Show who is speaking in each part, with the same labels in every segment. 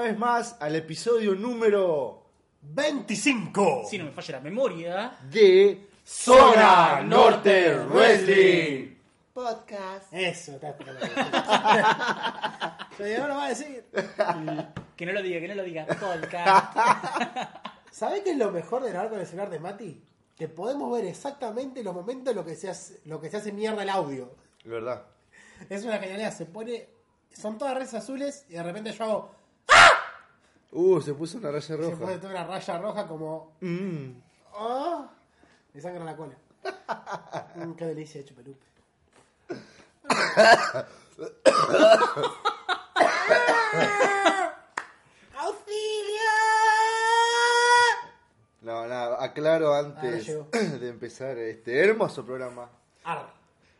Speaker 1: vez más al episodio número 25
Speaker 2: Si no me falla la memoria.
Speaker 1: de Zona Norte Wrestling.
Speaker 3: Podcast.
Speaker 4: Eso, está Pero no lo va a decir.
Speaker 2: Que no lo diga, que no lo diga. Podcast.
Speaker 4: ¿Sabés qué es lo mejor de grabar con el celular de Mati? Que podemos ver exactamente los momentos en los que se hace, lo que se hace mierda el audio.
Speaker 1: De verdad.
Speaker 4: Es una genialidad. Se pone. Son todas redes azules y de repente yo hago.
Speaker 1: Uh, se puso una raya
Speaker 4: Se pone
Speaker 1: roja.
Speaker 4: toda una raya roja como.
Speaker 1: Mm.
Speaker 4: ¡Oh! Me sangra la cola. Mm, ¡Qué delicia de chupelupe! ¡Auxilio!
Speaker 1: No, nada, aclaro antes
Speaker 4: Ah, llegó.
Speaker 1: de empezar este hermoso programa
Speaker 4: Arre.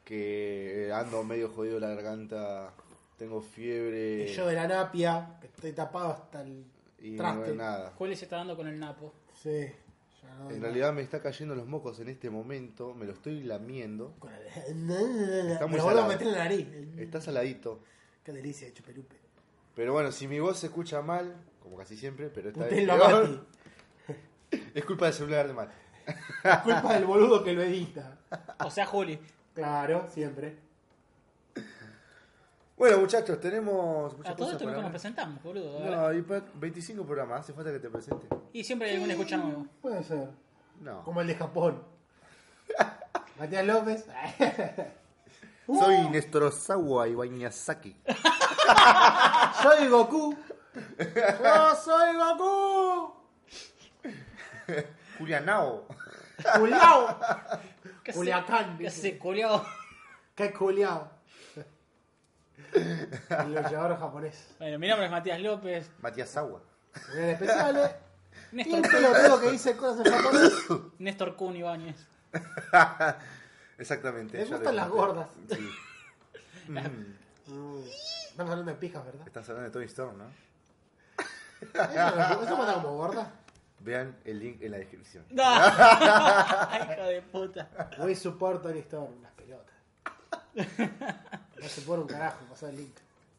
Speaker 1: que eh, ando medio jodido la garganta, tengo
Speaker 4: Y
Speaker 1: fiebre
Speaker 4: yo de la napia, que estoy tapado hasta el
Speaker 1: y no
Speaker 4: traste.
Speaker 1: veo nada.
Speaker 2: Juli se está dando con el Napo.
Speaker 4: Sí, ya no.
Speaker 1: En realidad me está cayendo los mocos en este momento, me lo estoy lamiendo.
Speaker 4: Con el-
Speaker 1: Está muy
Speaker 4: Me lo vuelvo
Speaker 1: salado.
Speaker 4: a meter en la nariz.
Speaker 1: Está saladito.
Speaker 4: Qué delicia de chupelupe.
Speaker 1: Pero bueno, si mi voz se escucha mal, como casi siempre, pero esta vez
Speaker 4: Putenlo a
Speaker 1: peor,
Speaker 4: Mati.
Speaker 1: es culpa del celular de Mati.
Speaker 4: Culpa del boludo que lo edita.
Speaker 2: O sea, Juli.
Speaker 4: Claro, siempre.
Speaker 1: Bueno, muchachos, tenemos
Speaker 4: Ah,
Speaker 1: muchas
Speaker 2: A todo
Speaker 1: cosas para
Speaker 2: esto nunca nos
Speaker 1: hablar.
Speaker 2: presentamos, boludo. A ver.
Speaker 1: No, y pa- 25 programas, hace falta que te presente.
Speaker 2: Y siempre hay algún escucha nuevo.
Speaker 4: Puede ser.
Speaker 1: No.
Speaker 4: Como el de Japón. Matías López. Uh.
Speaker 1: Soy Nestorozawa Ibañazaki.
Speaker 4: soy Goku. Yo soy Goku.
Speaker 1: Julianao.
Speaker 4: Culeao.
Speaker 2: ¿Qué hace-
Speaker 4: Culiacán,
Speaker 2: ¿Qué
Speaker 4: dice.
Speaker 2: hace, culiao?
Speaker 4: Qué culeao. El luchador japonés.
Speaker 2: Bueno, mi nombre es Matías López.
Speaker 1: Matiasawa.
Speaker 4: En el especial, ¿eh? Y
Speaker 2: Néstor,
Speaker 4: el pelotero que dice cosas en japonés.
Speaker 2: Néstor Kun Ibáñez.
Speaker 1: Exactamente.
Speaker 4: Me
Speaker 1: ya te
Speaker 4: gustan las
Speaker 1: conté.
Speaker 4: gordas.
Speaker 1: Sí. Mm,
Speaker 4: Mm. Estamos hablando de pijas, ¿verdad?
Speaker 1: estás hablando de Toy Storm, ¿no?
Speaker 4: Eso cuenta como gorda.
Speaker 1: Vean el link en la descripción.
Speaker 2: No. Ay, Hijo de puta.
Speaker 4: Hoy support Tony Storm, las pelotas. No se pone un carajo, pasó el link.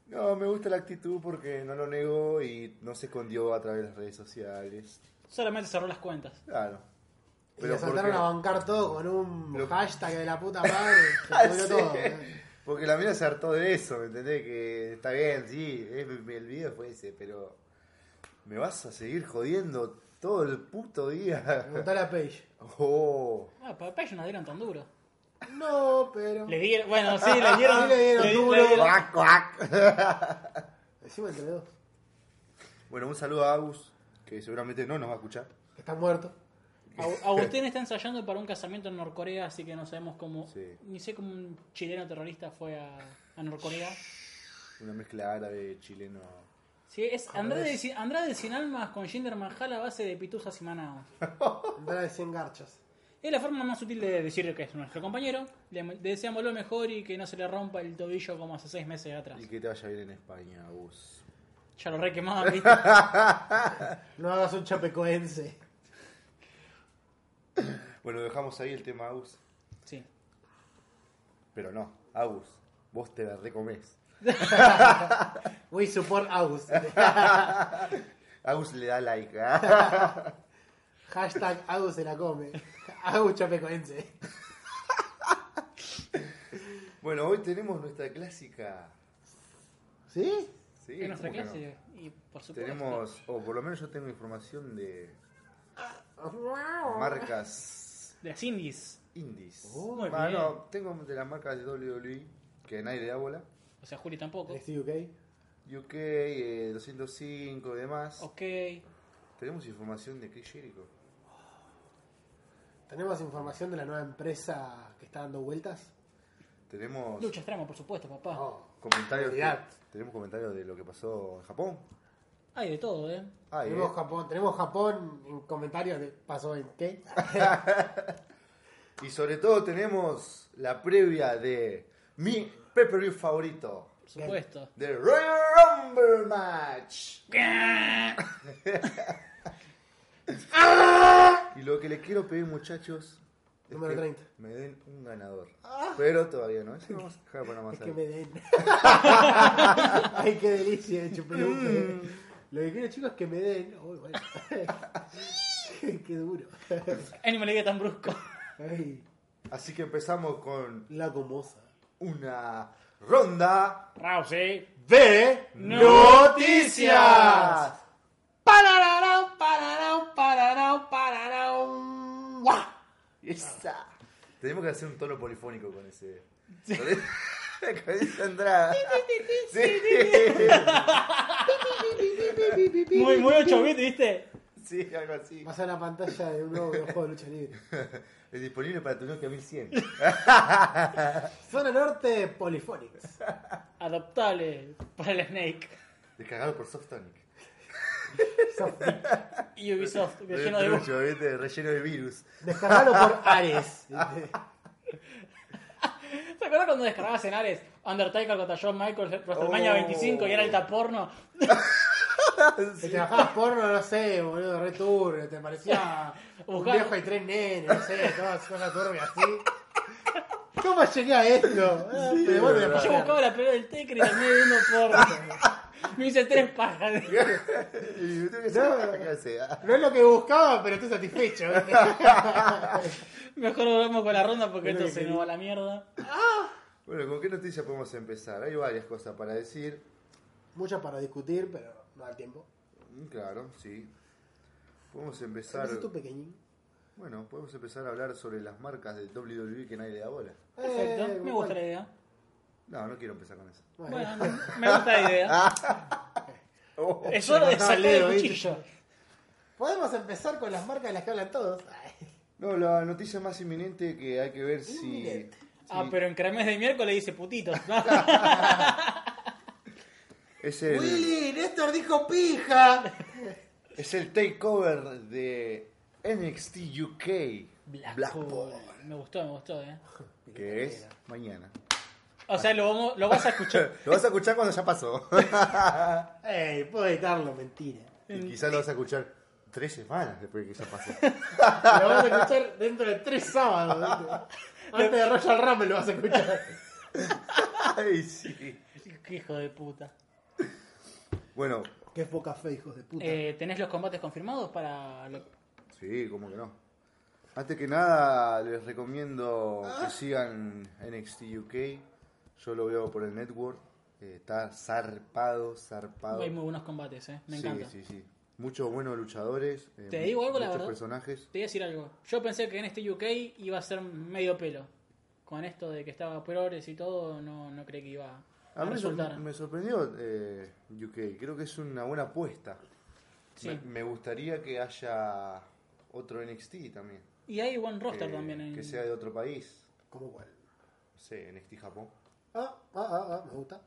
Speaker 1: No, me gusta la actitud porque no lo negó y no se escondió a través de las redes sociales.
Speaker 2: Solamente cerró las cuentas.
Speaker 1: Claro.
Speaker 4: y
Speaker 1: Pero
Speaker 4: le saltaron
Speaker 1: porque-
Speaker 4: a bancar todo con un
Speaker 1: Pero-
Speaker 4: hashtag de la puta madre.
Speaker 1: Ah,
Speaker 4: Se pudrió
Speaker 1: sí.
Speaker 4: todo. ¿eh?
Speaker 1: Porque la mina se hartó de eso, ¿me entendés? Que está bien, sí, eh, me- el video fue ese, pero me vas a seguir jodiendo todo el puto día.
Speaker 4: Preguntale a Paige.
Speaker 1: Oh,
Speaker 2: Ah, para Page no dieron tan duro.
Speaker 4: No, pero.
Speaker 2: Le dieron, bueno, sí, le dieron,
Speaker 4: Sí, le dieron
Speaker 2: di-
Speaker 4: duro.
Speaker 1: cuac, cuac.
Speaker 4: Decimos entre dos.
Speaker 1: Bueno, un saludo a Agus, que seguramente no nos va a escuchar.
Speaker 4: Que está muerto.
Speaker 2: Agu- Agustín está ensayando para un casamiento en Norcorea, así que no sabemos cómo.
Speaker 1: Sí.
Speaker 2: Ni sé cómo un chileno terrorista fue a, a Norcorea.
Speaker 1: Una mezcla árabe, chileno.
Speaker 2: Sí, es Andrade, sin- Andrade sin almas con Jinder Mahal a base de pituzas y manadas.
Speaker 4: Andar de 100 garchas.
Speaker 2: Es la forma más sutil de decir que es nuestro compañero. Le le deseamos lo mejor y que no se le rompa el tobillo como hace seis meses atrás.
Speaker 1: Y que te vaya bien en España, Agus.
Speaker 2: Ya lo re quemaba, ¿viste?
Speaker 4: No hagas un chapecoense.
Speaker 1: Bueno, dejamos ahí el tema Agus.
Speaker 2: Sí.
Speaker 1: Pero no, Agus, vos te la recomés.
Speaker 4: We support Agus.
Speaker 1: Agus le da like. ¿ah?
Speaker 4: Hashtag Agus se la come. Agus chapecoense.
Speaker 1: bueno, hoy tenemos nuestra clásica.
Speaker 4: ¿Sí?
Speaker 1: Sí,
Speaker 2: En nuestra
Speaker 1: ¿cómo que no?
Speaker 2: clase. Y por supuesto.
Speaker 1: Tenemos, o por lo menos yo tengo información de marcas
Speaker 2: De las indies.
Speaker 1: indies.
Speaker 4: Oh,
Speaker 2: muy
Speaker 1: Ah,
Speaker 2: bien.
Speaker 1: no, tengo de las marcas de WWE, que nadie le da bola.
Speaker 2: O sea, Juli tampoco.
Speaker 4: ¿Estoy ok?
Speaker 1: UK, eh, 205 y demás.
Speaker 2: Ok.
Speaker 1: Tenemos información de Chris Jericho.
Speaker 4: Tenemos información de la nueva empresa que está dando vueltas.
Speaker 1: Tenemos
Speaker 2: Lucha extrema, por supuesto, papá.
Speaker 4: Oh,
Speaker 1: comentarios. que-
Speaker 4: Olvidar.
Speaker 1: tenemos comentarios de lo que pasó en Japón.
Speaker 2: Hay de todo, ¿eh?
Speaker 1: Ah, y,
Speaker 4: tenemos Japón, tenemos Japón en comentarios de pasó en qué.
Speaker 1: y sobre todo tenemos la previa de mi pay-per-view favorito.
Speaker 2: Por supuesto.
Speaker 1: The Royal Rumble Match. y lo que les quiero pedir, muchachos, es
Speaker 4: Número
Speaker 1: que
Speaker 4: 30.
Speaker 1: me den un ganador. Pero todavía no. Eso vamos a dejar para más
Speaker 4: Es que
Speaker 1: tarde.
Speaker 4: me den. Ay, qué delicia de chupelupe. Lo que quiero, chicos, es que me den. Uy, bueno. Qué duro.
Speaker 2: Ay, ni me lo diga tan brusco.
Speaker 4: Ay,
Speaker 1: Así que empezamos con
Speaker 4: la gomosa.
Speaker 1: una ronda
Speaker 2: Rousey.
Speaker 1: de noticias.
Speaker 4: Pararau, pararau, pararau, pararau. ¡Guau!
Speaker 1: Esa. Tenemos que hacer un tono polifónico con ese. con esa entrada. Sí.
Speaker 2: Muy, muy 8 bits, ¿viste?
Speaker 1: Sí, algo así.
Speaker 4: Pasa la pantalla de un nuevo videojuego de lucha libre.
Speaker 1: Es disponible para tu Nokia 1100.
Speaker 4: Zona Norte Polyphonics.
Speaker 2: Adoptable para el Snake.
Speaker 1: Descargado por Softonic.
Speaker 2: Y Ubisoft,
Speaker 1: Eh,
Speaker 2: lleno de bug.
Speaker 1: trucho, ¿viste? Relleno de virus.
Speaker 4: Descargalo por Ares. ¿viste?
Speaker 2: ¿Te acuerdas cuando descargabas en Ares Undertaker contra John Michaels, WrestleMania
Speaker 1: Oh.
Speaker 2: 25 y era alta porno?
Speaker 4: Si trabajabas porno, no sé, boludo, re turbio, te parecía un
Speaker 2: Buscá-
Speaker 4: viejo y tres nenes, no sé, todas cosas turbias así. ¿Cómo llegué a esto? Ah,
Speaker 1: Sí,
Speaker 4: me vuelve
Speaker 1: es verdad.
Speaker 4: a
Speaker 2: Yo
Speaker 4: pasar.
Speaker 2: buscaba la pelea del Taker y también viendo porno. Me hice tres pajas.
Speaker 1: Y tengo que
Speaker 4: No.
Speaker 1: hacer- ¿qué hace? Ah,
Speaker 4: No es lo que buscaba, pero estoy satisfecho. ¿viste?
Speaker 2: Mejor volvemos con la ronda porque
Speaker 4: Bueno,
Speaker 2: esto se
Speaker 4: querido.
Speaker 2: nos va a la
Speaker 4: Eh,
Speaker 2: mierda.
Speaker 1: Bueno, ¿con qué noticia podemos empezar? Hay varias cosas para decir.
Speaker 4: Muchas para discutir, pero no da tiempo.
Speaker 1: Mm, Claro, sí. Podemos empezar.
Speaker 4: Entonces tú pequeñín.
Speaker 1: Bueno, podemos empezar a hablar sobre las marcas del WWE E que nadie le da bola.
Speaker 2: Perfecto,
Speaker 4: Eh,
Speaker 2: me
Speaker 4: bueno.
Speaker 2: gusta la idea.
Speaker 1: No, no quiero empezar con eso.
Speaker 4: Bueno.
Speaker 2: Bueno, me gusta la idea.
Speaker 1: Oh,
Speaker 2: Es hora de
Speaker 4: Mandaba
Speaker 2: sacar
Speaker 4: el dedo,
Speaker 2: el
Speaker 4: ¿viste?
Speaker 2: cuchillo.
Speaker 4: Podemos empezar con las marcas de las que hablan todos.
Speaker 1: No, la noticia más inminente que hay que ver si.
Speaker 4: Inminente.
Speaker 1: si
Speaker 2: Ah, pero en Cremes de miércoles dice putitos. ¿no?
Speaker 1: Es el,
Speaker 4: Willy, Néstor dijo pija.
Speaker 1: es el takeover de NXT UK
Speaker 2: Blackpool. Me gustó, me gustó, eh.
Speaker 1: que es mañana.
Speaker 2: O sea, lo, vamos, lo vas a escuchar.
Speaker 1: Lo vas a escuchar cuando ya pasó.
Speaker 4: Ey, puedo editarlo, mentira.
Speaker 1: y quizás lo vas a escuchar tres semanas después de que ya pasó.
Speaker 4: Lo vas a escuchar dentro de tres sábados. ¿viste? Antes de Royal Rumble lo vas a escuchar.
Speaker 1: Ay, sí.
Speaker 2: Qué hijo de puta.
Speaker 1: Bueno,
Speaker 4: Qué poca fe, hijos de puta.
Speaker 2: Eh, ¿Tenés los combates confirmados para lo-
Speaker 1: Sí, cómo que no. Antes que nada, les recomiendo
Speaker 2: Ah.
Speaker 1: que sigan NXT UK. Yo lo veo por el network. Eh, está zarpado, zarpado.
Speaker 2: Hay muy buenos combates, eh. Me
Speaker 1: Ah. sí,
Speaker 2: encanta.
Speaker 1: sí, sí. Muchos buenos luchadores. eh,
Speaker 2: Te digo algo, la
Speaker 1: muchos
Speaker 2: verdad.
Speaker 1: personajes.
Speaker 2: Te voy a decir algo. Yo pensé que en este UK iba a ser medio pelo. Con esto de que estaba progres y todo, no, no creí que iba a,
Speaker 1: A mí me sor-
Speaker 2: resultar.
Speaker 1: me sorprendió eh, UK. Creo que es una buena apuesta.
Speaker 2: Sí.
Speaker 1: Me, me gustaría que haya otro NXT también.
Speaker 2: Y hay buen roster
Speaker 1: eh,
Speaker 2: también. En...
Speaker 1: Que sea de otro país.
Speaker 4: ¿Cómo cuál?
Speaker 1: No sé, NXT Japón.
Speaker 4: Ah, ah, ah, ah, me gusta.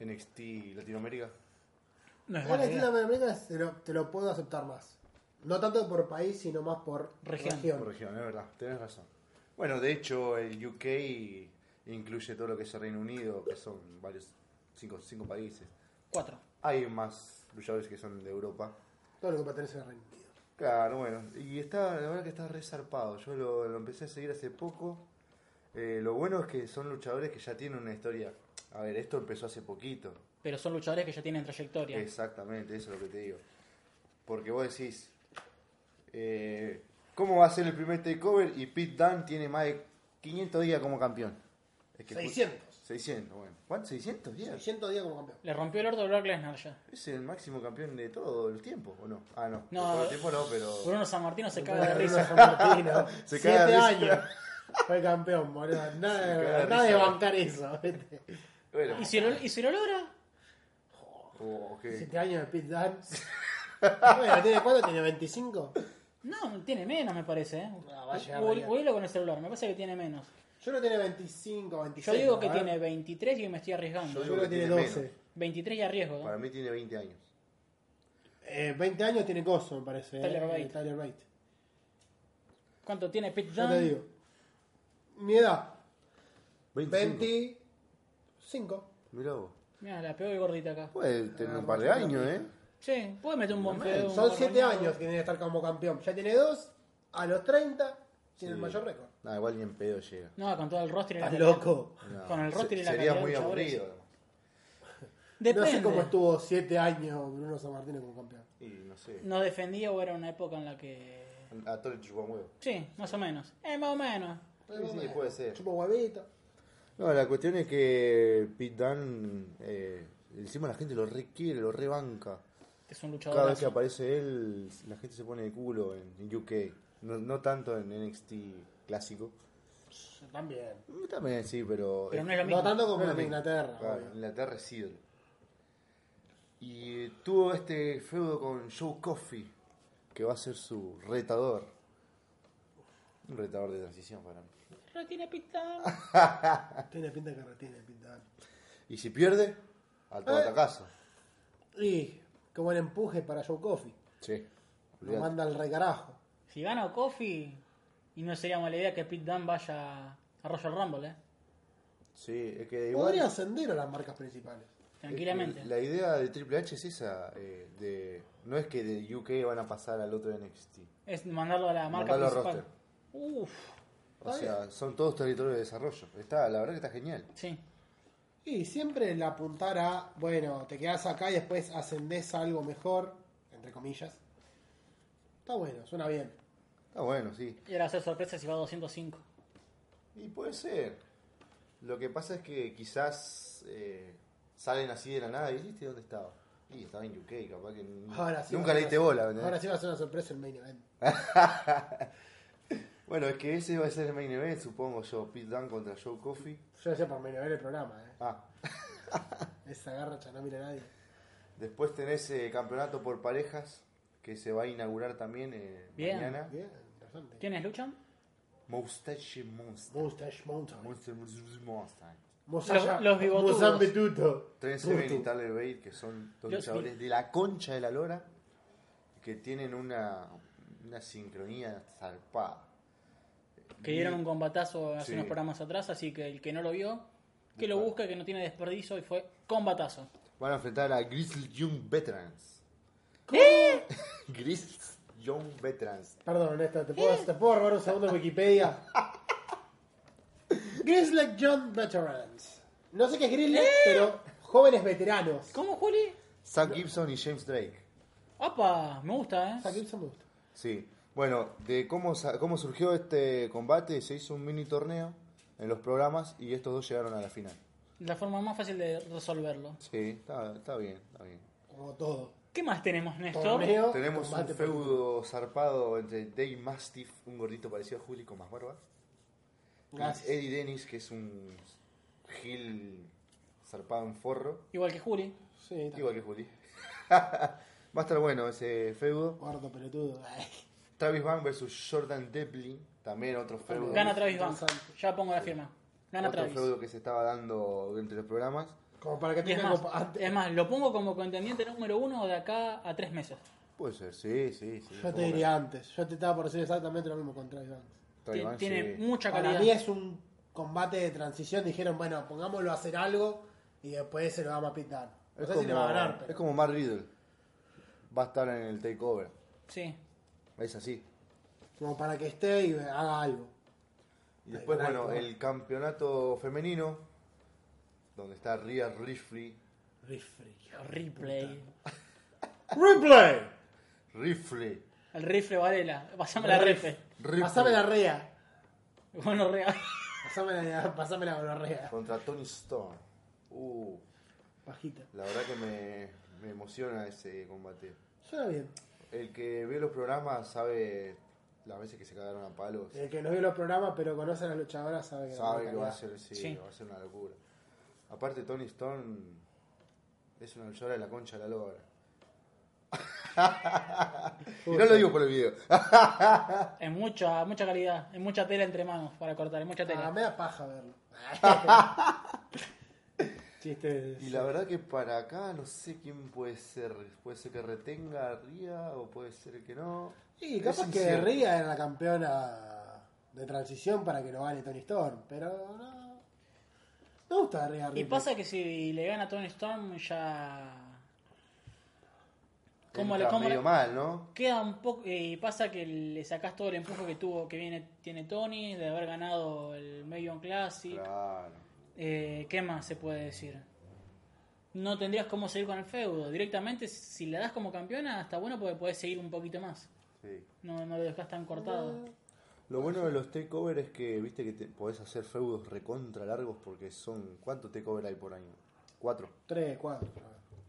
Speaker 1: NXT Latinoamérica.
Speaker 2: No es
Speaker 4: Ahora
Speaker 2: mala
Speaker 4: en
Speaker 2: idea.
Speaker 4: Latinoamérica te lo, te lo puedo aceptar más. No tanto por país, sino más por
Speaker 2: Región.
Speaker 4: región.
Speaker 1: Por región, es verdad, tenés razón. Bueno, de hecho, el UK incluye todo lo que es el Reino Unido, que son varios, cinco, cinco países.
Speaker 2: Cuatro.
Speaker 1: Hay más luchadores que son de Europa.
Speaker 4: Todo lo que pertenece al Reino Unido.
Speaker 1: Claro, bueno, y está, la verdad que está resarpado. Yo lo, lo empecé a seguir hace poco. Eh, lo bueno es que son luchadores que ya tienen una historia. A ver, esto empezó hace poquito.
Speaker 2: Pero son luchadores que ya tienen trayectoria.
Speaker 1: Exactamente, eso es lo que te digo. Porque vos decís, eh, ¿cómo va a ser el primer takeover? Y Pete Dunne tiene más de 500 días como campeón. Es que-
Speaker 4: 600.
Speaker 1: 600, bueno. ¿Cuántos? ¿600 días?
Speaker 4: 600 días como campeón.
Speaker 2: Le rompió el orto a Brock Lesnar ya.
Speaker 1: Es el máximo campeón de todo el tiempo, ¿o no? Ah, no.
Speaker 2: No.
Speaker 1: de todo el tiempo no, pero...
Speaker 2: Bruno San Martino se caga de
Speaker 4: Bruno
Speaker 2: risa.
Speaker 4: San Martino.
Speaker 1: Se caga de
Speaker 4: Siete
Speaker 1: risa.
Speaker 4: años. Fue campeón, boludo.
Speaker 1: Se caga
Speaker 4: Nada,
Speaker 1: de
Speaker 4: nada de
Speaker 1: risa.
Speaker 4: bancar eso. ¿viste?
Speaker 1: Bueno.
Speaker 2: ¿Y si, lo, ¿Y si lo logra?
Speaker 1: Oh, ok.
Speaker 4: Siete años de Pete Dunne. Bueno, ¿tiene cuánto? ¿Tiene 25?
Speaker 2: No, tiene menos, me parece. ¿eh?
Speaker 4: Ah, va a llegar
Speaker 2: Google-
Speaker 4: mañana.
Speaker 2: Googlelo con el celular, me parece que tiene menos.
Speaker 4: Yo no tiene 25, 26.
Speaker 2: Yo digo que
Speaker 4: ¿verdad?
Speaker 2: tiene 23 y me estoy arriesgando.
Speaker 1: Yo
Speaker 4: Yo creo que tiene 12.
Speaker 1: menos.
Speaker 2: 23 y arriesgo. ¿eh?
Speaker 1: Para mí tiene 20 años.
Speaker 4: Eh, 20 años tiene Coso, me parece.
Speaker 2: Tyler
Speaker 4: eh,
Speaker 2: Bate.
Speaker 4: Tyler Bate.
Speaker 2: ¿Cuánto tiene Pete
Speaker 4: Yo te
Speaker 2: Dunne?
Speaker 4: digo. Mi edad.
Speaker 1: 25.
Speaker 4: 25.
Speaker 1: Mirá vos.
Speaker 2: Mira, la pego de gordita acá.
Speaker 1: Puede
Speaker 2: Ah,
Speaker 1: tener un par de años, ¿eh?
Speaker 2: Sí, puede meter un buen
Speaker 1: Bueno,
Speaker 2: pedo.
Speaker 4: Son 7 años que tiene que estar como campeón. Ya tiene 2. A los 30 tiene el
Speaker 1: Sí.
Speaker 4: mayor récord.
Speaker 1: Nah, igual ni en pedo llega.
Speaker 2: No, con todo el rostro y la
Speaker 4: Estás loco.
Speaker 1: No,
Speaker 2: Con el
Speaker 1: se-
Speaker 2: roster y la
Speaker 1: Sería
Speaker 2: calidad
Speaker 1: muy
Speaker 2: de luchadores.
Speaker 1: aburrido.
Speaker 2: Depende.
Speaker 4: No sé cómo estuvo siete años Bruno San Martino como campeón.
Speaker 1: Y no sé.
Speaker 2: ¿Nos defendía o era una época en la que.
Speaker 1: A todos les chupan huevo.
Speaker 2: Sí, más o menos. Eh, más o menos.
Speaker 1: Sí, sí, puede ser.
Speaker 4: Chupa huevito.
Speaker 1: No, la cuestión es que Pit Dunne, eh, encima la gente lo requiere, lo rebanca.
Speaker 2: Es un
Speaker 1: Cada
Speaker 2: luchador.
Speaker 1: vez que
Speaker 2: así.
Speaker 1: aparece él, la gente se pone de culo en UK. No, no tanto en NXT clásico.
Speaker 4: Yo también.
Speaker 1: También sí, pero.
Speaker 2: Pero no es lo
Speaker 4: No
Speaker 2: mismo.
Speaker 4: tanto como
Speaker 1: No,
Speaker 4: en
Speaker 1: no.
Speaker 4: Inglaterra.
Speaker 1: Claro,
Speaker 4: obvio.
Speaker 1: Inglaterra es ídolo. Y tuvo este feudo con Joe Coffey, que va a ser su retador. Un retador de transición para mí.
Speaker 2: Pero tiene pita.
Speaker 4: Tiene pinta de carretín, tiene pinta de-
Speaker 1: Y si pierde, al
Speaker 4: Eh.
Speaker 1: tabacazo.
Speaker 4: Y como el empuje para Joe Coffey.
Speaker 1: Sí.
Speaker 4: Lo
Speaker 1: olvidate.
Speaker 4: manda al recarajo.
Speaker 2: Si gana Kofi, y no sería mala idea que Pete Dunne vaya a Royal Rumble, ¿eh?
Speaker 1: Sí, es que igual.
Speaker 4: Podría ascender a las marcas principales.
Speaker 2: Tranquilamente.
Speaker 1: La idea de Triple H es esa. eh, de, no es que de UK van a pasar al otro NXT.
Speaker 2: Es mandarlo a la marca
Speaker 1: Mandarlo a
Speaker 2: principal.
Speaker 1: roster.
Speaker 2: Uf,
Speaker 1: O
Speaker 4: Está
Speaker 1: sea, son todos territorios de desarrollo. Está, la verdad que está genial.
Speaker 2: sí.
Speaker 4: Y siempre la apuntar a, bueno, te quedás acá y después ascendés a algo mejor, entre comillas. Está bueno, suena bien.
Speaker 1: Está bueno, sí.
Speaker 2: Y ahora hacer sorpresa si va a 205.
Speaker 1: Y puede ser. Lo que pasa es que quizás eh, salen así de la nada y ¿viste dónde estaba? Y estaba en UK, capaz que n-
Speaker 4: Ahora sí va
Speaker 1: nunca
Speaker 4: a
Speaker 1: le
Speaker 4: ser
Speaker 1: diste
Speaker 4: una-
Speaker 1: bola. ¿entendés?
Speaker 4: Ahora sí va a ser una sorpresa el main event.
Speaker 1: Bueno, es que ese va a ser el main event, supongo yo. Pete Dunne contra Joe Coffey.
Speaker 4: Yo decía por main event el programa, ¿eh?
Speaker 1: Ah,
Speaker 4: Esa garracha no mira a nadie.
Speaker 1: después tenés eh, campeonato por parejas que se va a inaugurar también eh,
Speaker 2: Bien.
Speaker 1: mañana.
Speaker 4: Bien, interesante.
Speaker 2: ¿Quiénes luchan?
Speaker 1: Moustache Monster.
Speaker 4: Mustache Mountain.
Speaker 1: Monster, Monster, Monster.
Speaker 4: Musaya-
Speaker 2: Los- los bigotudos.
Speaker 4: Musambetuto.
Speaker 1: Trent Seven y Tyler Bate, que son dos
Speaker 2: Yo
Speaker 1: luchadores
Speaker 2: sí.
Speaker 1: de la concha de la lora, que tienen una, una sincronía zarpada.
Speaker 2: Que dieron un combatazo hace
Speaker 1: Sí.
Speaker 2: unos programas atrás, así que el que no lo vio, que lo
Speaker 1: Busca.
Speaker 2: busca, que no tiene desperdicio, y fue combatazo.
Speaker 1: Van a enfrentar a Grizzly Young Veterans. Grizzly Young Veterans.
Speaker 4: Perdón, Néstor, ¿te puedo, ¿te puedo robar un segundo de Wikipedia? Grizzly John Veterans. No sé qué es Grizzly,
Speaker 2: ¿Eh?
Speaker 4: pero jóvenes veteranos.
Speaker 2: ¿Cómo, Juli?
Speaker 1: Sam Gibson y James Drake.
Speaker 2: ¡Apa! Me gusta,
Speaker 4: Esa
Speaker 2: ¿eh?
Speaker 4: Gibson me gusta.
Speaker 1: Sí. Bueno, de cómo, sa- cómo surgió este combate, se hizo un mini torneo en los programas y estos dos llegaron a la final.
Speaker 2: La forma más fácil de resolverlo.
Speaker 1: Sí, está, está bien, está bien.
Speaker 4: Como todo.
Speaker 2: ¿Qué más tenemos, Néstor?
Speaker 4: Torneo,
Speaker 1: Tenemos un
Speaker 4: combate
Speaker 1: feudo zarpado entre Dave Mastiff, un gordito parecido a Juli con más barba,
Speaker 4: político.
Speaker 1: y
Speaker 4: Gracias.
Speaker 1: Eddie Dennis, que es un gil zarpado en forro,
Speaker 2: Igual que Juli.
Speaker 4: Sí, está.
Speaker 1: igual que Juli. Va a estar bueno ese feudo.
Speaker 4: Gordo, pelotudo. Ay,
Speaker 1: Travis Bank versus Jordan Devlin, también otro feudo.
Speaker 2: Gana Travis Banks.
Speaker 4: Interesante.
Speaker 2: Ya pongo la firma. Gana
Speaker 1: otro
Speaker 2: Travis.
Speaker 1: feudo que se estaba dando entre los programas.
Speaker 4: Como para que
Speaker 2: Y es
Speaker 4: tenga
Speaker 2: más,
Speaker 4: copa- antes-
Speaker 2: es más, lo pongo como contendiente número uno de acá a tres meses.
Speaker 1: Puede ser, sí, sí, sí.
Speaker 4: Yo te diría antes. Yo te estaba por decir exactamente lo mismo con Travis Banks.
Speaker 1: Travis
Speaker 2: Tien-
Speaker 1: Banks,
Speaker 2: tiene
Speaker 1: sí.
Speaker 2: mucha
Speaker 4: Para mí
Speaker 2: calidad.
Speaker 4: es un combate de transición. Dijeron, bueno, pongámoslo a hacer algo y después se lo vamos a pintar. No
Speaker 1: Es
Speaker 4: sé si le va a ganar, pero.
Speaker 1: Es como Matt Riddle. Va a estar en el takeover.
Speaker 2: Sí.
Speaker 1: Es así.
Speaker 4: Como para que esté y haga algo.
Speaker 1: Y después,
Speaker 4: Ay,
Speaker 1: bueno,
Speaker 4: ay, ay.
Speaker 1: el campeonato femenino, donde está Rhea Ripley.
Speaker 4: Rifle.
Speaker 2: Replay.
Speaker 4: Replay.
Speaker 1: Ripley.
Speaker 2: El rifle Varela. Pasame la rifle.
Speaker 1: Ripley.
Speaker 4: Pasame la rea.
Speaker 2: Bueno, real.
Speaker 4: Pasame la, pasame la gonorrea.
Speaker 1: Contra Tony Storm. Uh,
Speaker 4: Bajita.
Speaker 1: la verdad que me, me emociona ese combate.
Speaker 4: Suena bien.
Speaker 1: El que ve los programas sabe las veces que se cagaron a palos.
Speaker 4: El que no vio los programas pero conoce a las luchadoras sabe que
Speaker 1: Sabe
Speaker 4: la
Speaker 1: que va a
Speaker 4: calidad.
Speaker 1: ser, sí,
Speaker 2: Sí.
Speaker 1: va a ser una locura. Aparte, Tony Storm es una luchadora de la concha de la lora. y no lo digo por el video.
Speaker 2: Es mucha, mucha calidad. Es mucha tela entre manos para cortar. Es mucha
Speaker 4: Ah,
Speaker 2: tela.
Speaker 4: me da paja verlo. Chistes.
Speaker 1: Y la verdad que para acá no sé quién puede ser. Puede ser que retenga a Ría o puede ser que no.
Speaker 4: Y
Speaker 1: Es
Speaker 4: capaz que
Speaker 1: incierto.
Speaker 4: Ría era la campeona de transición para que lo gane Tony Storm, pero no. Me gusta Ría
Speaker 2: Y
Speaker 4: Ripley.
Speaker 2: pasa que si le gana Tony Storm ya. ¿Cómo le
Speaker 1: Entra
Speaker 2: cómo le-
Speaker 1: medio mal, ¿no?
Speaker 2: Queda un poco. Y pasa que le sacás todo el empuje que tuvo, que viene, tiene Tony, de haber ganado el Million Classic.
Speaker 1: Claro.
Speaker 2: Eh, ¿Qué más se puede decir? no tendrías cómo seguir con el feudo. Directamente, si la das como campeona, está bueno porque podés seguir un poquito más.
Speaker 1: Sí.
Speaker 2: No, no lo dejas tan cortado.
Speaker 1: Lo bueno de los takeovers es que viste que te- podés hacer feudos recontra largos porque son. ¿Cuántos takeovers hay por año? Cuatro.
Speaker 4: Tres, cuatro.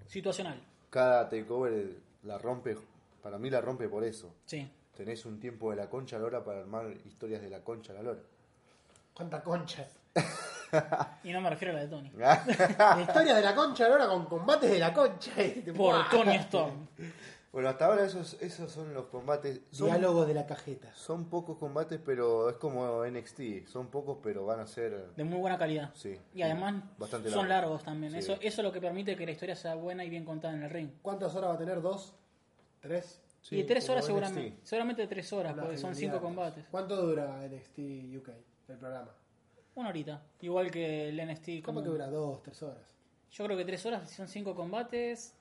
Speaker 2: Situacional,
Speaker 1: Cada takeover la rompe, para mí la rompe por eso.
Speaker 2: sí.
Speaker 1: Tenés un tiempo de la concha a la hora para armar historias de la concha a la hora.
Speaker 4: Cuánta concha.
Speaker 2: Y no me refiero a la de Tony.
Speaker 4: La historia de la concha ahora con combates de la concha.
Speaker 2: Por Tony Storm.
Speaker 1: bueno, hasta ahora esos, esos son los combates. Son,
Speaker 4: Diálogos de la cajeta.
Speaker 1: son pocos combates, pero es como NXT. Son pocos, pero van a ser.
Speaker 2: De muy buena calidad.
Speaker 1: Sí.
Speaker 2: Y además
Speaker 1: Bastante
Speaker 2: son
Speaker 1: largo.
Speaker 2: largos también.
Speaker 1: Sí.
Speaker 2: Eso, eso es lo que permite que la historia sea buena y bien contada en el ring.
Speaker 4: ¿Cuántas horas va a tener? ¿Dos? ¿Tres?
Speaker 1: Sí,
Speaker 2: y tres
Speaker 1: como
Speaker 2: horas
Speaker 1: NXT.
Speaker 2: seguramente. Seguramente tres horas,
Speaker 4: Una
Speaker 2: porque son cinco
Speaker 4: genialidad.
Speaker 2: combates.
Speaker 4: ¿Cuánto dura NXT UK, el programa?
Speaker 2: Una horita. Igual que el NXT.
Speaker 4: ¿Cómo
Speaker 2: como-
Speaker 4: que dura? ¿Dos, tres horas?
Speaker 2: Yo creo que tres horas, si son cinco combates.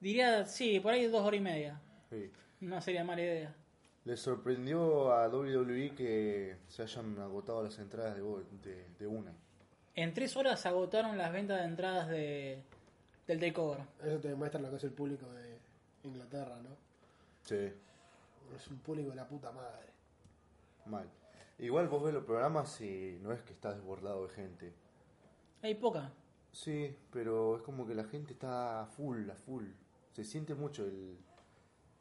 Speaker 2: Diría, sí, por ahí dos horas y media.
Speaker 1: Sí.
Speaker 2: No sería mala idea.
Speaker 1: ¿Le sorprendió a WWE que se hayan agotado las entradas de, go- de, de una?
Speaker 2: En tres horas se agotaron las ventas de entradas de, del takeover.
Speaker 4: Eso te demuestra lo que es el público de Inglaterra, ¿no?
Speaker 1: Sí.
Speaker 4: Es un público de la puta madre.
Speaker 1: Mal. Igual vos ves los programas y no es que está desbordado de gente.
Speaker 2: Hay poca.
Speaker 1: Sí, pero es como que la gente está a full, a full. Se siente mucho el,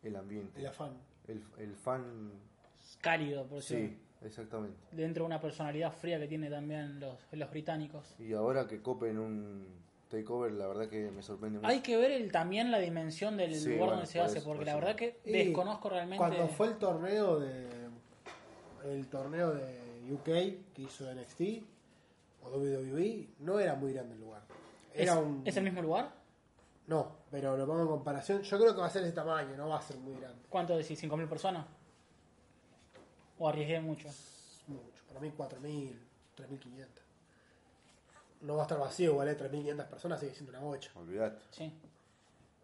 Speaker 1: el ambiente.
Speaker 4: El afán.
Speaker 1: El, el fan.
Speaker 2: Cálido, por
Speaker 1: Sí,
Speaker 2: decirlo.
Speaker 1: exactamente.
Speaker 2: Dentro de una personalidad fría que tienen también los, los británicos.
Speaker 1: Y ahora que copen un takeover, la verdad que me sorprende mucho.
Speaker 2: Hay que ver el, también la dimensión del
Speaker 1: Sí,
Speaker 2: lugar
Speaker 1: bueno,
Speaker 2: donde se
Speaker 1: por
Speaker 2: hace,
Speaker 1: eso,
Speaker 2: porque
Speaker 1: por
Speaker 2: la
Speaker 1: eso.
Speaker 2: verdad que
Speaker 4: Y
Speaker 2: desconozco realmente.
Speaker 4: Cuando fue el torneo de. El torneo de UK que hizo NXT o WWE, no era muy grande el lugar. Era
Speaker 2: ¿Es,
Speaker 4: un.
Speaker 2: ¿Es el mismo lugar?
Speaker 4: No, pero lo pongo en comparación. Yo creo que va a ser ese tamaño, no va a ser muy grande.
Speaker 2: ¿Cuánto decís? ¿5.000 personas? ¿O arriesgué mucho?
Speaker 4: Es mucho. Para mí, 4.000, 3.500. No va a estar vacío, igual, ¿eh? 3.500 personas sigue siendo una bocha.
Speaker 1: Olvidate.
Speaker 2: Sí.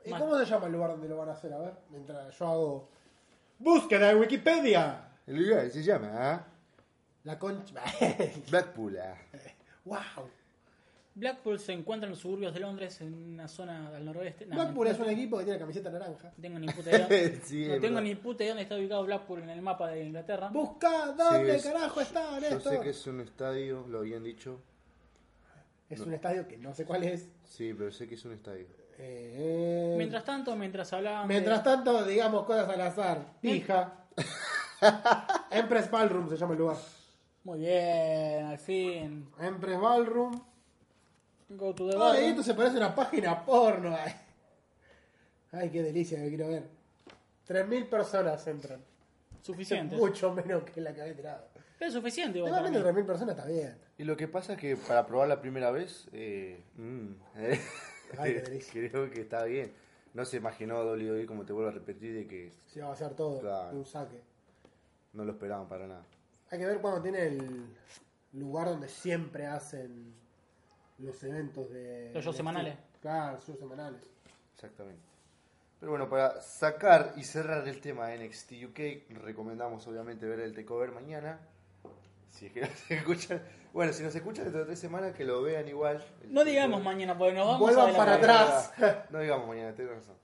Speaker 4: ¿Y
Speaker 2: Mal.
Speaker 4: cómo se llama el lugar donde lo van a hacer? A ver, mientras yo hago. ¡Búsqueda en Wikipedia!
Speaker 1: El lugar se llama ¿ah?
Speaker 4: La concha.
Speaker 1: Blackpool. ah.
Speaker 4: ¡Wow!
Speaker 2: Blackpool se encuentra en los suburbios de Londres, en una zona al noroeste. No,
Speaker 4: Blackpool es un equipo que tiene camiseta naranja.
Speaker 2: No tengo ni puta idea.
Speaker 1: Sí,
Speaker 2: no
Speaker 1: es
Speaker 2: tengo
Speaker 1: verdad.
Speaker 2: ni puta idea dónde está ubicado Blackpool en el mapa de Inglaterra.
Speaker 4: Busca dónde
Speaker 1: Sí,
Speaker 4: carajo está,
Speaker 1: Yo
Speaker 4: Néstor.
Speaker 1: sé que es un estadio, lo habían dicho.
Speaker 4: Es un estadio que no sé cuál es.
Speaker 1: Sí, pero sé que es un estadio.
Speaker 4: Eh,
Speaker 2: Mientras tanto, eh. Em- mientras hablaban. de-
Speaker 4: mientras tanto, digamos cosas al azar. Pija. Empress Ballroom se llama el lugar.
Speaker 2: Muy bien, al fin.
Speaker 4: Empress Ballroom.
Speaker 2: Go to the bar. ¿eh?
Speaker 4: Ay, esto se parece a una página porno. Ay, Ay, qué delicia que quiero ver. 3.000 personas entran.
Speaker 2: Suficiente.
Speaker 4: Mucho menos que la que había tirado.
Speaker 2: Pero es suficiente, igual, para
Speaker 4: Igualmente
Speaker 2: mí.
Speaker 4: 3.000 personas está bien.
Speaker 1: Y lo que pasa es que para probar la primera vez, eh, mm, eh,
Speaker 4: Ay, qué delicia.
Speaker 1: creo que está bien. No se imaginó WWE, como te vuelvo a repetir, de que
Speaker 4: Se va a hacer todo.
Speaker 1: Claro.
Speaker 4: Un saque.
Speaker 1: no lo esperaban para nada.
Speaker 4: Hay que ver cuando tiene el lugar donde siempre hacen los eventos de.
Speaker 2: Los shows
Speaker 4: de-
Speaker 2: semanales.
Speaker 4: Claro, los shows semanales.
Speaker 1: Exactamente. Pero bueno, para sacar y cerrar el tema de NXT UK, recomendamos obviamente ver el takeover mañana. Si es que nos escuchan. Bueno, si nos escuchan dentro de tres semanas, que lo vean igual. El
Speaker 2: No digamos
Speaker 1: takeover.
Speaker 2: mañana, porque nos vamos
Speaker 4: Vuelvan
Speaker 2: a
Speaker 4: para
Speaker 2: adelantar.
Speaker 4: atrás.
Speaker 1: No digamos mañana, tenés razón.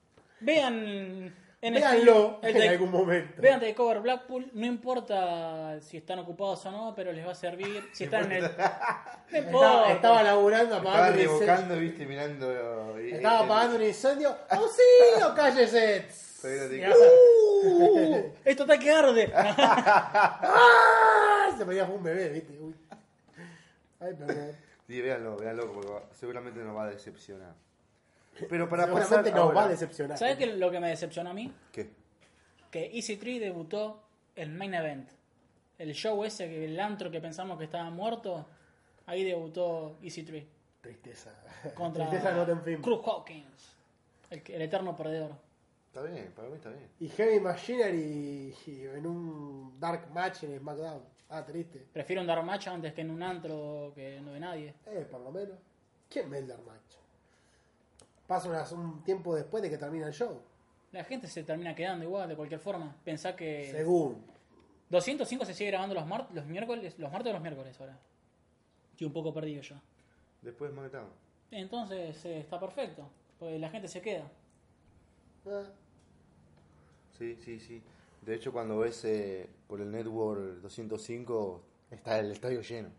Speaker 2: Vean. en
Speaker 4: Véanlo
Speaker 2: el-
Speaker 4: en
Speaker 2: el take-
Speaker 4: algún momento.
Speaker 2: Vean de Cover Blackpool, no importa si están ocupados o no, pero les va a servir. Si están en el. No
Speaker 4: Estaba,
Speaker 2: importa.
Speaker 4: estaba laburando,
Speaker 1: Estaba
Speaker 4: apagando un incendio.
Speaker 1: revocando, viste, mirando. eh,
Speaker 4: Estaba
Speaker 1: eh,
Speaker 4: apagando un incendio. ¡Oh, sí! ¡Oh, cállese!
Speaker 1: Todavía no te-
Speaker 4: Y
Speaker 2: ¡Uh! Esto está que arde.
Speaker 4: ¡Ah! Se veía un bebé, ¿viste? Uy. Ay, perdón.
Speaker 1: Sí, véanlo, véanlo, porque va- seguramente nos va a decepcionar. Pero para pasar
Speaker 4: Seguramente nos
Speaker 1: ahora-
Speaker 4: va a decepcionar.
Speaker 2: ¿Sabes qué es lo que me decepcionó a mí?
Speaker 1: ¿Qué?
Speaker 2: Que Easy Tree debutó el main event. El show ese, que el antro que pensamos que estaba muerto, ahí debutó E Easy Tree.
Speaker 4: Tristeza.
Speaker 2: Contra
Speaker 4: Tristeza no ten fin.
Speaker 2: Cruz Hawkins, el, que- el eterno perdedor.
Speaker 1: Está bien, para mí está bien.
Speaker 4: Y Heavy Machinery y en un Dark Match en SmackDown. Ah, triste.
Speaker 2: Prefiero un dar match antes que en un antro que no ve nadie.
Speaker 4: Eh, por lo menos. ¿Quién ve el Dark Match? Pasa unas- un tiempo después de que termina el show.
Speaker 2: La gente se termina quedando igual, de cualquier forma. Pensá que.
Speaker 4: Según.
Speaker 2: 205 se sigue grabando los, mar- los miércoles, los martes o los miércoles ahora. Estoy un poco perdido yo.
Speaker 1: Después SmackDown.
Speaker 2: Entonces eh, está perfecto, porque la gente se queda.
Speaker 1: Ah. Sí, sí, sí. De hecho, cuando ves eh, por el Network 205, está el estadio lleno.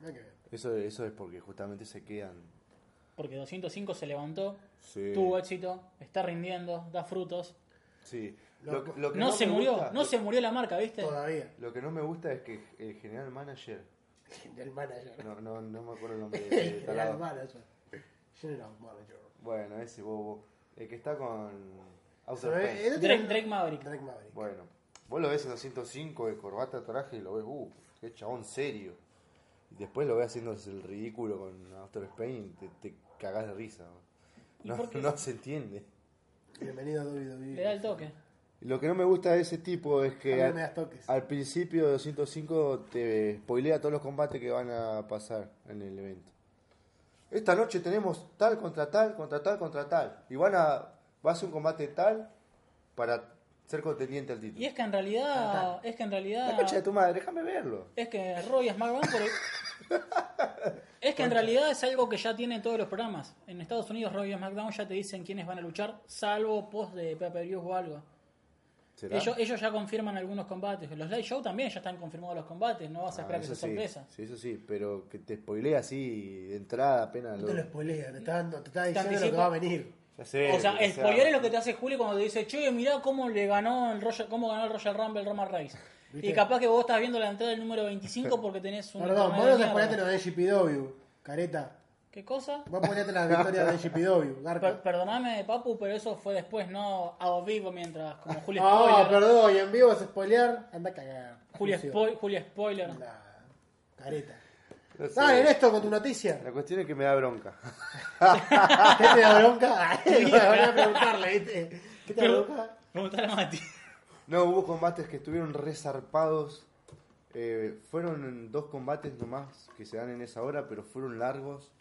Speaker 4: Mirá que bien.
Speaker 1: Eso, eso es porque justamente se quedan.
Speaker 2: Porque 205 se levantó,
Speaker 1: Sí.
Speaker 2: tuvo éxito, está rindiendo, da frutos.
Speaker 1: Sí. Lo,
Speaker 4: Lo-
Speaker 1: que- lo que
Speaker 2: No, se
Speaker 1: me
Speaker 2: murió,
Speaker 1: gusta-
Speaker 2: no se murió la marca, ¿viste?
Speaker 4: Todavía.
Speaker 1: Lo que no me gusta es que el general manager.
Speaker 4: Del manager.
Speaker 1: No, no, no me acuerdo el nombre
Speaker 4: El
Speaker 1: Eh, del
Speaker 4: general
Speaker 1: tarado.
Speaker 4: manager. General manager.
Speaker 1: Bueno, ese bobo. El que está con. Outer
Speaker 4: Pero eh,
Speaker 1: Space.
Speaker 4: el otro-
Speaker 2: Drake, Drake Maverick.
Speaker 4: Drake Maverick.
Speaker 1: Bueno, vos lo ves en 205 de corbata, traje y lo ves, uh, qué chabón serio. Y después lo ves haciendo el ridículo con After Spain y te, te cagás de risa.
Speaker 2: ¿Y
Speaker 1: No,
Speaker 2: por qué?
Speaker 1: no se entiende.
Speaker 4: Bienvenido a WWE.
Speaker 2: Le da el toque.
Speaker 1: Lo que no me gusta de ese tipo es
Speaker 4: A mí
Speaker 1: que
Speaker 4: no me
Speaker 1: al,
Speaker 4: das toques.
Speaker 1: al principio de 205 te spoilea todos los combates que van a pasar en el evento. Esta noche tenemos tal contra tal, contra tal, contra tal. Y van a, va a ser un combate tal para ser contendiente al título.
Speaker 2: Y es que en realidad, es que en
Speaker 1: La concha de
Speaker 2: realidad,
Speaker 1: tu madre, déjame verlo.
Speaker 2: es que Roy y SmackDown por el- Es que en realidad es algo que ya tienen todos los programas. En Estados Unidos, Roy y SmackDown ya te dicen quiénes van a luchar, salvo post de Pepper Views o algo.
Speaker 1: ¿Será?
Speaker 2: Ellos, ellos ya confirman algunos combates. Los live show también ya están confirmados los combates. No vas
Speaker 1: Ah,
Speaker 2: a esperar que
Speaker 1: eso
Speaker 2: sea
Speaker 1: sí,
Speaker 2: sorpresa.
Speaker 1: Sí, eso sí, pero que te spoilea así de entrada apenas.
Speaker 4: No
Speaker 1: Lo...
Speaker 4: te lo spoilean, te está, dando- te está
Speaker 2: Te
Speaker 4: diciendo lo que
Speaker 2: anticipa.
Speaker 4: va a venir.
Speaker 1: Ya sé,
Speaker 2: o sea,
Speaker 1: que
Speaker 2: spoiler es lo que te hace Julio cuando te dice, che, mirá cómo le ganó el Royal, cómo ganó el Royal Rumble Roman Reigns.
Speaker 4: ¿Viste?
Speaker 2: Y capaz que vos estás viendo la entrada del número 25 porque tenés un...
Speaker 4: Perdón,
Speaker 2: torneo
Speaker 4: vos no
Speaker 2: de
Speaker 4: te spoileaste
Speaker 2: mierda.
Speaker 4: lo de GPW, careta.
Speaker 2: ¿Qué cosa?
Speaker 4: Vos ponete la victoria de GPW,
Speaker 2: Per-
Speaker 4: garca.
Speaker 2: perdoname, Papu, pero eso fue después, no a vivo mientras, como Julio
Speaker 4: Ah,
Speaker 2: Spoiler.
Speaker 4: perdón, y en vivo es spoilear, anda a cagar.
Speaker 2: Julio,
Speaker 4: Sucio.
Speaker 2: Spoil- Julio Spoiler.
Speaker 4: Nah, careta.
Speaker 1: No sé.
Speaker 4: Dale, Néstor, con tu noticia.
Speaker 1: La cuestión es que me da bronca.
Speaker 4: ¿Qué te da bronca? Voy a preguntarle, ¿viste? ¿Qué te da
Speaker 2: Pero-
Speaker 4: bronca?
Speaker 2: Preguntale a Mati.
Speaker 1: No, hubo combates que estuvieron resarpados. Eh, fueron dos combates nomás que se dan en esa hora, pero fueron largos,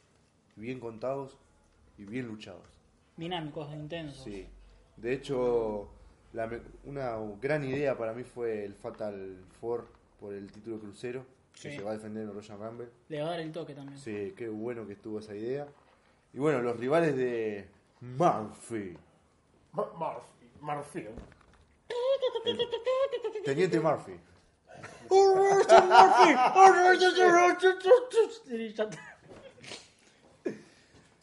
Speaker 1: bien contados y bien luchados.
Speaker 2: Dinámicos, intensos.
Speaker 1: Sí. De hecho, la me- una gran idea para mí fue el Fatal Four por el título crucero, que
Speaker 2: Sí.
Speaker 1: se va a defender en Royal Rumble.
Speaker 2: Le va a dar el toque también.
Speaker 1: Sí, qué bueno que estuvo esa idea. Y bueno, los rivales de Murphy,
Speaker 4: Mar- Murphy. Murphy.
Speaker 1: Teniente Murphy.
Speaker 2: Y ya está.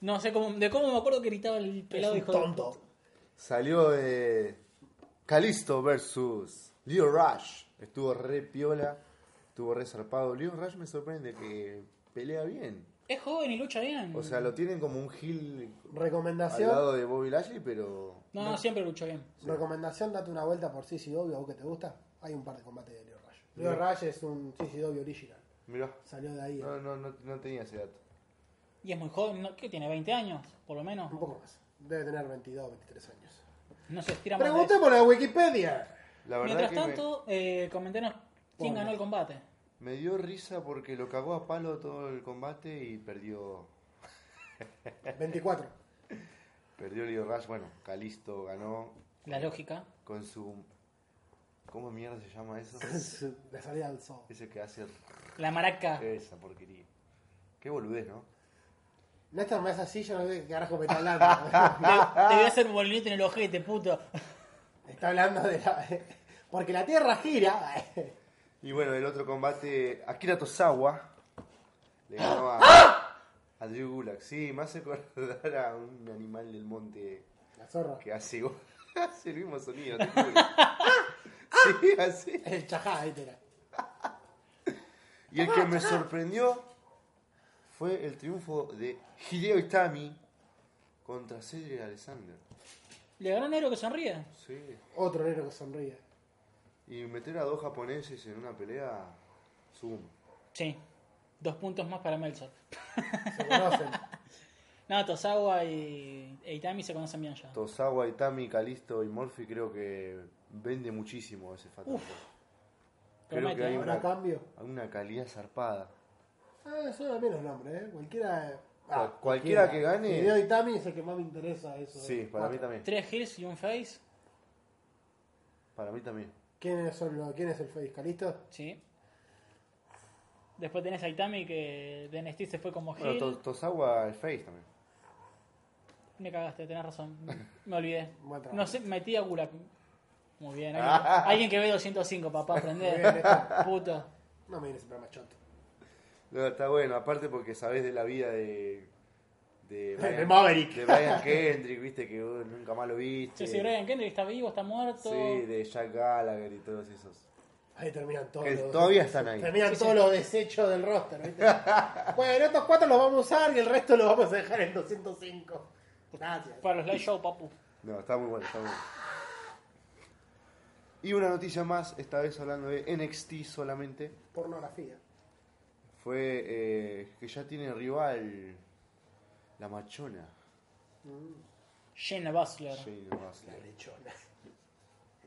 Speaker 2: No sé cómo, de cómo me acuerdo que gritaba el
Speaker 4: Es
Speaker 2: pelado
Speaker 4: un
Speaker 2: hijo de
Speaker 4: tonto.
Speaker 2: puta.
Speaker 1: Salió de Calisto versus Leo Rush. Estuvo re piola, estuvo re zarpado. Leo Rush me sorprende que pelea bien.
Speaker 2: Es joven y lucha bien.
Speaker 1: O sea, lo tienen como un heel al
Speaker 4: Recomendación.
Speaker 1: lado de Bobby Lashley, pero
Speaker 2: no, no, siempre luchó bien.
Speaker 4: Recomendación, date una vuelta por CCW, a vos que te gusta. Hay un par de combates de Leo Rush. Leo Rush es un CCW original.
Speaker 1: mirá,
Speaker 4: Salió de ahí.
Speaker 1: no, no, no, no tenía ese dato.
Speaker 2: Y es muy joven, ¿no? ¿qué tiene? ¿20 años? Por lo menos.
Speaker 4: Un poco más. Debe tener 22, 23 años.
Speaker 2: No se estira más. de eso.
Speaker 4: Preguntémosle a Wikipedia.
Speaker 1: La verdad
Speaker 2: Mientras
Speaker 1: que me-
Speaker 2: tanto, eh, comentanos quién
Speaker 4: Ponga.
Speaker 2: ganó el combate.
Speaker 1: me, dio risa porque lo cagó a palo todo el combate y perdió
Speaker 4: 24.
Speaker 1: perdió Leo Rush. Bueno, Calisto ganó
Speaker 2: La lógica.
Speaker 1: con su... ¿Cómo mierda se llama eso?
Speaker 4: La salida al sol.
Speaker 1: Ese que hace
Speaker 2: La maraca.
Speaker 1: esa porquería. Qué boludez, ¿no?
Speaker 4: Néstor me hace así, yo no sé qué carajo me está hablando.
Speaker 2: Te voy a hacer bolinete en el ojete, puto.
Speaker 4: está hablando de la... Porque la Tierra gira.
Speaker 1: Y bueno, el otro combate, Akira Tozawa le ganó a, a Drew Gulak. Sí, me hace acordar a un animal del monte
Speaker 4: La zorra.
Speaker 1: que hace, hace el mismo sonido, te juro. Sí, así.
Speaker 4: El chajá, ahí era.
Speaker 1: Y el que me sorprendió fue el triunfo de Hideo Itami contra Cedric Alexander.
Speaker 2: Le ganó un negro que sonríe.
Speaker 1: Sí.
Speaker 4: Otro negro que sonríe.
Speaker 1: Y meter a dos japoneses en una pelea, zoom.
Speaker 2: Sí. Dos puntos más para Melzer.
Speaker 4: Se conocen.
Speaker 2: No, Tosawa y e Itami se conocen bien ya.
Speaker 1: Tosawa, Itami, Calisto y Morphy creo que vende muchísimo ese Fatal
Speaker 2: Uf.
Speaker 1: Four. Creo
Speaker 2: Promete.
Speaker 1: que hay
Speaker 4: ¿Habrá
Speaker 1: una,
Speaker 4: cambio?
Speaker 1: hay una calidad zarpada.
Speaker 4: Ah, suena bien los nombres, ¿eh? Cualquiera... eh,
Speaker 1: Cual- cualquiera que gane.
Speaker 4: Video y Tami es el que más me interesa eso.
Speaker 1: Sí,
Speaker 4: eh.
Speaker 1: para mí
Speaker 4: Cuatro.
Speaker 1: también.
Speaker 2: Tres heels y un face.
Speaker 1: Para mí también.
Speaker 4: ¿Quiénes son los, ¿Quién es el Face? ¿Calisto?
Speaker 2: Sí. Después tenés a Itami que de NXT se fue como heel.
Speaker 1: Bueno, To- Tozawa es face también.
Speaker 2: Me cagaste, tenés razón. Me olvidé.
Speaker 4: Buen trabajo.
Speaker 2: No sé, metí a Gulak. Muy bien. Alguien, alguien que ve 205, papá,
Speaker 4: Muy bien,
Speaker 2: aprender.
Speaker 4: está.
Speaker 2: Puto.
Speaker 4: No me viene ese programa choto.
Speaker 1: No, está bueno, aparte porque sabés de la vida de. De,
Speaker 4: Maverick.
Speaker 1: De Brian Kendrick, viste, que vos nunca más lo viste.
Speaker 2: Sí, sí, Brian Kendrick está vivo, está muerto.
Speaker 1: Sí, de Jack Gallagher y todos esos.
Speaker 4: Ahí terminan todos.
Speaker 1: Que
Speaker 4: los-
Speaker 1: todavía están ahí.
Speaker 4: Terminan
Speaker 2: Sí,
Speaker 4: todos
Speaker 2: sí.
Speaker 4: los desechos del roster, ¿viste? bueno, estos cuatro los vamos a usar y el resto los vamos a dejar en 205. Gracias.
Speaker 2: Para los live show, papu.
Speaker 1: No, está muy bueno, está muy bueno. Y una noticia más, esta vez hablando de NXT solamente,
Speaker 4: Pornografía.
Speaker 1: fue eh, que ya tiene rival la machona,
Speaker 2: Shayna Baszler.
Speaker 1: Shayna
Speaker 4: La
Speaker 1: Baszler,
Speaker 4: lechona.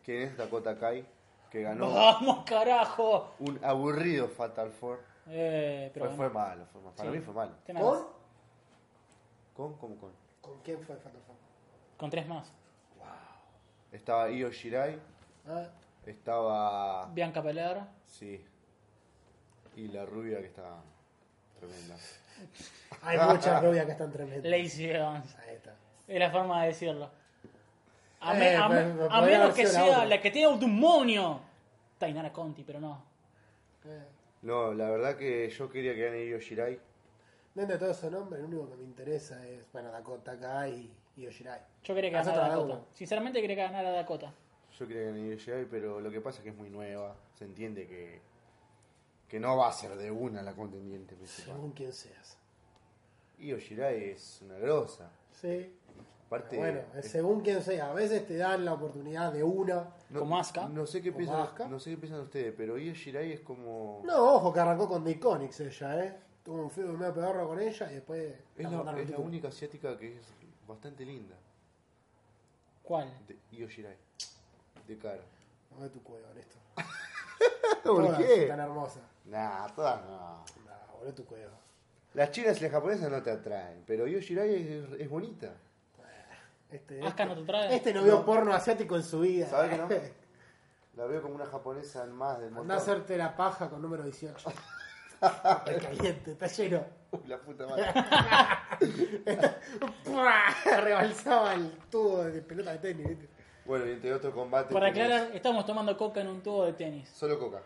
Speaker 1: que es Dakota Kai, que ganó
Speaker 2: ¡Vamos, carajo!
Speaker 1: un aburrido Fatal Four.
Speaker 2: Eh, pero
Speaker 1: Fue, fue
Speaker 2: bueno,
Speaker 1: malo, fue malo. Para
Speaker 2: Sí.
Speaker 1: mí fue malo.
Speaker 2: tenés
Speaker 4: ¿Con?
Speaker 2: razón.
Speaker 1: ¿Con? ¿Cómo con?
Speaker 4: ¿Con quién fue el Fatal Four?
Speaker 2: Con tres más.
Speaker 1: Estaba Io Shirai,
Speaker 4: Ah,
Speaker 1: estaba...
Speaker 2: Bianca Belair.
Speaker 1: Sí. Y la rubia que está tremenda.
Speaker 4: Hay muchas novias que están tremendas.
Speaker 2: Lacey Evans.
Speaker 4: Ahí está.
Speaker 2: Es la forma de decirlo. A,
Speaker 4: Eh,
Speaker 2: me- a me-
Speaker 4: pero- pero
Speaker 2: a
Speaker 4: podría
Speaker 2: menos
Speaker 4: haber
Speaker 2: que
Speaker 4: sido la
Speaker 2: sea
Speaker 4: otra.
Speaker 2: la que tiene un demonio. Tainara Conti, pero no.
Speaker 4: Eh.
Speaker 1: No, la verdad que yo quería que gane Io Shirai.
Speaker 4: Dentro de todos esos nombres, el único que me interesa es, bueno, Dakota Kai y Yoshirai.
Speaker 2: Yo quería que
Speaker 4: Haz
Speaker 2: ganara
Speaker 4: otra
Speaker 2: Dakota.
Speaker 4: Dakota.
Speaker 2: Sinceramente quería que ganara Dakota.
Speaker 1: Yo quería que gane Io Shirai, pero lo que pasa es que es muy nueva. Se entiende que, que no va a ser de una la contendiente principal.
Speaker 4: Según quien seas.
Speaker 1: Io Shirai es una grosa.
Speaker 4: Sí.
Speaker 1: Aparte,
Speaker 4: bueno, es
Speaker 1: es-
Speaker 4: según quien sea. A veces te dan la oportunidad de una.
Speaker 2: como Asuka.
Speaker 1: No sé, qué
Speaker 4: Como
Speaker 1: piensan,
Speaker 4: Asuka.
Speaker 1: no sé qué piensan ustedes, pero Io Shirai es como...
Speaker 4: No, ojo, que arrancó con The Iconics ella, ¿eh? Tuvo un feudo medio pedorro con ella y después.
Speaker 1: es la,
Speaker 4: mandaron
Speaker 1: es la
Speaker 4: tú.
Speaker 1: única asiática que es bastante linda.
Speaker 2: ¿Cuál?
Speaker 1: De Io Shirai. De cara.
Speaker 4: No de tu cueva, esto. Todas Tan hermosa.
Speaker 1: Nah, todas no.
Speaker 4: No, boludo, tu cueva.
Speaker 1: Las chinas y las japonesas no te atraen, pero Io Shirai es, es bonita.
Speaker 4: Este,
Speaker 2: Asuka
Speaker 4: este,
Speaker 2: no te trae.
Speaker 4: este no vio porno asiático en su vida.
Speaker 1: ¿Sabes que no? La veo como una japonesa más del
Speaker 4: Mandá
Speaker 1: montón.
Speaker 4: a hacerte la paja con número 18. Está caliente, está lleno.
Speaker 1: Uy, la puta madre.
Speaker 4: Rebalsaba el tubo de pelota de tenis. ¿viste?
Speaker 1: bueno, y entre otro combate.
Speaker 2: Para
Speaker 1: tenés
Speaker 2: aclarar, estamos tomando coca en un tubo de tenis.
Speaker 1: Solo coca.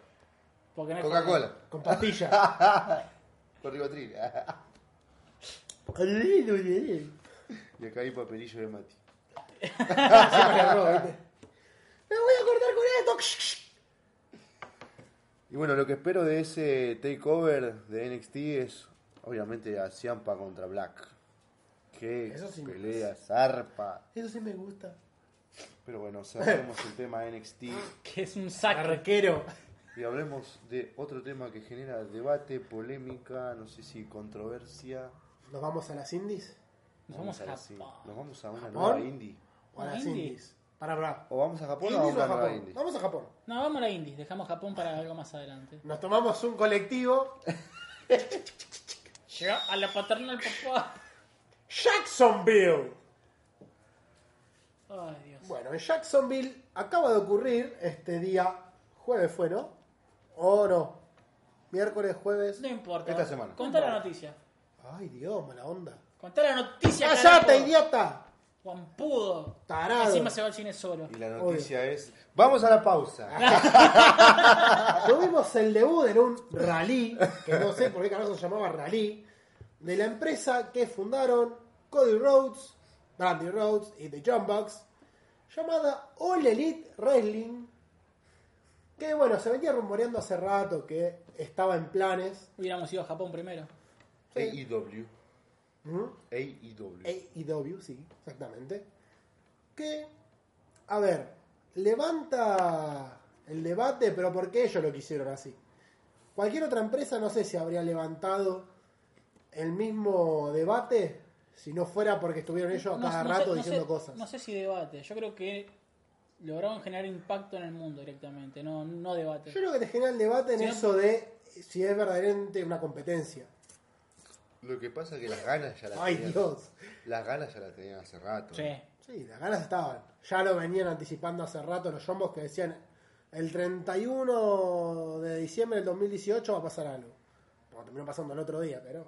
Speaker 2: Porque no hay
Speaker 1: Coca-Cola.
Speaker 4: Con pastillas.
Speaker 1: Con ribotril. y acá hay papelillo de Mati.
Speaker 4: Me voy a cortar con esto.
Speaker 1: Y bueno, lo que espero de ese takeover de NXT es, obviamente, a Ciampa contra Black. Que
Speaker 4: Eso sí me
Speaker 1: pelea, zarpa.
Speaker 4: Eso sí me gusta.
Speaker 1: Pero bueno, cerremos el tema de NXT.
Speaker 2: Que es un saco.
Speaker 4: Arquero.
Speaker 1: Y hablemos de otro tema que genera debate, polémica, no sé si controversia.
Speaker 4: ¿Nos vamos a las indies?
Speaker 2: Nos vamos a
Speaker 1: la cin-
Speaker 2: Japón.
Speaker 1: Nos vamos a una
Speaker 4: ¿Japón?
Speaker 1: nueva indie.
Speaker 4: ¿O a las
Speaker 2: ¿Indies?
Speaker 4: indies? Para, para.
Speaker 1: O vamos a Japón o
Speaker 4: ¿Indies
Speaker 1: vamos a
Speaker 4: o
Speaker 1: una nueva
Speaker 4: Japón?
Speaker 1: indie.
Speaker 4: Vamos a Japón.
Speaker 2: No, vamos a la Indies. Dejamos Japón para algo más adelante.
Speaker 4: Nos tomamos un colectivo.
Speaker 2: Llegó a la paternal, papá.
Speaker 4: Jacksonville.
Speaker 2: Ay, Dios.
Speaker 4: Bueno, en Jacksonville acaba de ocurrir este día, jueves fue, ¿no? O no. Miércoles, jueves.
Speaker 2: No importa.
Speaker 1: Esta semana.
Speaker 2: Contá la noticia.
Speaker 4: Ay, Dios, mala onda.
Speaker 2: Contá la noticia.
Speaker 4: ¡Cállate,
Speaker 2: carajo.
Speaker 4: idiota!
Speaker 2: Guampudo.
Speaker 4: Tarado.
Speaker 2: Encima se va al cine solo.
Speaker 1: Y la noticia es... Vamos a la pausa.
Speaker 4: Tuvimos el debut en un rally, que no sé por qué carajo se llamaba rally, de la empresa que fundaron Cody Rhodes, Brandy Rhodes y The Jump Bucks, llamada All Elite Wrestling, que bueno, se venía rumoreando hace rato que estaba en planes.
Speaker 2: Hubiéramos ido a Japón primero.
Speaker 1: AEW.
Speaker 4: ¿Mm?
Speaker 1: AEW.
Speaker 4: AEW, sí, exactamente. Que, a ver, levanta el debate, pero ¿por qué ellos lo quisieron así? Cualquier otra empresa no sé si habría levantado el mismo debate si no fuera porque estuvieron ellos a cada rato
Speaker 2: sé-
Speaker 4: diciendo
Speaker 2: sé-
Speaker 4: cosas.
Speaker 2: No sé si debate. Yo creo que lograron generar impacto en el mundo directamente. No, no debate.
Speaker 4: Yo creo que te genera el debate en
Speaker 2: Sí.
Speaker 4: eso de si es verdaderamente una competencia.
Speaker 1: Lo que pasa es que las ganas ya las
Speaker 4: Ay,
Speaker 1: tenían.
Speaker 4: Dios.
Speaker 1: Las ganas ya las tenían hace rato.
Speaker 2: Sí.
Speaker 4: Sí, las ganas estaban. Ya lo venían anticipando hace rato los yombos que decían el 31 de diciembre del 2018 va a pasar algo. Como terminó pasando el otro día, pero.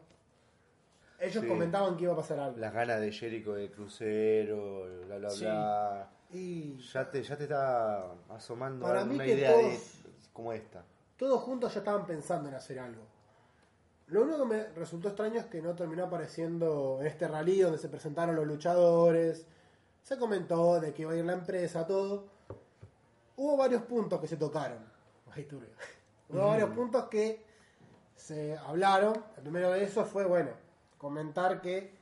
Speaker 4: Ellos
Speaker 1: Sí.
Speaker 4: comentaban que iba a pasar algo.
Speaker 1: Las ganas de Jericho de crucero, bla, bla,
Speaker 2: Sí.
Speaker 1: bla.
Speaker 4: Y
Speaker 1: Ya te, ya te está asomando
Speaker 4: Para mí
Speaker 1: alguna
Speaker 4: que
Speaker 1: idea
Speaker 4: todos-
Speaker 1: de, como esta.
Speaker 4: todos juntos ya estaban pensando en hacer algo. Lo único que me resultó extraño es que no terminó apareciendo en este rally donde se presentaron los luchadores. Se comentó de que iba a ir la empresa, todo. Hubo varios puntos que se tocaron. Ay, turbio. Hubo varios
Speaker 2: Mm.
Speaker 4: puntos que se hablaron. El primero de eso fue, bueno, comentar que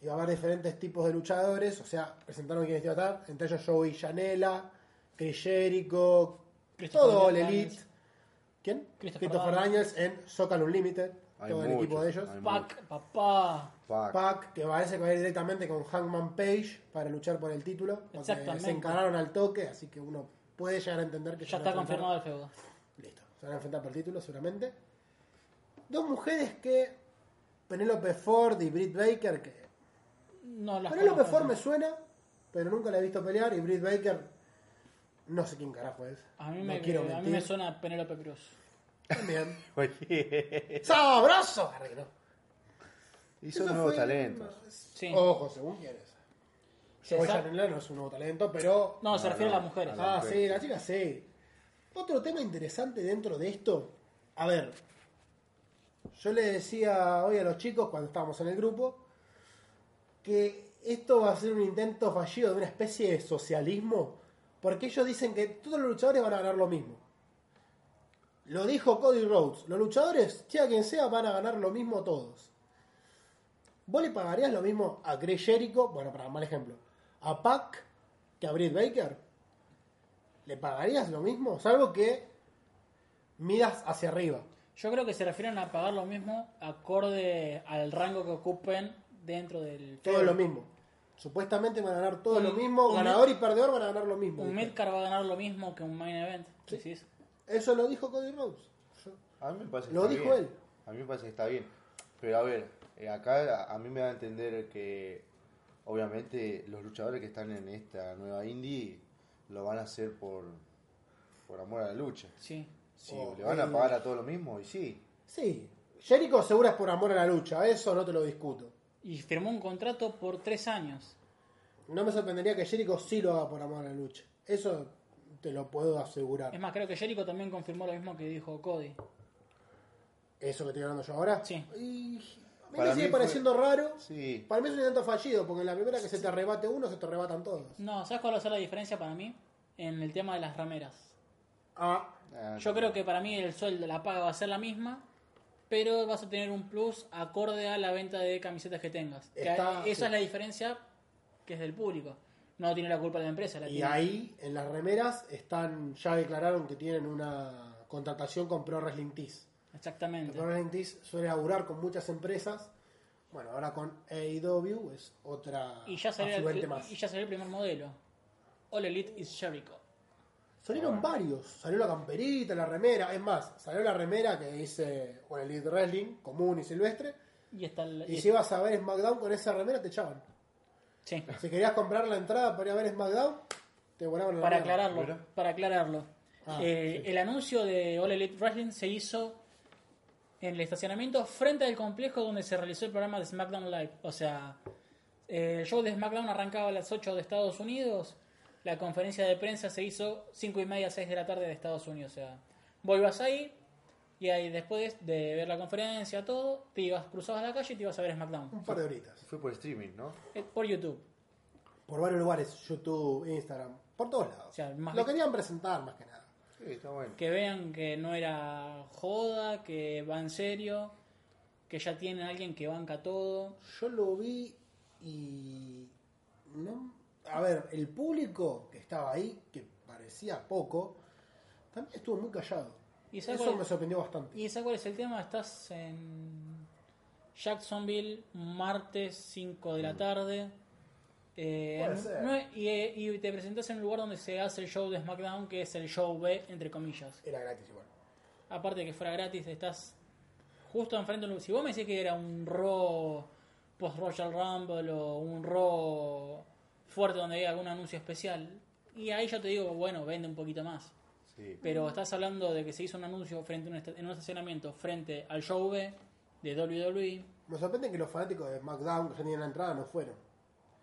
Speaker 4: iba a haber diferentes tipos de luchadores. O sea, presentaron quiénes iba a estar. Entre ellos Joey Janela, Chris Jericho,
Speaker 2: Christopher
Speaker 4: todo el
Speaker 2: Daniels.
Speaker 4: Elite. ¿Quién?
Speaker 2: Christopher
Speaker 4: Christopher, Daniels en Soccer Unlimited.
Speaker 1: Hay
Speaker 4: todo el
Speaker 1: muchos,
Speaker 4: equipo de ellos.
Speaker 1: hay
Speaker 2: Pac, papá.
Speaker 1: Fuck.
Speaker 4: Pac, que parece que va a ir directamente con Hangman Page para luchar por el título. Porque
Speaker 2: Exactamente.
Speaker 4: se encararon al toque, así que uno puede llegar a entender que se
Speaker 2: Ya
Speaker 4: van a
Speaker 2: está
Speaker 4: enfrentar.
Speaker 2: confirmado el feudo.
Speaker 4: Listo. Se van a enfrentar por el título, seguramente. Dos mujeres que. Penélope Ford y Britt Baker, que
Speaker 2: No las
Speaker 4: Penélope
Speaker 2: conozco.
Speaker 4: Ford me suena, pero nunca la he visto pelear. Y Britt Baker, no sé quién carajo es.
Speaker 2: A mí,
Speaker 4: no
Speaker 2: me,
Speaker 4: quiero
Speaker 2: a mí
Speaker 4: mentir.
Speaker 2: me suena Penélope Cruz.
Speaker 4: También.
Speaker 1: Oye,
Speaker 4: ¡Sabroso! Arreglo.
Speaker 1: y son
Speaker 4: Eso
Speaker 1: nuevos
Speaker 4: fue-
Speaker 1: talentos.
Speaker 2: Sí.
Speaker 4: Ojo, según quieres.
Speaker 2: Se
Speaker 4: Joey
Speaker 2: sa-
Speaker 4: Janela no es un nuevo talento, pero.
Speaker 2: No, se refiere a las mujeres.
Speaker 1: no.
Speaker 4: Ah,
Speaker 1: ok.
Speaker 4: sí, la chica sí. Otro tema interesante dentro de esto. A ver. Yo le decía hoy a los chicos cuando estábamos en el grupo que esto va a ser un intento fallido de una especie de socialismo porque ellos dicen que todos los luchadores van a ganar lo mismo. Lo dijo Cody Rhodes. Los luchadores, sea quien sea, van a ganar lo mismo todos. ¿Vos le pagarías lo mismo a Chris Jericho? Bueno, para mal ejemplo. ¿A Pac que a Britt Baker? ¿Le pagarías lo mismo? Salvo que miras hacia arriba.
Speaker 2: Yo creo que se refieren a pagar lo mismo acorde al rango que ocupen dentro del.
Speaker 4: Todo
Speaker 2: feudo.
Speaker 4: lo mismo. Supuestamente van a ganar todo
Speaker 2: Un-
Speaker 4: lo mismo.
Speaker 2: un-
Speaker 4: Ganador y perdedor van a ganar lo mismo.
Speaker 2: Un
Speaker 4: dijo.
Speaker 2: midcar va a ganar lo mismo que un main event.
Speaker 4: Sí.
Speaker 2: decís.
Speaker 4: Eso lo dijo Cody Rhodes. Yo-
Speaker 1: A mí me parece que
Speaker 4: Lo
Speaker 1: está
Speaker 4: dijo
Speaker 1: bien.
Speaker 4: él.
Speaker 1: A mí me parece que está bien. Pero a ver, eh, acá a, a mí me da a entender que obviamente los luchadores que están en esta nueva indie lo van a hacer por, por amor a la lucha.
Speaker 2: Sí.
Speaker 1: Si
Speaker 4: Oh,
Speaker 1: le van a
Speaker 4: eh.
Speaker 1: pagar a todo lo mismo, y sí.
Speaker 4: Sí. Jericho seguro es por amor a la lucha. Eso no te lo discuto.
Speaker 2: Y firmó un contrato por tres años.
Speaker 4: No me sorprendería que Jericho sí lo haga por amor a la lucha. Eso te lo puedo asegurar.
Speaker 2: Es más, creo que Jericho también confirmó lo mismo que dijo Cody.
Speaker 4: ¿Eso que estoy hablando yo ahora?
Speaker 2: Sí.
Speaker 4: Y a mí
Speaker 1: Para
Speaker 4: me sigue
Speaker 1: mí fue-
Speaker 4: pareciendo raro.
Speaker 1: Sí.
Speaker 4: Para mí es un intento fallido, porque en la primera que se te arrebate uno, se te arrebatan todos.
Speaker 2: No, ¿sabes cuál va a ser la diferencia para mí? En el tema de las rameras.
Speaker 4: Ah,
Speaker 1: Ah,
Speaker 2: Yo creo que para mí el sueldo, la paga va a ser la misma, pero vas a tener un plus acorde a la venta de camisetas que tengas. Que
Speaker 4: Está-
Speaker 2: esa
Speaker 4: sí.
Speaker 2: es la diferencia que es del público. No tiene la culpa la empresa. La
Speaker 4: y
Speaker 2: tiene-
Speaker 4: ahí, en las remeras, están ya declararon que tienen una contratación con Pro Wrestling Tees. El
Speaker 2: Exactamente.
Speaker 4: Pro Wrestling Tees suele laburar con muchas empresas. Bueno, ahora con AEW es otra
Speaker 2: Y ya, salió
Speaker 4: afluente
Speaker 2: el,
Speaker 4: más.
Speaker 2: y ya salió el primer modelo. All Elite is Jericho.
Speaker 4: Salieron varios. Salió la camperita, la remera. Es más, salió la remera que dice bueno, Elite Wrestling, común y silvestre.
Speaker 2: Y está el...
Speaker 4: Y
Speaker 2: y-
Speaker 4: si ibas a ver SmackDown con esa remera, te echaban.
Speaker 2: sí.
Speaker 4: Si querías comprar la entrada para ir a ver SmackDown, te volaban la
Speaker 2: Para
Speaker 4: remera.
Speaker 2: aclararlo,
Speaker 1: Mira.
Speaker 2: para aclararlo.
Speaker 4: Ah,
Speaker 2: Eh, El anuncio de All Elite Wrestling se hizo en el estacionamiento frente al complejo donde se realizó el programa de SmackDown Live. O sea, eh, el show de SmackDown arrancaba a las 8 de Estados Unidos. La conferencia de prensa se hizo 5 y media, 6 de la tarde de Estados Unidos. O sea, vos ibas ahí y ahí después de ver la conferencia, todo, te ibas, cruzabas la calle y te ibas a ver SmackDown.
Speaker 4: Un par de horitas.
Speaker 1: Fue por streaming, ¿no?
Speaker 2: Eh, Por YouTube.
Speaker 4: Por varios lugares, YouTube, Instagram, por todos lados.
Speaker 2: O sea, más
Speaker 4: Lo
Speaker 2: vi-
Speaker 4: querían presentar más que nada.
Speaker 1: Sí, está bueno.
Speaker 2: que vean que no era joda, que va en serio, que ya tienen a alguien que banca todo.
Speaker 4: Yo lo vi y. No. A ver, el público que estaba ahí, que parecía poco, también estuvo muy callado.
Speaker 2: ¿Y sabes
Speaker 4: Eso
Speaker 2: cuál,
Speaker 4: me sorprendió bastante.
Speaker 2: ¿Y sabes cuál es el tema? Estás en Jacksonville, martes 5 de la tarde. Eh,
Speaker 4: Puede ser.
Speaker 2: no es- y, eh, y te presentas en un lugar donde se hace el show de SmackDown, que es el show B, entre comillas.
Speaker 4: Era gratis igual.
Speaker 2: Aparte de que fuera gratis, estás justo enfrente de un... Si vos me decís que era un Raw post-Royal Rumble o un Raw fuerte donde hay algún anuncio especial, y ahí yo te digo, bueno, vende un poquito más.
Speaker 1: Sí.
Speaker 2: Pero estás hablando de que se hizo un anuncio frente a un esta- en un estacionamiento frente al show B de E, WWE.
Speaker 4: Me sorprende que los fanáticos de SmackDown que ya tenían la entrada no fueron.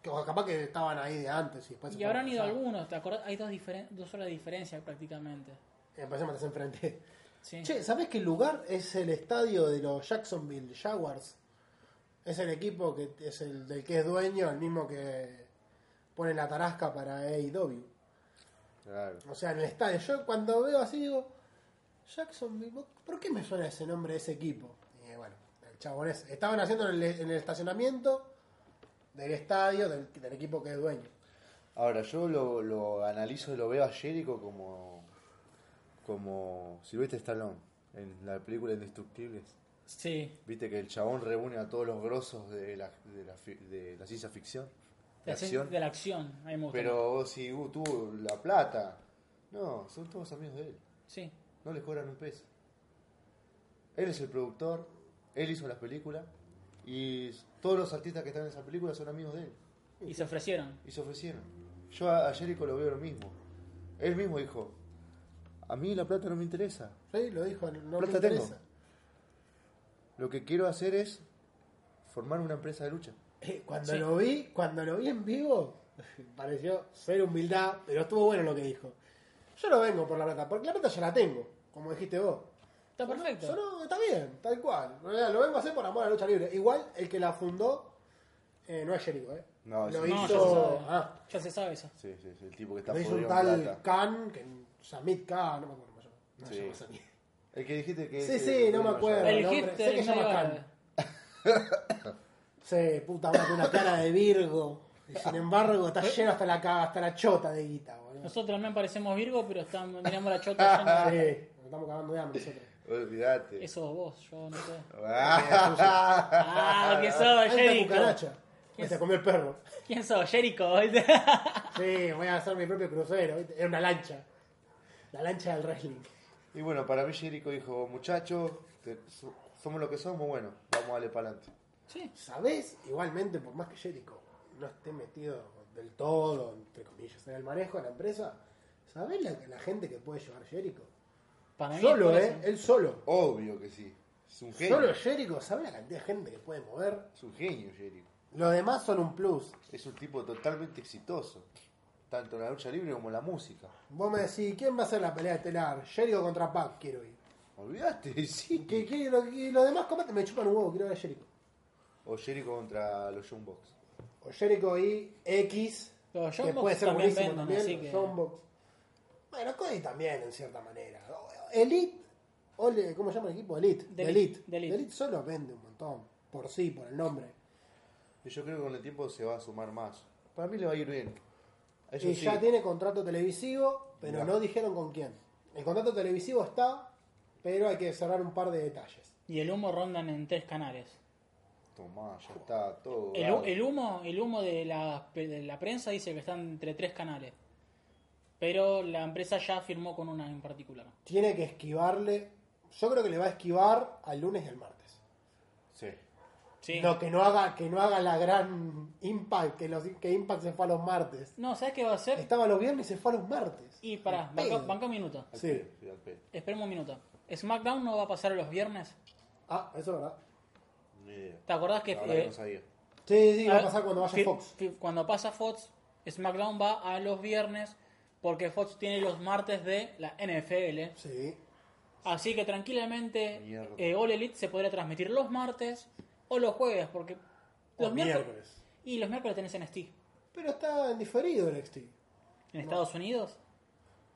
Speaker 4: Que o capaz que estaban ahí de antes y después se
Speaker 2: Y habrán ido
Speaker 4: fueron a pasar.
Speaker 2: algunos, ¿te acordás? Hay dos, diferen- dos horas de diferencia prácticamente.
Speaker 4: Me parece que estás enfrente.
Speaker 2: Sí.
Speaker 4: Che, ¿sabés qué lugar es el estadio de los Jacksonville Jaguars? Es el equipo que es el del que es dueño, el mismo que pone la tarasca para AEW.
Speaker 1: Claro.
Speaker 4: O sea, en el estadio. Yo cuando veo así digo, Jacksonville, ¿por qué me suena ese nombre de ese equipo? Y eh, bueno, el chabón es. Estaban haciendo en el, en el estacionamiento del estadio del, del equipo que es dueño.
Speaker 1: Ahora, yo lo, lo analizo, lo veo a Jericho como. como Silvestre Stallone en la película Indestructibles.
Speaker 2: Sí.
Speaker 1: Viste que el chabón reúne a todos los grosos de la, de la, fi- de la ciencia ficción. De
Speaker 2: De,
Speaker 1: acción.
Speaker 2: de la acción. A mí me gusta.
Speaker 1: Pero si uh, tuvo la plata. No, son todos amigos de él.
Speaker 2: Sí.
Speaker 1: No les cobran un peso. Él es el productor, él hizo las películas y todos los artistas que están en esa película son amigos de él.
Speaker 2: Y se ofrecieron.
Speaker 1: Y se ofrecieron. Yo a, a Jericho lo veo lo mismo. Él mismo dijo, a mí la plata no me interesa.
Speaker 4: Sí, lo dijo, no me
Speaker 1: Plata tengo.
Speaker 4: interesa.
Speaker 1: Lo que quiero hacer es formar una empresa de lucha.
Speaker 4: Eh, Cuando
Speaker 2: Sí.
Speaker 4: lo vi, cuando lo vi en vivo, pareció ser humildad, pero estuvo bueno lo que dijo. Yo no vengo por la plata, porque la plata ya la tengo, como dijiste vos.
Speaker 2: Está perfecto.
Speaker 4: Solo está bien, tal cual. O sea, Lo vengo a hacer por amor a la lucha libre. Igual el que la fundó eh, no es Jericho, ¿eh?
Speaker 1: No,
Speaker 4: lo
Speaker 1: sí.
Speaker 2: No, ya se
Speaker 4: hizo,
Speaker 2: sabe.
Speaker 4: ah,
Speaker 2: Ya se sabe eso.
Speaker 1: Sí, sí, sí, el tipo que está
Speaker 4: lo hizo un
Speaker 1: podrido en
Speaker 4: tal
Speaker 1: plata.
Speaker 4: Khan, que Samit Khan, no me acuerdo cómo se llama. No
Speaker 1: Sí.
Speaker 4: se llama Samit.
Speaker 1: El que dijiste que...
Speaker 4: Sí,
Speaker 1: es,
Speaker 4: sí,
Speaker 1: eh,
Speaker 4: no me
Speaker 1: William
Speaker 4: acuerdo.
Speaker 1: Shatner.
Speaker 2: El
Speaker 4: no, hombre, sé
Speaker 2: hipster
Speaker 4: que
Speaker 2: es medio
Speaker 4: llama
Speaker 2: árabe.
Speaker 4: Sí, puta madre, una cara de Virgo. Y sin embargo, está lleno hasta la, ca- hasta la chota de guita, boludo.
Speaker 2: Nosotros también parecemos Virgo, pero estamos, miramos la chota llena de...
Speaker 4: Sí, nos estamos cagando de hambre nosotros.
Speaker 1: Olvídate.
Speaker 2: Eso vos, yo no sé.
Speaker 1: Ah.
Speaker 2: Ah, ¿quién sos,
Speaker 4: Hay una
Speaker 2: Jericho?
Speaker 4: cucaracha. Que se comió el perro.
Speaker 2: ¿Quién sos, Jericho?
Speaker 4: Sí, voy a hacer mi propio crucero. ¿viste? Era una lancha. La lancha del wrestling.
Speaker 1: Y bueno, para mí Jericho dijo, muchachos, te- so- somos lo que somos, bueno, vamos a darle para adelante.
Speaker 2: sí.
Speaker 4: ¿Sabés? Igualmente, por más que Jericho no esté metido del todo, entre comillas, en el manejo de la empresa, ¿sabés la, la gente que puede llevar Jericho?
Speaker 2: Para mí es
Speaker 4: Solo,
Speaker 2: por
Speaker 4: ¿eh?
Speaker 2: eso.
Speaker 4: Él solo.
Speaker 1: Obvio que sí. Es un genio.
Speaker 4: Solo Jericho, ¿sabés la cantidad de gente que puede mover?
Speaker 1: Es un genio Jericho.
Speaker 4: Los demás son un plus.
Speaker 1: Es un tipo totalmente exitoso. Tanto en la lucha libre como en la música.
Speaker 4: Vos me decís, ¿quién va a hacer la pelea estelar? Jericho contra Pac, quiero ir.
Speaker 1: Olvidaste,
Speaker 4: Y
Speaker 1: sí.
Speaker 4: que, que lo- y los demás combates me chupan un huevo, quiero ver a Jericho.
Speaker 1: O Jericho contra los Young Bucks.
Speaker 4: O Jericho y X,
Speaker 2: Los
Speaker 4: que
Speaker 2: Young Bucks
Speaker 4: puede ser
Speaker 2: también
Speaker 4: buenísimo
Speaker 2: venden, así
Speaker 4: también.
Speaker 2: que-
Speaker 4: Young Bucks. Bueno, Cody también, en cierta manera. Elite, Ole- ¿cómo se llama el equipo? Elite.
Speaker 2: De
Speaker 4: Elite.
Speaker 2: Elite, de Elite.
Speaker 4: Elite solo vende un montón, por sí, por el nombre.
Speaker 1: Y yo creo que con el tiempo se va a sumar más. Para mí le va a ir bien. A ellos
Speaker 4: y ya
Speaker 1: sí.
Speaker 4: tiene contrato televisivo, pero
Speaker 1: Ya.
Speaker 4: no dijeron con quién. El contrato televisivo está, pero hay que cerrar un par de detalles.
Speaker 2: Y el humo rondan en tres canales.
Speaker 1: Tomá, ya está todo.
Speaker 2: El,
Speaker 1: dado.
Speaker 2: hu- el humo, el humo de, la, pe- de la prensa dice que están entre tres canales. Pero la empresa ya firmó con una en particular.
Speaker 4: Tiene que esquivarle, yo creo que le va a esquivar al lunes y al martes.
Speaker 1: Sí.
Speaker 2: Sí.
Speaker 4: No, que no haga, que no haga la gran Impact, que, los, que Impact se fue a los martes.
Speaker 2: No, ¿sabes qué va a hacer?
Speaker 4: Estaba los viernes y se fue a los martes.
Speaker 2: Y pará,
Speaker 4: Al
Speaker 2: banca,
Speaker 4: pedo.
Speaker 2: banca un minuto.
Speaker 1: Al
Speaker 4: Sí.
Speaker 1: pedo, sí, al pedo.
Speaker 2: Esperemos un minuto. ¿SmackDown no va a pasar los viernes?
Speaker 4: Ah, eso es verdad.
Speaker 1: Ni idea.
Speaker 2: ¿Te acordás que,
Speaker 1: La verdad que
Speaker 2: eh,
Speaker 1: no sabía.
Speaker 4: Sí, sí, va
Speaker 2: Ah,
Speaker 4: a pasar cuando vaya
Speaker 2: fi-
Speaker 4: Fox.
Speaker 2: fi- Cuando pasa Fox, SmackDown va a los viernes porque Fox tiene los martes de la NFL.
Speaker 4: Sí.
Speaker 2: Así que tranquilamente
Speaker 1: Mierda.
Speaker 2: eh, All Elite se podría transmitir los martes o los jueves porque los
Speaker 4: O
Speaker 2: miércoles y los miércoles tenés NXT.
Speaker 4: Pero está en diferido NXT.
Speaker 2: En Estados Unidos.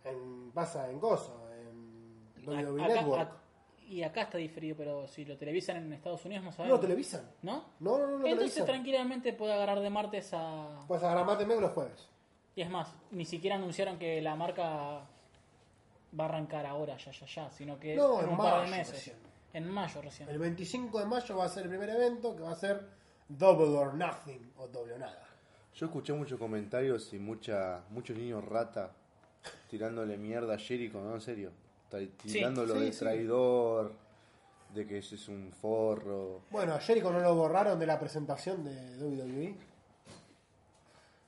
Speaker 4: En, pasa en Gozo, en WWE
Speaker 2: a- acá-
Speaker 4: Network.
Speaker 2: a- y acá está diferido, pero si lo televisan en Estados Unidos no
Speaker 4: no
Speaker 2: sabemos.
Speaker 4: lo televisan.
Speaker 2: ¿No?
Speaker 4: No, no, no lo
Speaker 2: Entonces
Speaker 4: televisan.
Speaker 2: tranquilamente puede agarrar de martes a...
Speaker 4: Pues agarrar martes, miércoles, jueves.
Speaker 2: Y es más, ni siquiera anunciaron que la marca va a arrancar ahora, ya, ya, ya, sino que
Speaker 4: No,
Speaker 2: en
Speaker 4: en
Speaker 2: un par de
Speaker 4: mayo
Speaker 2: meses.
Speaker 4: recién.
Speaker 2: En mayo recién.
Speaker 4: El 25 de mayo va a ser el primer evento que va a ser Double or Nothing o Doble o Nada.
Speaker 1: Yo escuché muchos comentarios y mucha, muchos niños rata tirándole mierda a Jericho, ¿no? En serio. Tra- Tirándolo
Speaker 4: sí,
Speaker 1: de
Speaker 4: sí.
Speaker 1: traidor, de que ese es un forro.
Speaker 4: Bueno, a Jericho no lo borraron de la presentación de E. WWE.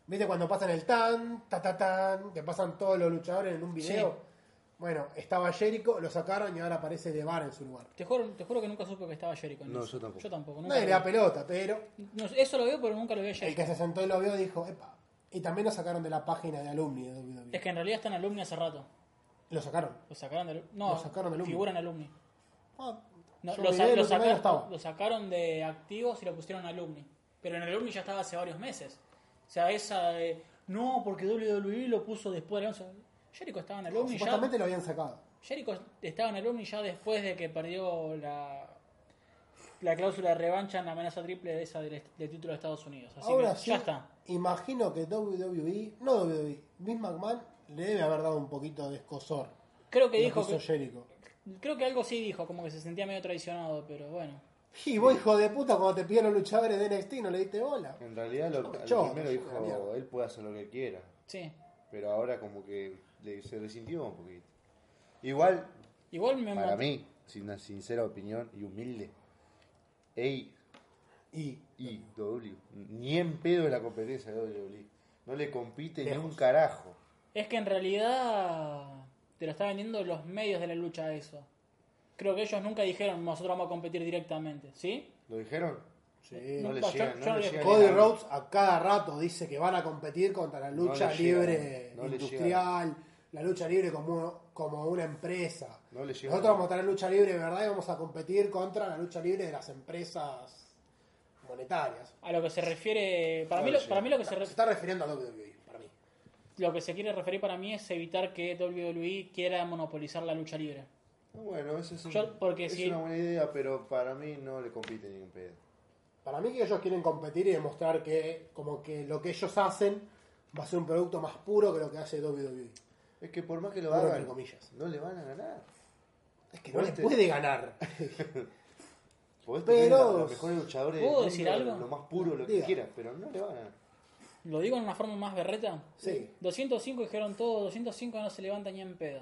Speaker 4: ¿Viste cuando pasan el tan, ta ta tan, que pasan todos los luchadores en un video? Bueno, estaba Jericho, lo sacaron y ahora aparece De Bar en su lugar.
Speaker 2: Te juro, te juro que nunca supe que estaba Jericho. en
Speaker 1: No,
Speaker 2: eso.
Speaker 1: yo tampoco.
Speaker 2: Yo tampoco.
Speaker 4: No
Speaker 2: Nunca
Speaker 4: le da
Speaker 2: lo vi.
Speaker 4: pelota, pero
Speaker 2: No, eso lo veo, pero nunca lo vi a
Speaker 4: el
Speaker 2: Jericho.
Speaker 4: que se sentó y lo vio dijo, epa. Y también lo sacaron de la página de alumni de WWE.
Speaker 2: Es que en realidad está en alumni hace rato.
Speaker 4: Lo sacaron.
Speaker 2: Lo sacaron de alumni. No,
Speaker 4: Lo sacaron de alumni.
Speaker 2: figura en alumni.
Speaker 4: Ah,
Speaker 2: No,
Speaker 4: yo
Speaker 2: lo,
Speaker 4: me
Speaker 2: sa-
Speaker 4: olvidé,
Speaker 2: lo
Speaker 4: el otro día no
Speaker 2: sacaron,
Speaker 4: estaba.
Speaker 2: lo sacaron de activos y lo pusieron en alumni. Pero en alumni ya estaba hace varios meses. O sea, esa de. No, porque WWE lo puso después de la once". Jericho estaba en alumni ya.
Speaker 4: Supuestamente lo habían sacado.
Speaker 2: Jericho estaba en alumni ya después de que perdió la, la cláusula de revancha en la amenaza triple de esa del, del título de Estados Unidos. Así
Speaker 4: Ahora
Speaker 2: que
Speaker 4: sí,
Speaker 2: ya está.
Speaker 4: imagino que WWE, no WWE, Vince McMahon le debe haber dado un poquito de escosor.
Speaker 2: Creo que
Speaker 4: lo
Speaker 2: dijo
Speaker 4: hizo
Speaker 2: que,
Speaker 4: Jericho.
Speaker 2: creo que algo sí dijo, como que se sentía medio traicionado, pero bueno.
Speaker 4: Y vos, hijo de puta, cuando te piden los luchadores de NXT no le diste bola.
Speaker 1: En realidad, lo, al
Speaker 4: yo,
Speaker 1: primero
Speaker 4: yo, la mierda.
Speaker 1: dijo, él puede hacer lo que quiera.
Speaker 2: Sí.
Speaker 1: Pero ahora como que le- se resintió un poquito. Igual,
Speaker 2: Igual me
Speaker 1: para
Speaker 2: mató-
Speaker 1: mí, sin una sincera opinión y humilde, ey,
Speaker 4: Y
Speaker 1: y W, ni en pedo la competencia de WWE. No le compite ni
Speaker 4: Lejos.
Speaker 1: un carajo.
Speaker 2: Es que en realidad te lo está vendiendo los medios de la lucha eso. Creo que ellos nunca dijeron nosotros vamos a competir directamente, ¿sí?
Speaker 1: ¿Lo dijeron?
Speaker 4: sí.
Speaker 1: No le
Speaker 2: No, yo-
Speaker 1: llegan,
Speaker 2: yo
Speaker 1: no le
Speaker 2: no-
Speaker 1: llegan
Speaker 4: Cody
Speaker 1: ni a-
Speaker 4: Rhodes a cada rato dice que van a competir contra la
Speaker 1: No
Speaker 4: lucha
Speaker 1: le llegan,
Speaker 4: libre
Speaker 1: no le
Speaker 4: industrial, la lucha libre como, como una empresa.
Speaker 1: No le llegan.
Speaker 4: Nosotros vamos a estar en lucha libre, de ¿verdad? Y vamos a competir contra la lucha libre de las empresas monetarias.
Speaker 2: A lo que se refiere, para,
Speaker 1: No
Speaker 2: mí,
Speaker 1: le
Speaker 2: lo, para
Speaker 1: llegan.
Speaker 2: mí lo que se,
Speaker 4: Se
Speaker 2: re-
Speaker 4: está refiriendo a WWE, para mí.
Speaker 2: lo que se quiere referir para mí es evitar que WWE quiera monopolizar la lucha libre.
Speaker 1: Bueno, eso es, un-
Speaker 2: Yo- porque
Speaker 1: es
Speaker 2: si-
Speaker 1: una buena idea, pero para mí no le compite ni en pedo.
Speaker 4: Para mí que ellos quieren competir y demostrar que como que lo que ellos hacen va a ser un producto más puro que lo que hace WWE.
Speaker 1: Es que por más que lo
Speaker 4: Puro
Speaker 1: hagan,
Speaker 4: entre comillas.
Speaker 1: no le van a ganar.
Speaker 4: Es que no
Speaker 1: Vos
Speaker 4: les
Speaker 1: te-
Speaker 4: puede ganar.
Speaker 1: Podés tener
Speaker 4: Pero-
Speaker 1: a los mejores luchadores del
Speaker 2: ¿Puedo
Speaker 1: mundo,
Speaker 2: decir algo?
Speaker 1: lo más puro, lo
Speaker 4: Diga.
Speaker 1: que quieras, pero no le van a ganar.
Speaker 2: ¿Lo digo en una forma más berreta?
Speaker 4: Sí.
Speaker 2: 205 dijeron todo, 205 no se levanta ni en pedo.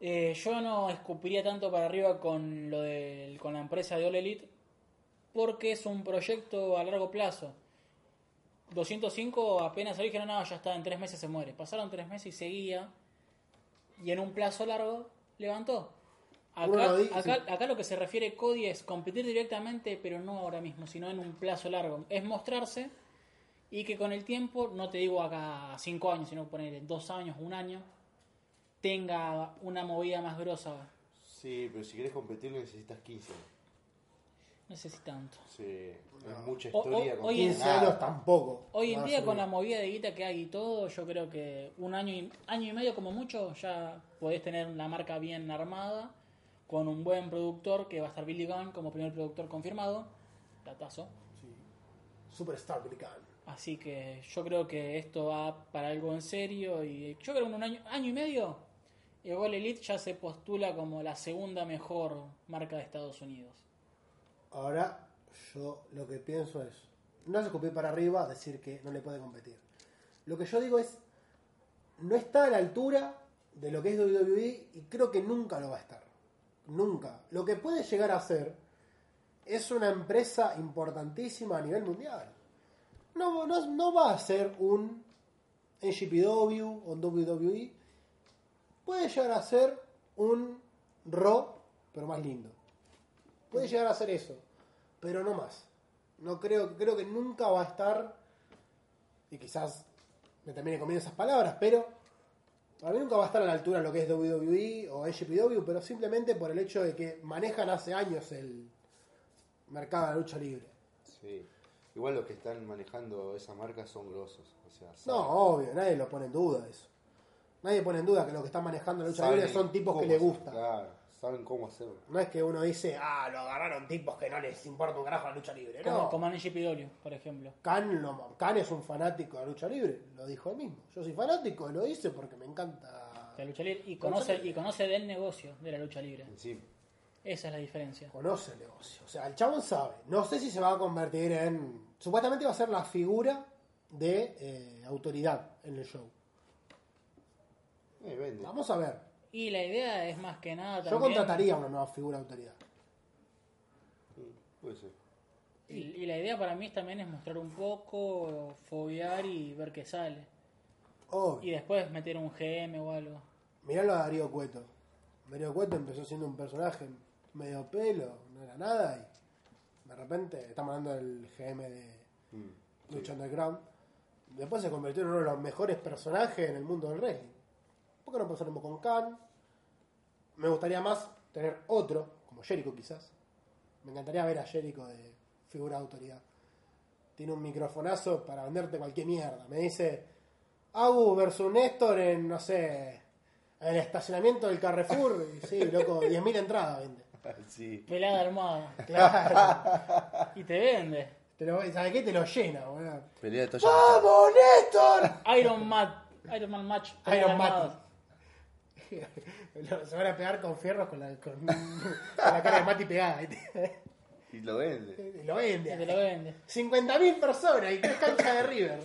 Speaker 2: Eh, yo no escupiría tanto para arriba con lo del, con la empresa de All Elite porque es un proyecto a largo plazo. 205 apenas salió y dijeron, no, ya está, en tres meses se muere. Pasaron tres meses y seguía y en un plazo largo levantó.
Speaker 4: Uno
Speaker 2: Acá,
Speaker 4: lo di-
Speaker 2: acá-
Speaker 4: sí.
Speaker 2: acá lo que se refiere Cody es competir directamente, pero no ahora mismo, sino en un plazo largo. Es mostrarse y que con el tiempo, no te digo acá cinco años, sino ponerle dos años, un año, tenga una movida más grosa.
Speaker 1: Sí, pero si querés competir necesitas 15.
Speaker 2: No sé si tanto.
Speaker 1: Sí, es mucha
Speaker 2: O- o-
Speaker 1: historia.
Speaker 2: hoy en-
Speaker 4: 15 años tampoco. Ah,
Speaker 2: Hoy en
Speaker 4: Van a
Speaker 2: día,
Speaker 4: subir.
Speaker 2: con la movida de guita que hay y todo, yo creo que un año y, año y medio, como mucho, ya podés tener la marca bien armada, con un buen productor que va a estar Billy Gunn como primer productor confirmado. Datazo.
Speaker 4: Sí. Superstar Billy Gunn.
Speaker 2: Así que yo creo que esto va para algo en serio y yo creo que en un año, año y medio el Gol Elite ya se postula como la segunda mejor marca de Estados Unidos.
Speaker 4: Ahora yo lo que pienso es, no es escupir para arriba decir que no le puede competir. Lo que yo digo es, no está a la altura de lo que es WWE y creo que nunca lo va a estar. Nunca. Lo que puede llegar a ser es una empresa importantísima a nivel mundial. No, no, no va a ser un NGPW o un WWE. Puede llegar a ser un Raw, pero más lindo. Puede llegar a ser eso, pero no más. No creo, creo que nunca va a estar, y quizás me termine comiendo esas palabras, pero para mí nunca va a estar a la altura de lo que es WWE o HPW, pero simplemente por el hecho de que manejan hace años el mercado de la lucha libre.
Speaker 1: Sí. Igual los que están manejando esa marca son grosos. O sea,
Speaker 4: No,
Speaker 1: saben-
Speaker 4: obvio, nadie lo pone en duda eso. Nadie pone en duda que lo que están manejando la lucha
Speaker 1: saben
Speaker 4: libre son tipos que
Speaker 1: cómo
Speaker 4: le
Speaker 1: hacer-
Speaker 4: gusta.
Speaker 1: Claro, saben cómo hacerlo.
Speaker 4: No es que uno dice, ah, lo agarraron tipos que no les importa un carajo la lucha libre.
Speaker 2: Como,
Speaker 4: No.
Speaker 2: como NGPW, por ejemplo.
Speaker 4: Khan, lo- Khan es un fanático de la lucha libre, lo dijo él mismo. Yo soy fanático, lo hice porque me encanta.
Speaker 2: La lucha libre. Y conoce, y conoce del negocio de la lucha libre.
Speaker 1: Encima.
Speaker 2: Esa es la diferencia.
Speaker 4: Conoce el negocio. O sea, el chabón sabe. No sé si se va a convertir en. Supuestamente va a ser la figura de eh, autoridad en el show.
Speaker 1: Eh, vende.
Speaker 4: Vamos a ver.
Speaker 2: Y la idea es más que nada
Speaker 4: Yo
Speaker 2: también...
Speaker 4: contrataría una nueva figura de autoridad.
Speaker 1: Puede ser.
Speaker 2: Y, y la idea para mí también es mostrar un poco, fobiar y ver qué sale.
Speaker 4: Obvio.
Speaker 2: Y después meter un GM o algo.
Speaker 4: Miralo a Darío Cueto. Darío Cueto empezó siendo un personaje medio pelo, no era nada, y de repente, estamos hablando del GM de
Speaker 1: Mm.
Speaker 4: Lucha Underground, después se convirtió en uno de los mejores personajes en el mundo del wrestling. ¿Por qué no pasaremos con Khan? Me gustaría más tener otro, como Jericho quizás. Me encantaría ver a Jericho de figura de autoridad. Tiene un microfonazo para venderte cualquier mierda. Me dice Agus versus Néstor en, no sé, en el estacionamiento del Carrefour. Y sí, loco, 10.000 entradas vende.
Speaker 1: Sí.
Speaker 2: Pelada armada.
Speaker 4: Claro.
Speaker 2: Y te vende.
Speaker 4: Te lo- ¿Sabes qué? Te lo llena, boludo.
Speaker 1: Pelea de toalla.
Speaker 4: ¡Vamos, Néstor!
Speaker 2: Iron Man. Iron Man Match. pelada
Speaker 4: Iron Man.
Speaker 2: armada.
Speaker 4: Lo- Se van a pegar con fierros con la, con, con la cara de Mati pegada. ¿viste?
Speaker 1: Y lo vende.
Speaker 4: Y lo
Speaker 2: Y te
Speaker 4: vende.
Speaker 2: lo vende.
Speaker 4: 50.000 personas y tres canchas de River.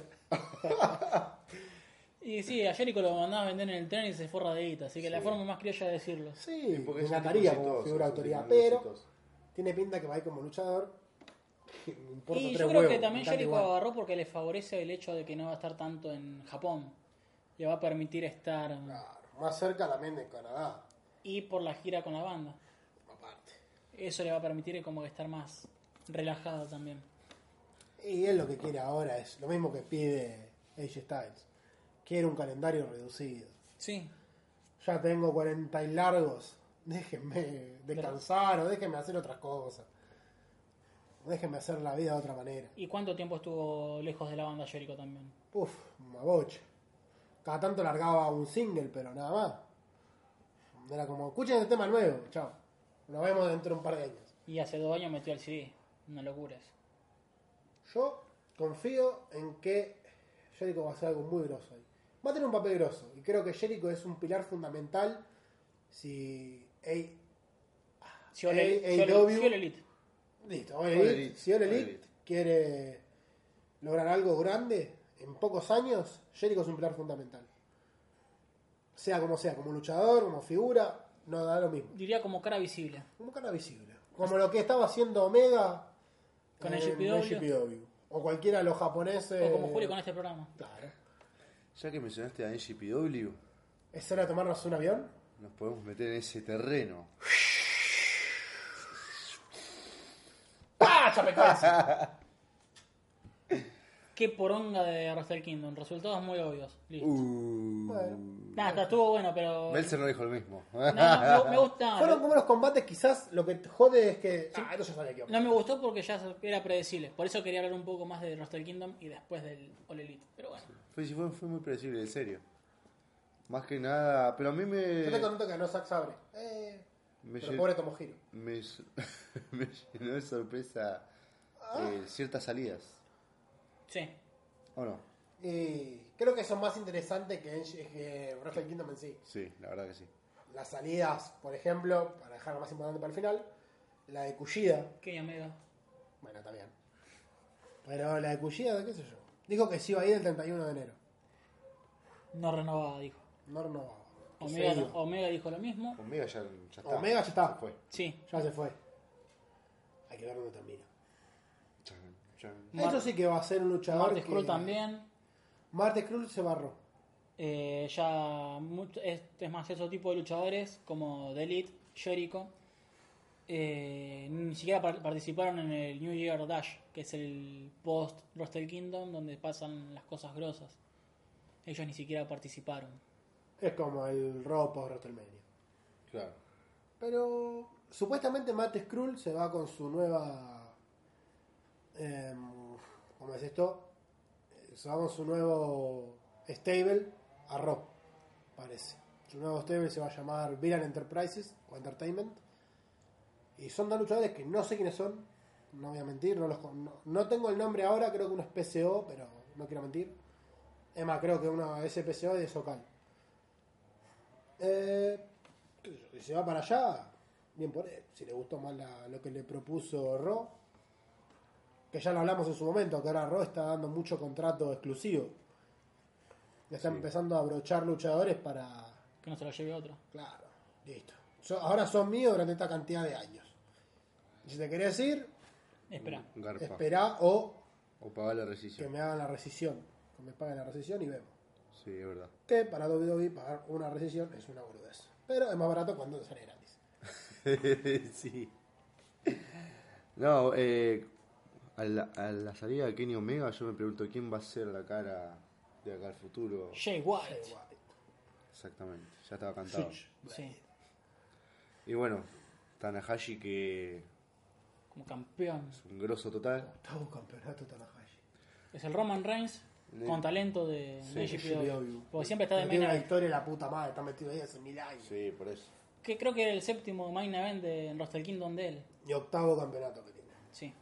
Speaker 2: Y sí, a Jericho lo mandaba a vender en el tren y se forra de guita. Así que la forma más criolla de decirlo.
Speaker 4: Sí,
Speaker 1: porque
Speaker 4: me
Speaker 1: es un tipo
Speaker 4: encantaría como
Speaker 1: exitoso,
Speaker 4: figura de
Speaker 1: es un tipo
Speaker 4: autoridad,
Speaker 1: muy
Speaker 4: pero
Speaker 1: exitoso.
Speaker 4: tiene pinta que va a ir como luchador. que me importa
Speaker 2: Y
Speaker 4: tres
Speaker 2: yo creo
Speaker 4: huevos,
Speaker 2: que
Speaker 4: me
Speaker 2: también
Speaker 4: encanta
Speaker 2: Jericho
Speaker 4: igual.
Speaker 2: agarró porque le favorece el hecho de que no va a estar tanto en Japón. Le va a permitir estar.
Speaker 4: Claro, más cerca también de Canadá,
Speaker 2: Y por la gira con la banda.
Speaker 4: aparte.
Speaker 2: Eso le va a permitir como que estar más relajado también.
Speaker 4: Y él lo que quiere ahora es lo mismo que pide AJ Styles. Quiere un calendario reducido.
Speaker 2: Sí.
Speaker 4: Ya tengo 40 y largos. Déjenme descansar o déjenme hacer otras cosas. Déjenme hacer la vida de otra manera.
Speaker 2: ¿Y cuánto tiempo estuvo lejos de la banda Jericho también?
Speaker 4: Uf, una bocha. Cada tanto largaba un single, pero nada más. Era como, escuchen este tema nuevo, chao. Nos vemos dentro de un par de años.
Speaker 2: Y hace dos años metió el CD. Una locura eso.
Speaker 4: Yo confío en que Jericho va a hacer algo muy grosso ahí. Va a tener un papel grosso. Y creo que Jericho es un pilar fundamental si... Ey,
Speaker 2: Si All Elite- si All
Speaker 4: AEW.
Speaker 2: Elite- si All Elite.
Speaker 4: listo, All Elite.
Speaker 1: All Elite,
Speaker 4: Si All
Speaker 1: All
Speaker 4: Elite
Speaker 1: Elite.
Speaker 4: quiere lograr algo grande en pocos años, Jericho es un pilar fundamental. Sea como sea, como luchador, como figura, no da lo mismo.
Speaker 2: Diría como cara visible.
Speaker 4: Como cara visible. Como lo que estaba haciendo Omega
Speaker 2: Con
Speaker 4: en
Speaker 2: LGPW.
Speaker 4: LGPW. O cualquiera de los japoneses.
Speaker 2: O como Julio con este programa.
Speaker 4: Claro.
Speaker 1: Ya que mencionaste a NGPW,
Speaker 4: ¿Es hora de tomarnos un avión?
Speaker 1: nos podemos meter en ese terreno.
Speaker 4: ¡Pah! Chapecoense!
Speaker 2: Qué poronga de Wrestle Kingdom. Resultados muy obvios. Listo.
Speaker 1: Uh.
Speaker 4: Bueno.
Speaker 2: Nada, está- estuvo bueno, pero.
Speaker 1: Meltzer no dijo lo mismo.
Speaker 2: No, no, me, me gusta.
Speaker 4: Fueron como los combates, quizás lo que te jode es que. Ah, no, ya sabía que iba a
Speaker 2: No me gustó porque ya era predecible. Por eso quería hablar un poco más de Wrestle Kingdom y después del All Elite. Pero bueno.
Speaker 1: Fue, fue, fue muy predecible, en serio. Más que nada, pero a mí me.
Speaker 4: Yo te contento que no Zack Sabre. Eh,
Speaker 1: me,
Speaker 4: pero
Speaker 1: llen-
Speaker 4: pobre Tomohiro.
Speaker 1: me s- me llenó de sorpresa
Speaker 4: Ah.
Speaker 1: eh, ciertas salidas.
Speaker 2: Sí.
Speaker 1: ¿O no?
Speaker 4: Y creo que son más interesantes que, en- que Wrestle Kingdom en sí.
Speaker 1: Sí, la verdad que sí.
Speaker 4: Las salidas, por ejemplo, para dejar lo más importante para el final, la de Kushida.
Speaker 2: Kenny Omega.
Speaker 4: Bueno, está bien. Pero la de Kushida, qué sé yo. Dijo que sí iba a ir el 31 de enero.
Speaker 2: No renovaba, dijo.
Speaker 4: No renovaba. Que se
Speaker 2: Omega,
Speaker 4: iba.
Speaker 2: Omega dijo lo mismo.
Speaker 1: Omega ya, ya está.
Speaker 4: Ah, Omega ya está.
Speaker 1: fue.
Speaker 2: Sí.
Speaker 4: Ya se fue. Hay que ver dónde termina.
Speaker 1: Chan, chan.
Speaker 2: Mar-
Speaker 4: Eso sí que va a ser un luchador.
Speaker 2: Martes
Speaker 4: que-
Speaker 2: Cruel también.
Speaker 4: Martes Cruel se barró.
Speaker 2: Eh, ya mucho- es, es más ese tipo de luchadores como The Elite, Jericho, eh, ni siquiera par- participaron en el New Year Dash, que es el post Wrestle Kingdom donde pasan las cosas grosas. Ellos ni siquiera participaron.
Speaker 4: Es como el robo post WrestleMania.
Speaker 1: Claro.
Speaker 4: Pero supuestamente Martes Cruel se va con su nueva. em, ¿Cómo es esto? Eh, Se va con su nuevo stable a Raw, parece. Su nuevo stable se va a llamar Viral Enterprises o Entertainment. Y son dos luchadores que no sé quiénes son. No voy a mentir, no, los, con- no, no tengo el nombre ahora, creo que uno es PCO, pero no quiero mentir. Es más, creo que uno es PCO y es Ocal. Eh, qué sé yo, si se va para allá, bien por él. Si le gustó más la- lo que le propuso Ro, que ya lo hablamos en su momento, que ahora Ro está dando mucho contrato exclusivo. Ya está
Speaker 1: Sí.
Speaker 4: empezando a abrochar luchadores para.
Speaker 2: Que no se lo lleve otro.
Speaker 4: Claro, listo. So- ahora son míos durante esta cantidad de años. Y Si te querés ir, Mm.
Speaker 2: Espera.
Speaker 1: Garpa.
Speaker 4: esperá o
Speaker 1: O pagar la
Speaker 4: que
Speaker 1: rescisión.
Speaker 4: me hagan la rescisión. Que me paguen la rescisión y vemos.
Speaker 1: Sí, es verdad.
Speaker 4: Que para WWE pagar una recesión es una boludez. Pero es más barato cuando sale gratis.
Speaker 1: sí. No, eh, a, la, a la salida de Kenny Omega yo me pregunto quién va a ser la cara de acá al futuro.
Speaker 2: Jay White.
Speaker 1: Exactamente, ya estaba cantado.
Speaker 2: Sí,
Speaker 1: Y bueno, Tanahashi que es
Speaker 2: como campeón.
Speaker 1: un grosso total.
Speaker 4: Octavo campeonato Tanahashi.
Speaker 2: Es el Roman Reigns con talento de
Speaker 1: Sí,
Speaker 2: de
Speaker 4: GPW.
Speaker 2: GPW. Porque siempre está de
Speaker 4: Pero
Speaker 2: main
Speaker 4: tiene una
Speaker 2: event.
Speaker 4: victoria de la puta madre, está metido ahí hace mil años.
Speaker 1: Sí, por eso.
Speaker 2: Que creo que era el séptimo main event de Roster Kingdom de él.
Speaker 4: Y octavo campeonato que tiene.
Speaker 2: Sí.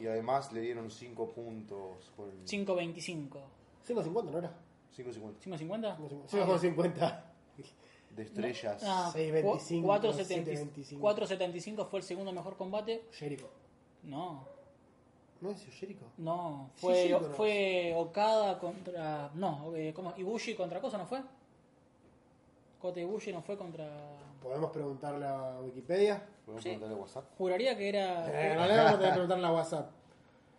Speaker 1: Y además le dieron 5 puntos por
Speaker 2: 5.25.
Speaker 4: 5.50, ¿no era?
Speaker 1: 5.50
Speaker 2: ¿5.50?
Speaker 4: 5.50.
Speaker 1: de estrellas.
Speaker 2: Ah,
Speaker 4: 6.25,
Speaker 2: 4.75.
Speaker 4: 7.25.
Speaker 2: 4.75 fue el segundo mejor combate.
Speaker 4: Jericho.
Speaker 2: No,
Speaker 4: ¿No es Jericho?
Speaker 2: no.
Speaker 4: Sí,
Speaker 2: Fue,
Speaker 4: sí, lo conozco.
Speaker 2: fue Okada contra. No, eh, ¿cómo? Ibushi contra cosa, ¿no fue? Kota Ibushi no fue contra.
Speaker 4: ¿Podemos preguntarle a Wikipedia?
Speaker 1: ¿Podemos
Speaker 2: Sí.
Speaker 1: preguntarle a WhatsApp?
Speaker 2: Juraría que
Speaker 4: Eh,
Speaker 2: era.
Speaker 4: no le vamos a tener que preguntarle a WhatsApp.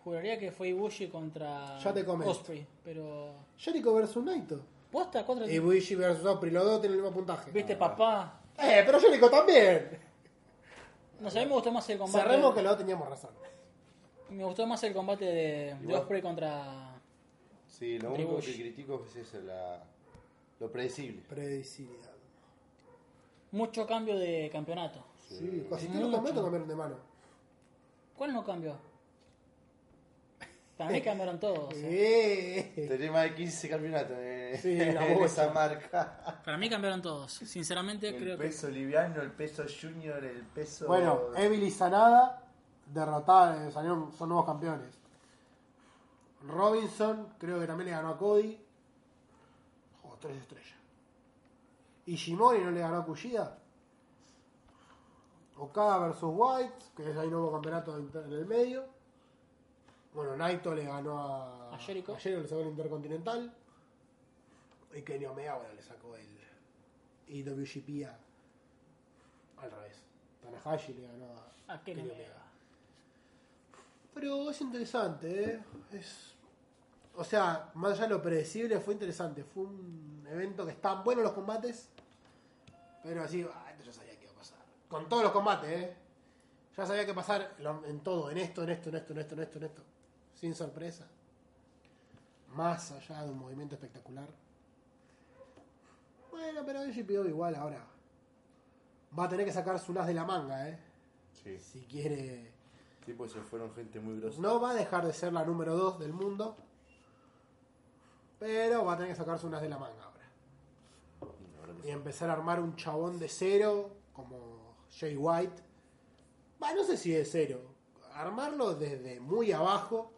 Speaker 2: Juraría que fue Ibushi contra.
Speaker 4: Ya te comento.
Speaker 2: Osprey, pero.
Speaker 4: Jericho versus Naito.
Speaker 2: ¿Posta? ¿Contra
Speaker 4: Y Buishi versus Osprey, los dos tienen el mismo puntaje.
Speaker 2: ¿Viste, papá?
Speaker 4: ¡Eh, pero Jericho también!
Speaker 2: No sé, a mí me gustó más el combate.
Speaker 4: Cerremos que los dos teníamos razón.
Speaker 2: Me gustó más el combate de, de
Speaker 1: Igual.
Speaker 2: Osprey contra.
Speaker 1: Sí, lo
Speaker 2: Entre
Speaker 1: único
Speaker 2: Bush.
Speaker 1: que critico es eso, la, lo predecible.
Speaker 4: Predecibilidad.
Speaker 2: Mucho cambio de campeonato.
Speaker 4: Sí, casi todos los campeonatos cambiaron de mano.
Speaker 2: ¿Cuál no cambió? Para mí cambiaron todos.
Speaker 4: Eh.
Speaker 1: Tenés más de 15 campeonatos eh,
Speaker 4: Sí,
Speaker 1: en
Speaker 4: la bocha.
Speaker 1: esa marca.
Speaker 2: Para mí cambiaron todos. Sinceramente creo
Speaker 1: El
Speaker 2: que...
Speaker 1: peso liviano, el peso junior, el peso...
Speaker 4: Bueno, eh. Emily Sanada, derrotada, eh, salieron, son nuevos campeones. Robinson, creo que también le ganó a Cody. O tres estrellas. Y Shimori no le ganó a Kushida. Okada versus White, que es ahí nuevo campeonato inter- en el medio. Bueno, Naito le ganó a,
Speaker 2: A Jericho.
Speaker 4: Jericho le sacó el Intercontinental. Y Kenny Omega, bueno, le sacó el IWGP a- al revés. Tanahashi le ganó a,
Speaker 2: ¿A Ah, qué
Speaker 4: Kenny
Speaker 2: le
Speaker 4: Omega.
Speaker 2: pega?
Speaker 4: Pero es interesante, ¿eh? Es... O sea, más allá de lo predecible, fue interesante. Fue un evento que están buenos los combates, pero así, ah, esto yo sabía que iba a pasar. Con todos los combates, ¿eh? Ya sabía que pasar lo- en todo, en esto, en esto, en esto, en esto, en esto, en esto. Sin sorpresa. Más allá de un movimiento espectacular. Bueno, pero el GPO igual ahora va a tener que sacar su las de la manga, ¿eh?
Speaker 1: Sí,
Speaker 4: Si quiere
Speaker 1: tipo se fueron gente muy grosa.
Speaker 4: no va a dejar de ser la número 2 del mundo. Pero va a tener que sacarse unas de la manga ahora.
Speaker 1: La verdad que
Speaker 4: Y empezar a armar un chabón de cero, como Jay White. Va, no sé si de cero. Armarlo desde muy abajo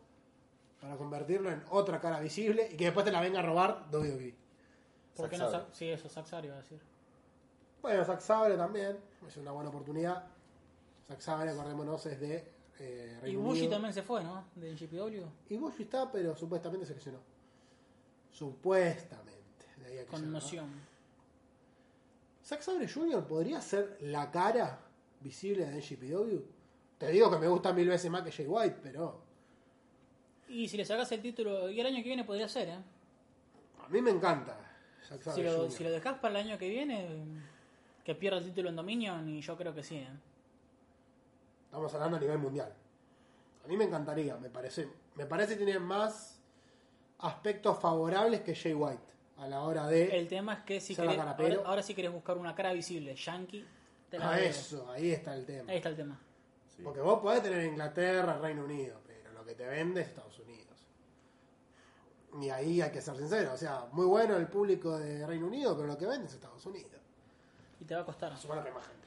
Speaker 4: para convertirlo en otra cara visible y que después te la venga a robar E. WWE.
Speaker 2: ¿Por
Speaker 1: Zack
Speaker 2: qué no?
Speaker 1: Sabre.
Speaker 2: sa- Sí, eso, Zack Sabre iba a decir.
Speaker 4: Bueno, Zack Sabre también. Es una buena oportunidad. Zack Sabre, acordémonos, es de eh,
Speaker 2: Y
Speaker 4: Reino
Speaker 2: Bushi
Speaker 4: Unido.
Speaker 2: también se fue, ¿no? De GPW.
Speaker 4: Y Boshi está, pero supuestamente se lesionó. Supuestamente. De ahí a que
Speaker 2: Con
Speaker 4: llegó.
Speaker 2: noción.
Speaker 4: Zack Sabre Jr. podría ser la cara visible de NGPW. Te digo que me gusta mil veces más que Jay White, pero
Speaker 2: Y si le sacas el título... Y el año que viene podría ser, ¿eh?
Speaker 4: a mí me encanta Zack
Speaker 2: Si
Speaker 4: Sabre
Speaker 2: lo,
Speaker 4: Jr.
Speaker 2: si lo dejas para el año que viene... Que pierda el título en Dominion y yo creo que sí, ¿eh?
Speaker 4: Estamos hablando a nivel mundial. A mí me encantaría, me parece. Me parece que tiene más aspectos favorables que Jay White a la hora de.
Speaker 2: El tema es que si
Speaker 4: Se la
Speaker 2: querés,
Speaker 4: cara,
Speaker 2: ahora,
Speaker 4: pero-
Speaker 2: ahora sí querés buscar una cara visible. Yankee, te la
Speaker 4: A
Speaker 2: doy.
Speaker 4: Ah, eso, ahí está el tema.
Speaker 2: Ahí está el tema.
Speaker 1: sí.
Speaker 4: Porque vos podés tener Inglaterra, Reino Unido, pero lo que te vende es Estados Unidos. Y ahí hay que ser sincero, o sea, muy bueno el público de Reino Unido, pero lo que vende es Estados Unidos.
Speaker 2: Y te va a costar.
Speaker 4: Supongo que hay más gente.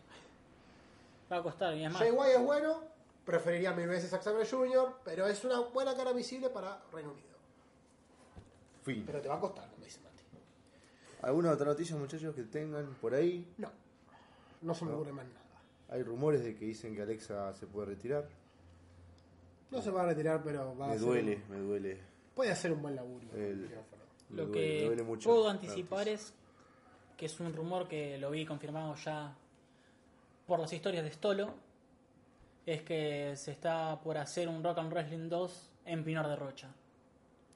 Speaker 2: Va a costar. Y es más,
Speaker 4: Jay White es bueno, preferiría mil veces a Xavier Jr., pero es una buena cara visible para Reino Unido.
Speaker 1: Fin.
Speaker 4: Pero te va a costar, como dice Mati.
Speaker 1: ¿Alguna otra noticia, muchachos, que tengan por ahí?
Speaker 4: No, no se me ocurre más nada.
Speaker 1: Hay rumores de que dicen que Alexa se puede retirar.
Speaker 4: No se va a retirar, pero va a
Speaker 1: Me
Speaker 4: ser-
Speaker 1: duele, me duele.
Speaker 4: puede hacer un buen laburo. con
Speaker 1: El-
Speaker 4: el micrófono.
Speaker 1: me
Speaker 2: Lo
Speaker 1: duele, me
Speaker 2: que
Speaker 1: duele mucho Ah,
Speaker 2: puedo
Speaker 1: la
Speaker 2: anticipar
Speaker 1: noticia.
Speaker 2: es que es un rumor que lo vi confirmado ya por las historias de Stolo, es que se está por hacer un Rock and Wrestling 2 en Pinar de Rocha.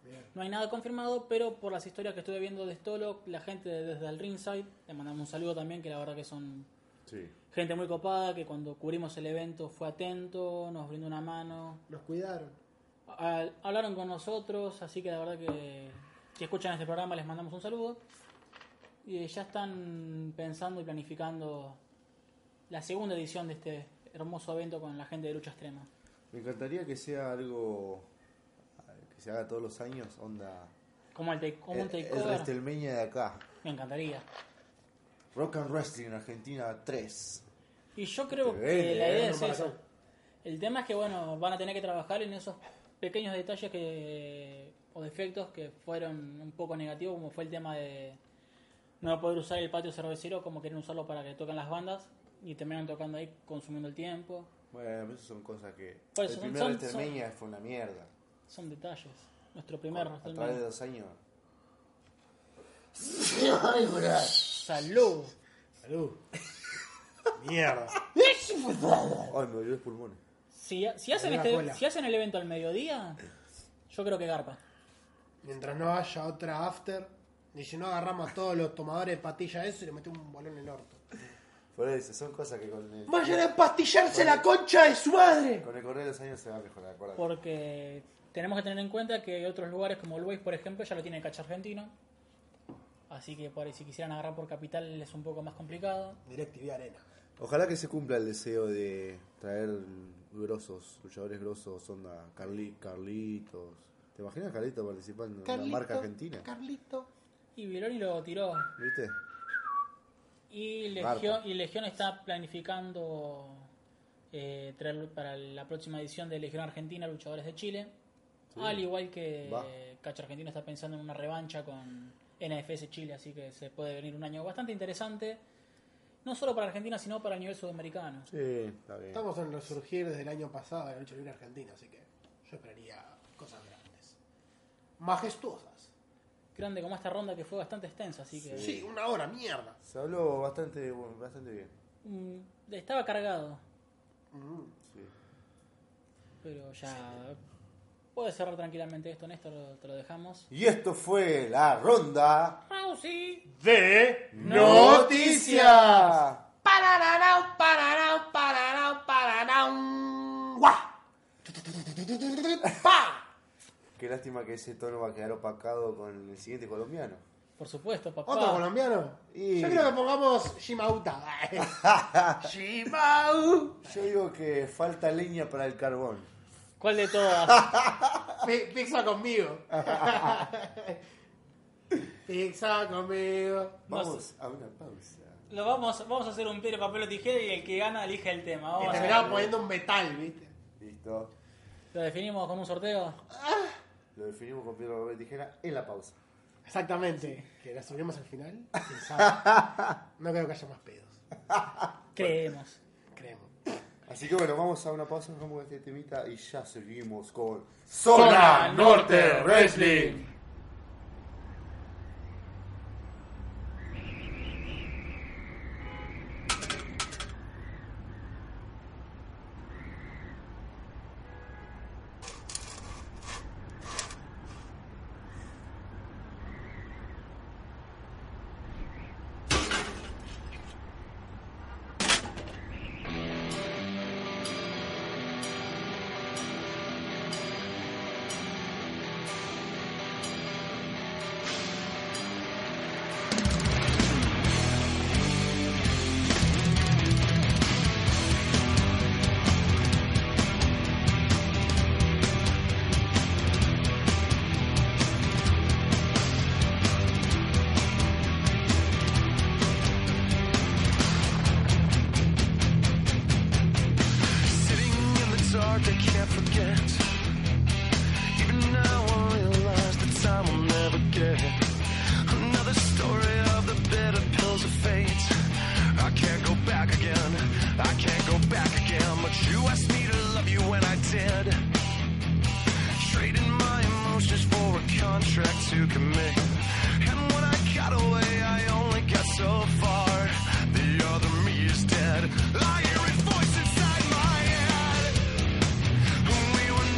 Speaker 4: Bien.
Speaker 2: No hay nada confirmado, pero por las historias que estuve viendo de Stolo, la gente de- desde el ringside, le mandamos un saludo también, que la verdad que son
Speaker 1: Sí.
Speaker 2: gente muy copada, que cuando cubrimos el evento fue atento, nos brindó una mano,
Speaker 4: Nos cuidaron.
Speaker 2: Al- hablaron con nosotros, así que la verdad que si escuchan este programa les mandamos un saludo. Y eh, ya están pensando y planificando la segunda edición de este hermoso evento con la gente de Lucha Extrema.
Speaker 1: Me encantaría que sea algo que se haga todos los años, onda.
Speaker 2: Como, el take- como un
Speaker 1: Eh, el, el
Speaker 2: takeover,
Speaker 1: WrestleMania de acá.
Speaker 2: me encantaría.
Speaker 1: Rock and Wrestling Argentina 3.
Speaker 2: Y yo creo
Speaker 1: Qué
Speaker 2: que
Speaker 1: bien,
Speaker 2: la
Speaker 1: eh,
Speaker 2: idea
Speaker 4: no
Speaker 2: es
Speaker 4: para
Speaker 2: eso.
Speaker 4: acá.
Speaker 2: El tema es que, bueno, van a tener que trabajar en esos pequeños detalles que o defectos que fueron un poco negativos, como fue el tema de no poder usar el patio cervecero como querían usarlo para que toquen las bandas y terminaron tocando ahí consumiendo el tiempo.
Speaker 1: Bueno, pero eso son cosas que.
Speaker 2: Por eso
Speaker 1: el
Speaker 2: Pues, son-
Speaker 1: primer
Speaker 2: son-
Speaker 1: WrestleMania fue una mierda.
Speaker 2: Son detalles. Nuestro primer
Speaker 1: a
Speaker 2: Salud.
Speaker 1: través de dos años.
Speaker 2: Salud.
Speaker 4: Salud. Mierda.
Speaker 1: Ay, me dolió los pulmones.
Speaker 2: Si, si hacen
Speaker 4: Una
Speaker 2: este,
Speaker 4: cola.
Speaker 2: si hacen el evento al mediodía, yo creo que garpa.
Speaker 4: Mientras no haya otra after. Y si no agarramos a todos los tomadores de pastillas eso y le metemos un balón en el orto.
Speaker 1: Por eso, son cosas que con el,
Speaker 4: ¡Vayan a empastillarse la concha de su madre!
Speaker 1: con el correr de los años se va a mejorar, acuérdate.
Speaker 2: Porque tenemos que tener en cuenta que otros lugares como el Waze, por ejemplo, ya lo tiene el cacho argentino. Así que por ahí, si quisieran agarrar por capital es un poco más complicado.
Speaker 4: DirecTV Arena.
Speaker 1: Ojalá que se cumpla el deseo de traer grosos, luchadores grosos, onda Carli, Carlitos. ¿Te imaginas a Carlitos participando en una marca argentina?
Speaker 4: Carlito.
Speaker 2: Y Viloni lo tiró.
Speaker 1: ¿Viste?
Speaker 2: Y
Speaker 1: Garpa.
Speaker 2: Legión, y Legión está planificando eh, traer para la próxima edición de Legión Argentina luchadores de Chile. Al igual que
Speaker 1: Va.
Speaker 2: Cacho Argentino está pensando en una revancha con NFS Chile, así que se puede venir un año bastante interesante. No solo para Argentina, sino para el nivel sudamericano.
Speaker 1: Sí, está bien.
Speaker 4: Estamos en resurgir desde el año pasado de la lucha libre argentina, así que yo esperaría cosas grandes. Majestuosas.
Speaker 2: grande como esta ronda que fue bastante extensa, así que
Speaker 4: Sí, una hora, mierda.
Speaker 1: Se habló bastante, bueno, bastante bien.
Speaker 2: Mm, estaba cargado,
Speaker 4: Mm.
Speaker 1: Sí.
Speaker 2: pero ya puede cerrar tranquilamente esto, Néstor, lo- te lo dejamos.
Speaker 1: Y esto fue la ronda
Speaker 2: Rousey.
Speaker 1: de
Speaker 4: noticias.
Speaker 1: noticias.
Speaker 4: Pararau, pararau, pararau, pararau. ¡Guau! ¡Pa!
Speaker 1: Qué lástima que ese tono va a quedar opacado con el siguiente colombiano.
Speaker 2: Por supuesto, papá.
Speaker 4: ¿Otro colombiano?
Speaker 1: Y-
Speaker 4: Yo creo que pongamos Shimauta. Shimau.
Speaker 1: Yo digo que falta leña para el carbón.
Speaker 2: ¿Cuál de todas?
Speaker 4: Pi- Pizza conmigo. Pizza conmigo.
Speaker 1: Vamos a una pausa.
Speaker 2: lo vamos, vamos a hacer un piedra, papel o tijera y el que gana elige el tema.
Speaker 4: Y
Speaker 2: Vamos a
Speaker 4: terminaba
Speaker 2: hacer-
Speaker 4: poniendo un metal, ¿viste?
Speaker 1: Listo.
Speaker 2: lo definimos con un sorteo.
Speaker 1: Lo definimos con piedra, papel, tijera en la pausa.
Speaker 4: Exactamente. Que la subimos al final. quién sabe. No creo que haya más pedos.
Speaker 2: Creemos.
Speaker 4: Creemos.
Speaker 1: Así que bueno, vamos a una pausa, nos vamos con este temita y ya seguimos con
Speaker 2: Zona
Speaker 1: Zona
Speaker 2: Norte
Speaker 1: Norte
Speaker 2: Wrestling.
Speaker 1: Wrestling.
Speaker 3: Sitting in the dark, I can't forget. Even now, I realize the time will never get. Another story of the bitter pills of fate. I can't go back again. I can't go back again. But you asked me to love you when I did. Trading my emotions for a contract to commit. And when I got away, I only got so far. The other me is dead. I hear a voice inside my head. We were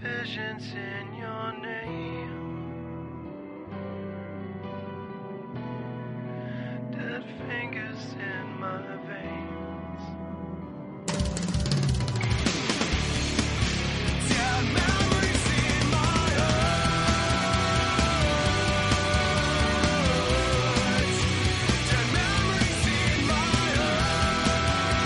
Speaker 3: visions in your name. Dead fingers in my veins. Dead memories in my eyes. Dead memories in my eyes.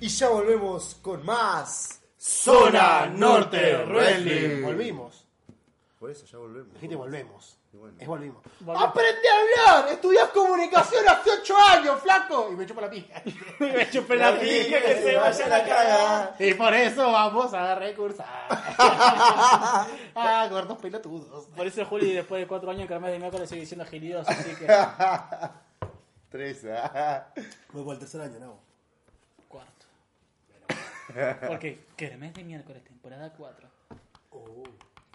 Speaker 1: Y ya volvemos con más
Speaker 4: Zona Norte
Speaker 1: Wrestling.
Speaker 4: Volvimos.
Speaker 1: Por eso ya volvemos.
Speaker 4: Gente, volvemos.
Speaker 1: Y bueno.
Speaker 4: Es volvimos.
Speaker 2: Volvemos.
Speaker 4: Aprende a hablar. Estudiás comunicación hace 8 años, flaco. Y me chupa la pija.
Speaker 2: Me chupé la pija que se vaya la cagada.
Speaker 4: Y por eso vamos a recursar. ah, gordos pelotudos.
Speaker 2: Por eso Juli después de cuatro años que armé de miércoles sigue diciendo agilidos, así que
Speaker 1: Tres. ah.
Speaker 4: Voy por el tercer año, no.
Speaker 2: cuarto. Porque Kermés de miércoles, temporada 4.
Speaker 4: Uh,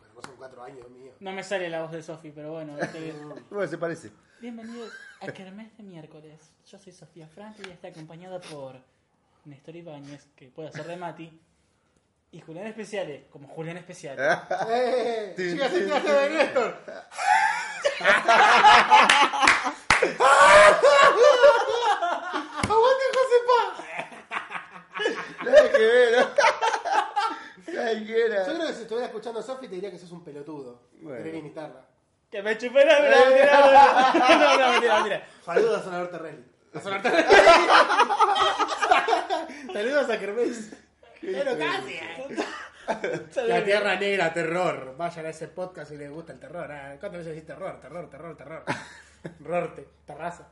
Speaker 4: pero no son 4 años, mío.
Speaker 2: No me sale la voz de Sofi, pero bueno. este-
Speaker 1: Bueno, se parece.
Speaker 2: Bienvenidos a Kermés de miércoles. Yo soy Sofía Frank y está acompañada por Néstor Ibáñez, que puede hacer de Mati, y Julián Especiales, como Julián Especiales.
Speaker 4: ¡Eh!
Speaker 1: Sí,
Speaker 4: ¡Chicas
Speaker 1: sí,
Speaker 4: y chicas de Néstor! ¡Aguante, Josepa!
Speaker 1: Nada que ver. ¿no? Nada que ver.
Speaker 4: Yo creo que si estuviera escuchando a Sofi te diría que sos un pelotudo.
Speaker 1: Bueno.
Speaker 4: Querés imitarla.
Speaker 2: Que me chupé la mentira, mentira, mentira. No, no, mentira, mentira.
Speaker 4: Saludos a Sonador Terrelli. A Sonador Terrelli. Saludos a Kermés. Pero casi.
Speaker 2: eh.
Speaker 4: La Tierra Negra, terror. Vayan a ese podcast si les gusta el terror. Ah, ¿Cuántas veces decís terror? Terror, terror, terror. Rorte, terraza.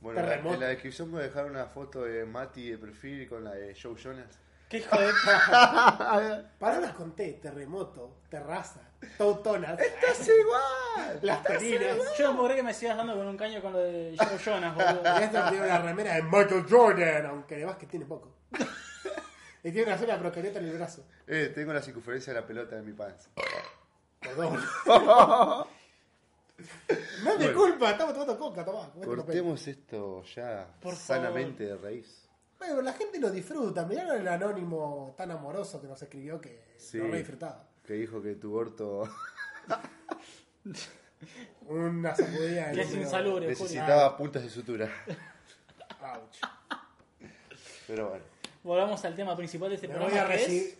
Speaker 1: Bueno,
Speaker 4: Terremoto.
Speaker 1: en la descripción voy a dejar una foto de Mati de perfil con la de Joe Jonas.
Speaker 2: Qué hijo de
Speaker 4: Palabras con T, terremoto, terraza, tautonas,
Speaker 1: ¡Es igual!
Speaker 4: las terinas.
Speaker 2: Yo me morí que me sigas dando con un caño con lo de Joe Jonas, boludo.
Speaker 4: Néstor tiene una remera de Michael Jordan, aunque de que tiene poco. y tiene una sola broqueleta en el brazo.
Speaker 1: Eh, tengo la circunferencia de la pelota en mi panza.
Speaker 4: Perdón. no me culpa, estamos tomando coca, tomá. comete un papel.
Speaker 1: Cortemos esto ya
Speaker 2: Por favor.
Speaker 1: sanamente de raíz.
Speaker 4: Bueno, la gente lo disfruta. Mirá el anónimo tan amoroso que nos escribió que
Speaker 1: Sí.
Speaker 4: lo re disfrutaba.
Speaker 1: Que dijo que tu orto
Speaker 4: Una sacudida en
Speaker 2: Que es
Speaker 4: el-
Speaker 2: insalubre. Pobre
Speaker 1: necesitaba puntas de sutura.
Speaker 4: Ouch.
Speaker 1: Pero bueno.
Speaker 2: Volvamos al tema principal de este
Speaker 4: Me voy a
Speaker 2: programa que es...
Speaker 4: recibir.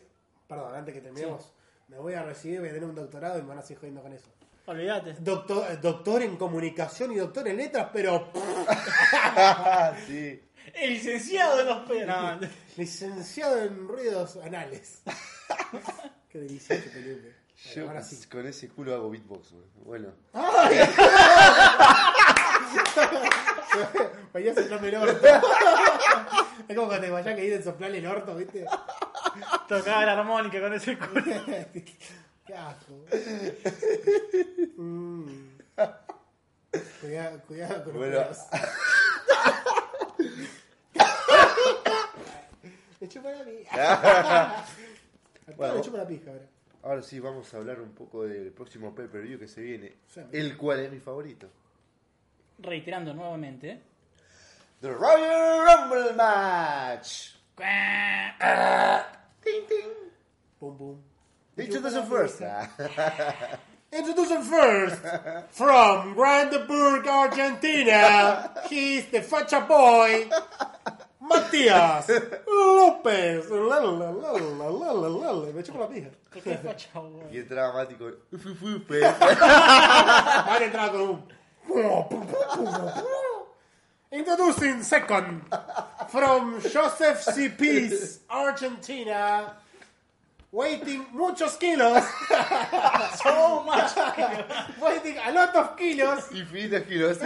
Speaker 4: Perdón, antes que terminemos. Me voy a recibir, voy a tener un doctorado y me van a seguir jodiendo con eso.
Speaker 2: Olvídate.
Speaker 4: Doctor, eh, doctor en comunicación y doctor en letras, pero
Speaker 1: Ah, sí.
Speaker 2: El licenciado de los pedos. No, no.
Speaker 4: licenciado en ruidos anales. Qué delicioso peluque. Bueno,
Speaker 1: Yo
Speaker 4: ahora sí.
Speaker 1: con ese culo hago beatbox. güey. Bueno.
Speaker 4: ¡Ay! Vaya soplame el orto. Es como cuando te vayas que dicen soplarle el orto, ¿viste?
Speaker 2: Tocaba la armónica con ese culo.
Speaker 4: Qué asco. Mm. Cuidado, cuidado con los
Speaker 1: Bueno.
Speaker 4: pelos. Me chupa la pija.
Speaker 1: Bueno,
Speaker 4: Me chupa la pija ahora.
Speaker 1: Ahora sí, vamos a hablar un poco del próximo pay-per-view que se viene.
Speaker 4: Sí.
Speaker 1: El cual es mi favorito.
Speaker 2: Reiterando nuevamente. ¿eh?
Speaker 1: The Royal Rumble Match. Ting, ting.
Speaker 4: Pum, pum.
Speaker 1: They took us first. Ah.
Speaker 4: Introduction first from Brandenburg, Argentina. He's the facha boy, Matías López. La, la, la, la, la, la, la, la. Me chupo la pija.
Speaker 2: ¿Por qué fue chavo, boludo?
Speaker 1: Y entraba Mati con... "Ufu, ufu, pe".
Speaker 4: Van a entrar con un. Introducing second from Joseph C. Peace, Argentina. Waiting muchos kilos.
Speaker 2: So much.
Speaker 4: waiting a lot of kilos.
Speaker 1: Infinitos kilos.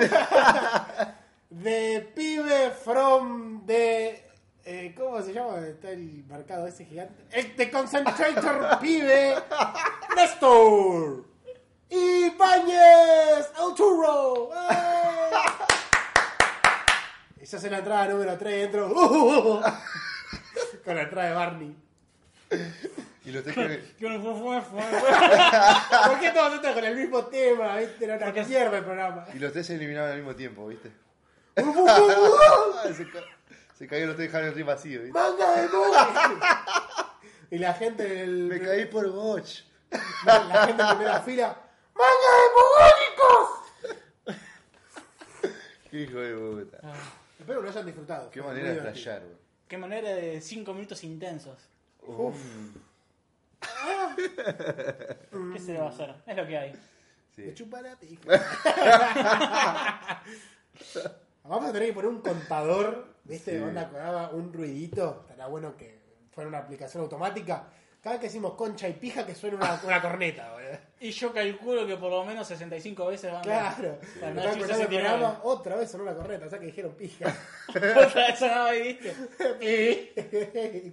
Speaker 4: De pibe from the. eh, ¿Cómo se llama? Está el mercado ese gigante. El The Concentrator Pibe Néstor. Y Bañez Autoro. Y se hace ¡Eh! la entrada número 3 dentro. Con la entrada de Barney.
Speaker 1: y los tres
Speaker 4: ¿Por qué todos entran con el mismo tema? ¿Viste? Era una mierda el programa. ¡Uh,
Speaker 1: y los tres se eliminaban al mismo tiempo, ¿viste? se, ca- se cayeron los tres y dejaron el ring vacío, ¿viste?
Speaker 4: ¡Manga de mugre! Y la gente en el-
Speaker 1: Me caí por Botch.
Speaker 4: La gente en primera fila. ¡Manga
Speaker 1: Qué hijo de puta.
Speaker 4: de mugónicos! Espero que lo hayan disfrutado.
Speaker 1: Qué
Speaker 4: Fue muy
Speaker 1: manera de
Speaker 4: divertido.
Speaker 1: flashear, bro.
Speaker 2: Qué manera de 5 minutos intensos. Ah. ¿Qué se le va a hacer? Es lo que hay.
Speaker 4: Me
Speaker 1: Sí.
Speaker 4: chupa la pija. Vamos a tener que poner un contador. ¿Viste?
Speaker 1: Sí.
Speaker 4: Onda que daba un ruidito. Estará bueno que fuera una aplicación automática. Cada vez que decimos concha y pija, que suena una, una corneta, boludo.
Speaker 2: Y yo calculo que por lo menos 65 veces van a
Speaker 4: Claro.
Speaker 2: Para
Speaker 4: Estaba
Speaker 2: no decir
Speaker 4: escuchando el
Speaker 2: 69.
Speaker 4: programa, otra vez sonó la corneta, o sea que dijeron pija.
Speaker 2: Otra vez sonaba ahí, ¿viste?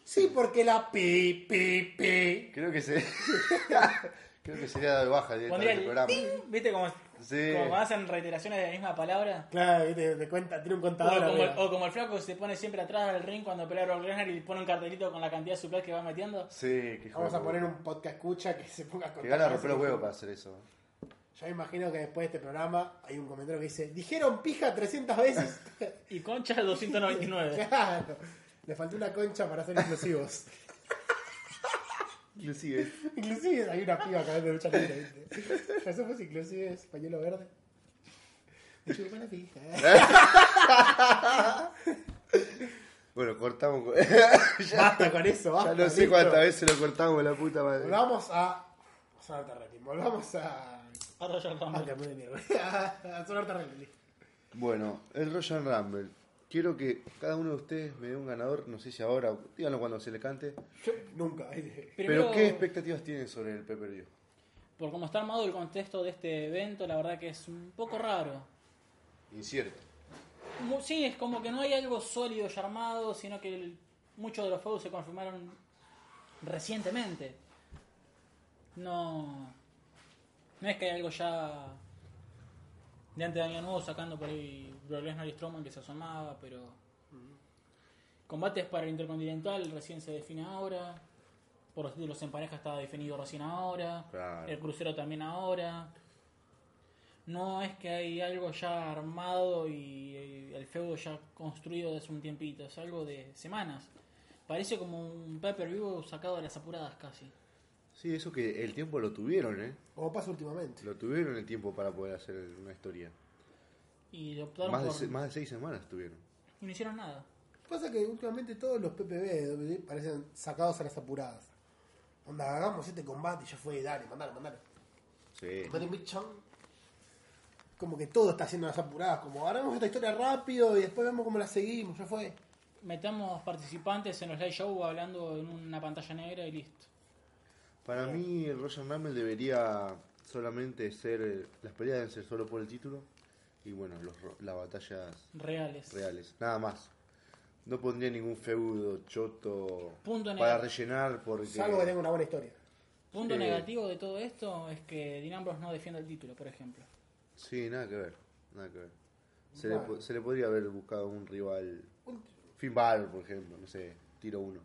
Speaker 4: sí, porque la pi, pi, pi.
Speaker 1: Creo que se. Creo que sería dar baja
Speaker 2: Pondría
Speaker 1: directamente el
Speaker 2: el
Speaker 1: programa.
Speaker 2: ting, ¿viste? Como,
Speaker 1: Sí.
Speaker 2: como hacen reiteraciones de la misma palabra.
Speaker 4: Claro, viste, te cuenta, tiene un
Speaker 2: O
Speaker 4: contador.
Speaker 2: como,
Speaker 4: arriba.
Speaker 2: o como el flaco se pone siempre atrás del ring cuando pelea a Brock Lesnar y pone un cartelito con la cantidad de suplex que va metiendo.
Speaker 1: Sí, qué hijo
Speaker 4: Vamos
Speaker 1: de
Speaker 4: a poner
Speaker 1: puta.
Speaker 4: un podcast escucha que se ponga a contar.
Speaker 1: Que gana
Speaker 4: cosas
Speaker 1: romper los
Speaker 4: que-
Speaker 1: huevos para hacer eso.
Speaker 4: Yo me imagino que después de este programa hay un comentario que dice: Dijeron pija 300 veces.
Speaker 2: Y concha 299.
Speaker 4: claro. Le faltó una concha para ser inclusivos.
Speaker 1: Inclusive.
Speaker 4: Inclusive hay una piba acá de lucha libre, ¿viste? Ya somos inclusives, pañuelo verde. Me chupa la pija. eh.
Speaker 1: Bueno, cortamos. con- ya,
Speaker 4: Basta con eso, basta.
Speaker 1: ya no sé
Speaker 4: listo.
Speaker 1: cuántas veces lo cortamos, la puta madre.
Speaker 4: Volvamos a. A sonar terrenín. Volvamos a.
Speaker 2: Ahora yo
Speaker 4: A
Speaker 1: Ah,
Speaker 2: también.
Speaker 4: cambiar de mierda. A sonar terrenín.
Speaker 1: Bueno, el Royal Rumble. Quiero que cada uno de ustedes me dé un ganador, no sé si ahora, díganlo cuando se le cante.
Speaker 4: Yo nunca. ¿viste?
Speaker 2: Primero,
Speaker 1: Pero, ¿qué expectativas tienen sobre el pay per view?
Speaker 2: por cómo está armado el contexto de este evento, la verdad que es un poco raro.
Speaker 1: Incierto.
Speaker 2: Mu- Sí, es como que no hay algo sólido y armado, sino que el- muchos de los feudos se confirmaron recientemente. No. No es que hay algo ya. De antes de Año Nuevo sacando por ahí Brock Lesnar y Strowman que se asomaba, pero. Combates para el Intercontinental recién se define ahora. Por los títulos en pareja está definido recién ahora.
Speaker 1: Claro.
Speaker 2: El crucero también ahora. No es que hay algo ya armado y eh, el feudo ya construido desde un tiempito, es algo de semanas. Parece como un paper vivo sacado de las apuradas casi.
Speaker 1: Sí, eso que el tiempo lo tuvieron, ¿eh?
Speaker 4: Como pasa últimamente.
Speaker 1: Lo tuvieron el tiempo para poder hacer una historia.
Speaker 2: Y optaron
Speaker 1: Más de,
Speaker 2: por...
Speaker 1: se- más de seis semanas tuvieron.
Speaker 2: Y no hicieron nada.
Speaker 4: Pasa que últimamente todos los PPV de WWE parecen sacados a las apuradas. Onda, hagamos este combate y ya fue, dale, mandale, mandale.
Speaker 1: Sí.
Speaker 4: Mandale, Michon. Como que todo está haciendo a las apuradas. Como, ahora vemos esta historia rápido y después vemos cómo la seguimos, ya fue.
Speaker 2: Metamos participantes en los live show hablando en una pantalla negra y listo.
Speaker 1: Para mí el Royal Rumble debería solamente ser, eh, las peleas deben ser solo por el título y bueno, los ro- las batallas
Speaker 2: Reales.
Speaker 1: reales, nada más. No pondría ningún feudo, choto,
Speaker 2: Punto en
Speaker 1: para
Speaker 2: el-
Speaker 1: rellenar porque...
Speaker 4: Salvo que tenga una buena historia.
Speaker 2: Punto
Speaker 1: Sí.
Speaker 2: negativo de todo esto es que Dean Ambrose no defiende el título, por ejemplo.
Speaker 1: Sí, nada que ver, nada que ver. Se, le,
Speaker 4: Bueno.
Speaker 1: po- se le podría haber buscado un rival, Finn Balor por ejemplo, no sé, tiro uno.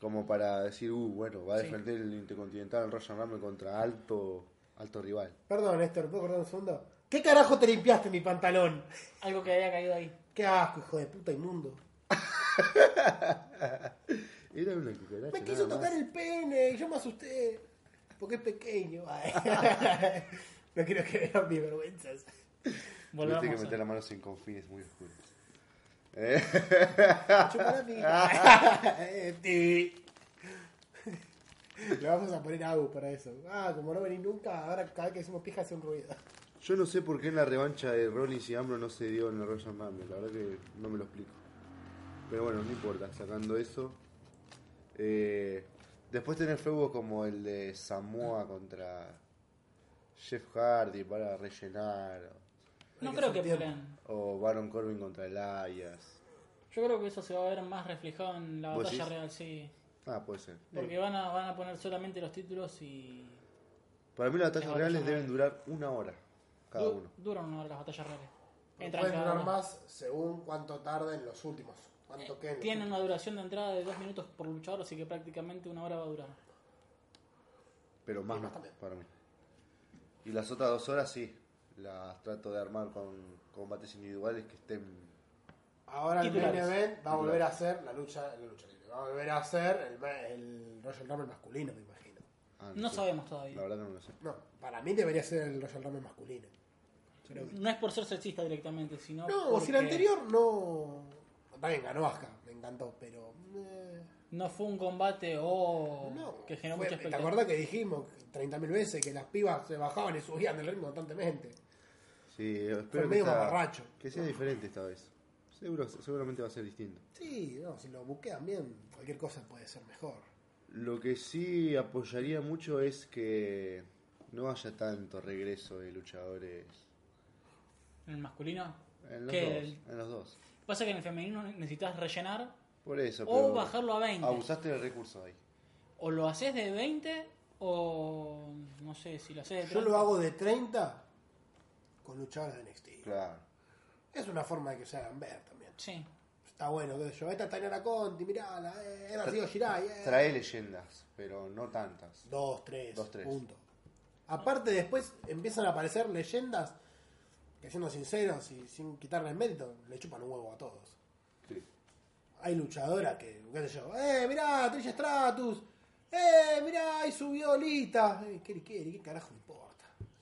Speaker 1: Como para decir, uh, bueno, va a
Speaker 2: Sí.
Speaker 1: defender el Intercontinental el Royal Rumble contra alto, alto rival.
Speaker 4: Perdón, Néstor, ¿puedo cortar un segundo? ¿Qué carajo te limpiaste mi pantalón?
Speaker 2: Algo que había caído ahí.
Speaker 4: Qué asco, hijo de puta inmundo.
Speaker 1: Era una cucaracha.
Speaker 4: Me quiso
Speaker 1: nada más.
Speaker 4: tocar el pene y yo me asusté. Porque es pequeño. Ay. no quiero que vean mis vergüenzas.
Speaker 1: Tuviste
Speaker 2: Volvamos.
Speaker 1: que
Speaker 2: a-
Speaker 1: meter las manos en confines muy oscuros. Eh,
Speaker 4: Chupa la pija. Eh, ti. Le vamos a poner agua para eso. Ah, como no venís nunca, ahora cada vez que decimos pija hace un ruido.
Speaker 1: Yo no sé por qué en la revancha de Rollins y Ambro no se dio en el Royal Rumble. La verdad que no me lo explico. Pero bueno, no importa. Sacando eso, Eh, después tenés feudos como el de Samoa contra Jeff Hardy para rellenar.
Speaker 2: No
Speaker 5: que
Speaker 2: creo
Speaker 5: hacer
Speaker 2: que
Speaker 5: tiempo.
Speaker 2: puedan.
Speaker 1: O Baron Corbin contra Elias.
Speaker 2: Yo creo que eso se va a ver más reflejado en la
Speaker 1: ¿Vos
Speaker 2: batalla
Speaker 1: decís?
Speaker 2: real, sí.
Speaker 1: Ah, puede ser.
Speaker 2: Porque van a, van a poner solamente los títulos y.
Speaker 1: Para mí las batallas
Speaker 2: Las
Speaker 1: reales
Speaker 2: batallas
Speaker 1: deben durar una hora cada
Speaker 2: du-
Speaker 1: uno.
Speaker 2: Duran una hora las batallas reales. Entran
Speaker 5: Pueden
Speaker 2: cada
Speaker 5: durar
Speaker 2: uno.
Speaker 5: más.
Speaker 4: según cuánto tarden los últimos. Cuánto queden los
Speaker 2: Tienen
Speaker 4: últimos.
Speaker 2: una duración de entrada de dos minutos por luchador, así que prácticamente una hora va a durar.
Speaker 1: Pero más no,
Speaker 4: también.
Speaker 1: para mí. Y las otras dos horas sí. Las trato de armar con combates individuales que estén.
Speaker 4: Ahora el main
Speaker 2: Titulares.
Speaker 4: event va a volver a ser la lucha, la lucha libre. Va a volver a ser el, ma- el Royal Rumble masculino, me imagino.
Speaker 1: ah,
Speaker 2: No
Speaker 1: sé.
Speaker 2: sabemos todavía.
Speaker 1: La verdad que no lo sé.
Speaker 4: No, para mí debería ser el Royal Rumble masculino. Creo que-
Speaker 2: No es por ser sexista directamente, sino.
Speaker 4: No,
Speaker 2: porque
Speaker 4: si el anterior no. También ganó Aska, me encantó, pero. eh,
Speaker 2: No fue un combate o.
Speaker 4: no.
Speaker 2: Oh, que generó
Speaker 4: Fue-
Speaker 2: mucha
Speaker 4: ¿Te
Speaker 2: expectativa.
Speaker 4: acordás que dijimos 30.000 veces que las pibas se bajaban y subían del ritmo constantemente?
Speaker 1: Sí, espero que
Speaker 4: medio
Speaker 1: sea,
Speaker 4: mamarracho.
Speaker 1: que sea diferente esta vez. Seguro, seguramente va a ser distinto.
Speaker 4: Sí, no, si lo busquean bien, cualquier cosa puede ser mejor.
Speaker 1: Lo que sí apoyaría mucho es que no haya tanto regreso de luchadores.
Speaker 2: En el masculino.
Speaker 1: En los,
Speaker 2: Que
Speaker 1: dos,
Speaker 2: el-
Speaker 1: en los dos.
Speaker 2: Pasa que en el femenino necesitas rellenar
Speaker 1: Por eso.
Speaker 2: o
Speaker 1: pero
Speaker 2: bajarlo a 20.
Speaker 1: Abusaste del recurso ahí.
Speaker 2: O lo haces de 20 o. No sé si lo haces de
Speaker 4: Yo
Speaker 2: 30.
Speaker 4: lo hago de 30 con luchadores de NXT.
Speaker 1: Claro.
Speaker 4: Es una forma de que se hagan ver también.
Speaker 2: Sí.
Speaker 4: Está bueno, qué sé yo. Esta es Tainara Conti, mirala, eh, era Sigo Shirai, eh.
Speaker 1: Trae leyendas, pero no tantas.
Speaker 4: Dos, tres.
Speaker 1: Dos, tres.
Speaker 4: Punto. Aparte, después empiezan a aparecer leyendas que, siendo sinceros y sin quitarle el mérito, le chupan un huevo a todos.
Speaker 1: Sí.
Speaker 4: Hay luchadoras que, qué sé yo, ¡eh, mirá, Trish Stratus! ¡eh, mirá, ahí subió Lita! Eh, ¿Qué, qué, qué carajo me importa?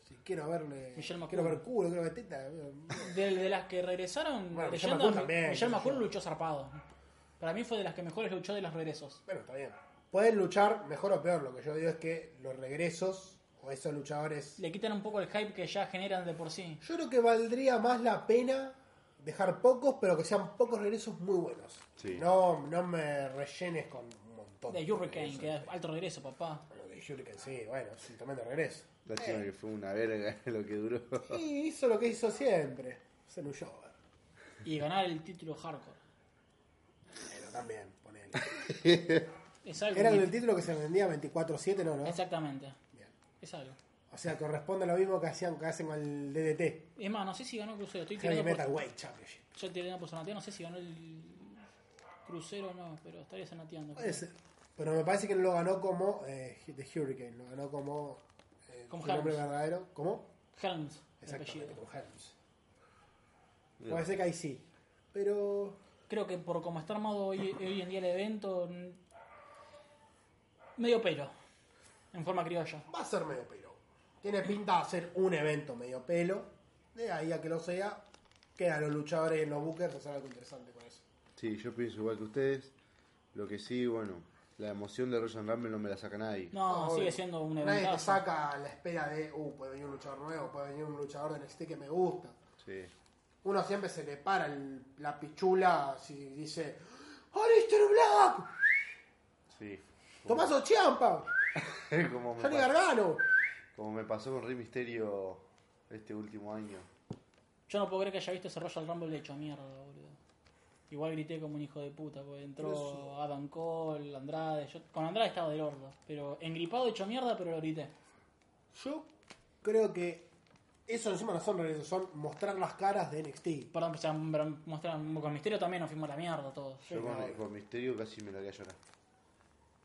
Speaker 4: Si quiero verle.
Speaker 2: Guillermo
Speaker 4: quiero
Speaker 2: Culo.
Speaker 4: ver culo, quiero ver teta. eh,
Speaker 2: De, de las que regresaron,
Speaker 4: Bueno, Michelle
Speaker 2: leyendo,
Speaker 4: McCool también,
Speaker 2: Michelle
Speaker 4: qué sé
Speaker 2: McCool
Speaker 4: yo.
Speaker 2: luchó zarpado. Para mí fue de las que mejores luchó de los regresos.
Speaker 4: Bueno, está bien. Pueden luchar mejor o peor. Lo que yo digo es que los regresos o esos luchadores
Speaker 2: Le quitan un poco el hype que ya generan de por sí.
Speaker 4: Yo creo que valdría más la pena dejar pocos, pero que sean pocos regresos muy buenos.
Speaker 1: Sí.
Speaker 4: No, no me rellenes con un montón.
Speaker 2: De Hurricane,
Speaker 4: regresos.
Speaker 2: que es alto regreso, papá.
Speaker 4: Bueno, de Hurricane, sí, bueno, es un tremendo regreso. Eh.
Speaker 1: Lástima que fue una verga lo que duró.
Speaker 4: Y hizo lo que hizo siempre. Se luchó.
Speaker 2: Y ganar el título hardcore.
Speaker 4: Pero también, ponele.
Speaker 2: Es algo.
Speaker 4: Era
Speaker 2: que-
Speaker 4: el título que se vendía 24-7, ¿no? no?
Speaker 2: Exactamente.
Speaker 4: Bien.
Speaker 2: Es algo.
Speaker 4: O sea, corresponde a lo mismo que hacían que hacen con el DDT.
Speaker 2: Es más, no sé si ganó el crucero. Estoy
Speaker 4: Heavy
Speaker 2: tirando por,
Speaker 4: Metal Weight Championship.
Speaker 2: yo tirando por Sanateo, no sé si ganó el crucero o no, pero estaría sanateando.
Speaker 4: Puede ser. Pero me parece que no lo ganó como eh, The Hurricane, lo ganó como... eh,
Speaker 2: Como
Speaker 4: su nombre
Speaker 2: Helms.
Speaker 4: verdadero. ¿Cómo?
Speaker 2: Helms, el
Speaker 4: Exactamente,
Speaker 2: apellido.
Speaker 4: con Helms. Puede ser que ahí sí. Pero.
Speaker 2: Creo que por como está armado hoy, hoy en día el evento, n- medio pelo, en forma criolla.
Speaker 4: Va a ser medio pelo. Tiene pinta de ser un evento medio pelo. De ahí a que lo sea, quedan los luchadores y los bookers hacer algo interesante con eso.
Speaker 1: Sí, yo pienso igual que ustedes. Lo que sí, bueno, la emoción de Royal Rumble no me la saca nadie.
Speaker 2: No,
Speaker 4: Obvio.
Speaker 2: sigue siendo un
Speaker 4: Oh, Nadie
Speaker 2: evento.
Speaker 4: te saca a la espera de, uh, puede venir un luchador nuevo, puede venir un luchador de NXT que me gusta.
Speaker 1: Sí.
Speaker 4: Uno siempre se le para el- la pichula si dice, ¡Alistair Black!
Speaker 1: Sí.
Speaker 4: ¡Tomás Ochiampa!
Speaker 1: como, me
Speaker 4: ¡Johnny
Speaker 1: pa-
Speaker 4: Gargano!
Speaker 1: como me pasó con Rey Misterio este último año.
Speaker 2: Yo no puedo creer que haya visto ese Royal Rumble hecho mierda, boludo. Igual grité como un hijo de puta, porque entró Adam Cole, Andrade. Yo, con Andrade estaba del horno, pero engripado hecho mierda, pero lo grité.
Speaker 4: Yo creo que eso encima no son regresos, son mostrar las caras de NXT.
Speaker 2: Perdón, pues o sea, mostraron, con Misterio también nos fuimos a la mierda todos.
Speaker 1: Yo con,
Speaker 4: no.
Speaker 1: con Misterio casi me la quería llorar.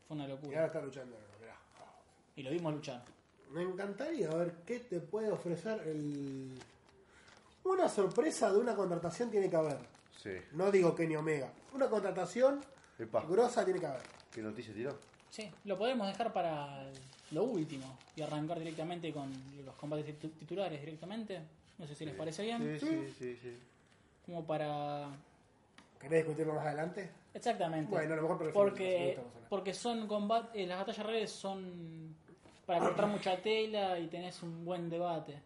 Speaker 2: Fue una
Speaker 4: Y ahora
Speaker 2: locura.
Speaker 4: está luchando, no, mirá.
Speaker 2: Y lo vimos luchar.
Speaker 4: Me encantaría ver qué te puede ofrecer el. Una sorpresa de una contratación tiene que haber.
Speaker 1: Sí.
Speaker 4: No digo Kenny Omega. Una contratación
Speaker 1: Epa,
Speaker 4: grosa tiene que haber.
Speaker 1: ¿qué noticia tiró?
Speaker 2: Sí, lo podemos dejar para lo último y arrancar directamente con los combates titu- titulares directamente. No sé si les parece bien.
Speaker 1: Sí, sí, sí, sí.
Speaker 2: Como para...
Speaker 4: ¿Querés discutirlo más adelante?
Speaker 2: Exactamente.
Speaker 4: Bueno, a lo mejor para el final, si no
Speaker 2: porque,
Speaker 4: estamos hablando.
Speaker 2: porque son combates, las batallas reales son para cortar mucha tela y tenés un buen debate.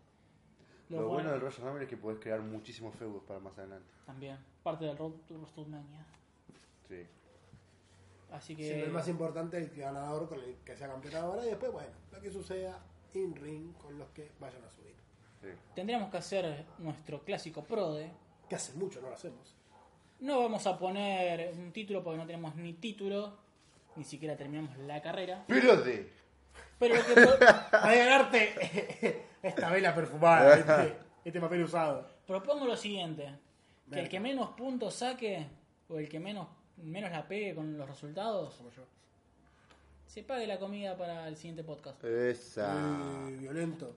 Speaker 1: Lo
Speaker 2: cual
Speaker 1: bueno del Royal Rumble es que podés crear muchísimos feudos para más adelante.
Speaker 2: También, parte del Road to WrestleMania.
Speaker 1: Sí.
Speaker 2: Así
Speaker 4: Siendo el más
Speaker 2: que.
Speaker 4: importante el ganador con el que sea campeón ahora y después, bueno, lo que suceda in ring con los que vayan a subir.
Speaker 1: Sí.
Speaker 2: Tendríamos que hacer nuestro clásico prode.
Speaker 4: Que hace mucho no lo hacemos.
Speaker 2: No vamos a poner un título porque no tenemos ni título, ni siquiera terminamos la carrera.
Speaker 1: Pero de.
Speaker 2: Pero lo que pro-
Speaker 4: Voy a ganarte esta vela perfumada, este, este papel usado.
Speaker 2: propongo lo siguiente: que el que
Speaker 4: Venga.
Speaker 2: menos puntos saque o el que menos, menos la pegue con los resultados,
Speaker 4: Como yo.
Speaker 2: se pague la comida para el siguiente podcast.
Speaker 1: Esa.
Speaker 4: Eh, violento.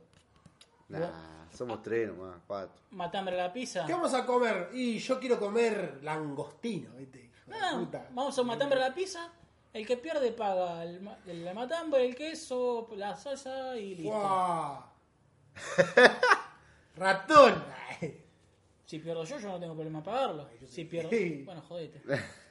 Speaker 1: Nah, somos tres nomás, cuatro.
Speaker 2: Matambre a la pizza.
Speaker 4: ¿Qué vamos a comer? Y yo quiero comer langostino, ¿viste? Hijo de
Speaker 2: Ah,
Speaker 4: puta.
Speaker 2: vamos a matambre a la pizza. El que pierde paga el, ma- la matambre, el queso, la salsa y listo.
Speaker 4: ¡Guau! ¡Ratón! Ay,
Speaker 2: Si pierdo yo, yo no tengo problema en pagarlo.
Speaker 4: yo
Speaker 2: Si
Speaker 4: sí.
Speaker 2: pierdo.
Speaker 4: Sí.
Speaker 2: Bueno, jodete.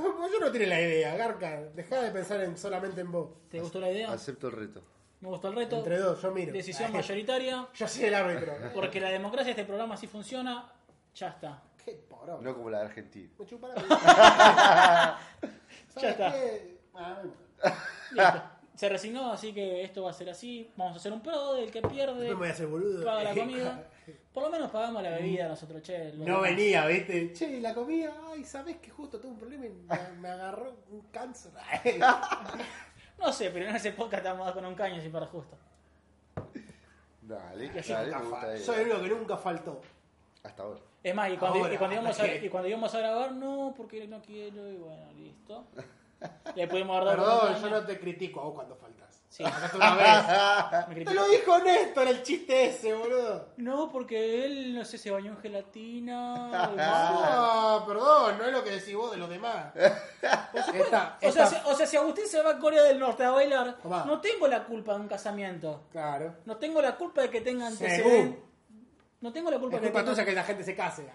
Speaker 4: Yo no tiene la idea, Garca. Dejá de pensar en, solamente en vos.
Speaker 2: ¿Te gustó la idea?
Speaker 1: Acepto el reto.
Speaker 2: Me gustó el reto.
Speaker 4: Entre dos, yo miro.
Speaker 2: Decisión
Speaker 4: Ay,
Speaker 2: mayoritaria.
Speaker 4: Yo soy el árbitro.
Speaker 2: Porque la democracia de este programa sí funciona. Ya está.
Speaker 4: ¡Qué porón!
Speaker 1: No como la de Argentina.
Speaker 4: Me chupa la vida.
Speaker 2: Ya está.
Speaker 4: qué? Ah, bueno.
Speaker 2: Listo. Se resignó, así que esto va a ser así. Vamos a hacer un pro del que pierde.
Speaker 4: Después me voy a hacer boludo.
Speaker 2: Paga la comida. Por lo menos pagamos la bebida nosotros, che. lo
Speaker 4: No
Speaker 2: demás.
Speaker 4: venía, ¿viste? Che, y la comida, ay, ¿sabés que justo tuve un problema y me, me agarró un cáncer? Ay.
Speaker 2: No sé, pero en ese podcast estamos con un caño, si para justo.
Speaker 1: Dale,
Speaker 4: Yo
Speaker 1: dale, me
Speaker 4: nunca
Speaker 1: gusta
Speaker 4: fal-
Speaker 1: esa
Speaker 4: soy el
Speaker 1: idea.
Speaker 4: único que nunca faltó.
Speaker 1: Hasta ahora.
Speaker 2: Es más, y cuando,
Speaker 4: Ahora,
Speaker 2: y cuando íbamos a,
Speaker 4: ¿qué?
Speaker 2: y cuando íbamos a grabar, no, porque no quiero, y bueno, listo. Le pudimos haber dado con un
Speaker 4: Perdón,
Speaker 2: caño.
Speaker 4: yo no te critico a vos cuando faltas.
Speaker 2: Sí.
Speaker 4: Faltaste una vez.
Speaker 2: Me
Speaker 4: Te
Speaker 2: criticó.
Speaker 4: lo dijo Néstor el chiste ese, boludo.
Speaker 2: No, porque él, no sé, se bañó en gelatina. y no sé.
Speaker 4: Ah, perdón, no es lo que decís vos de los demás. Esta,
Speaker 2: O sea,
Speaker 4: esta-
Speaker 2: si, o sea, si Agustín se va a Corea del Norte a bailar,
Speaker 4: Tomá.
Speaker 2: no tengo la culpa de un casamiento.
Speaker 4: Claro.
Speaker 2: No tengo la culpa de que tenga
Speaker 4: Según.
Speaker 2: antecedentes. No tengo la culpa,
Speaker 4: Es culpa
Speaker 2: que tenga-
Speaker 4: tuya que la gente se case.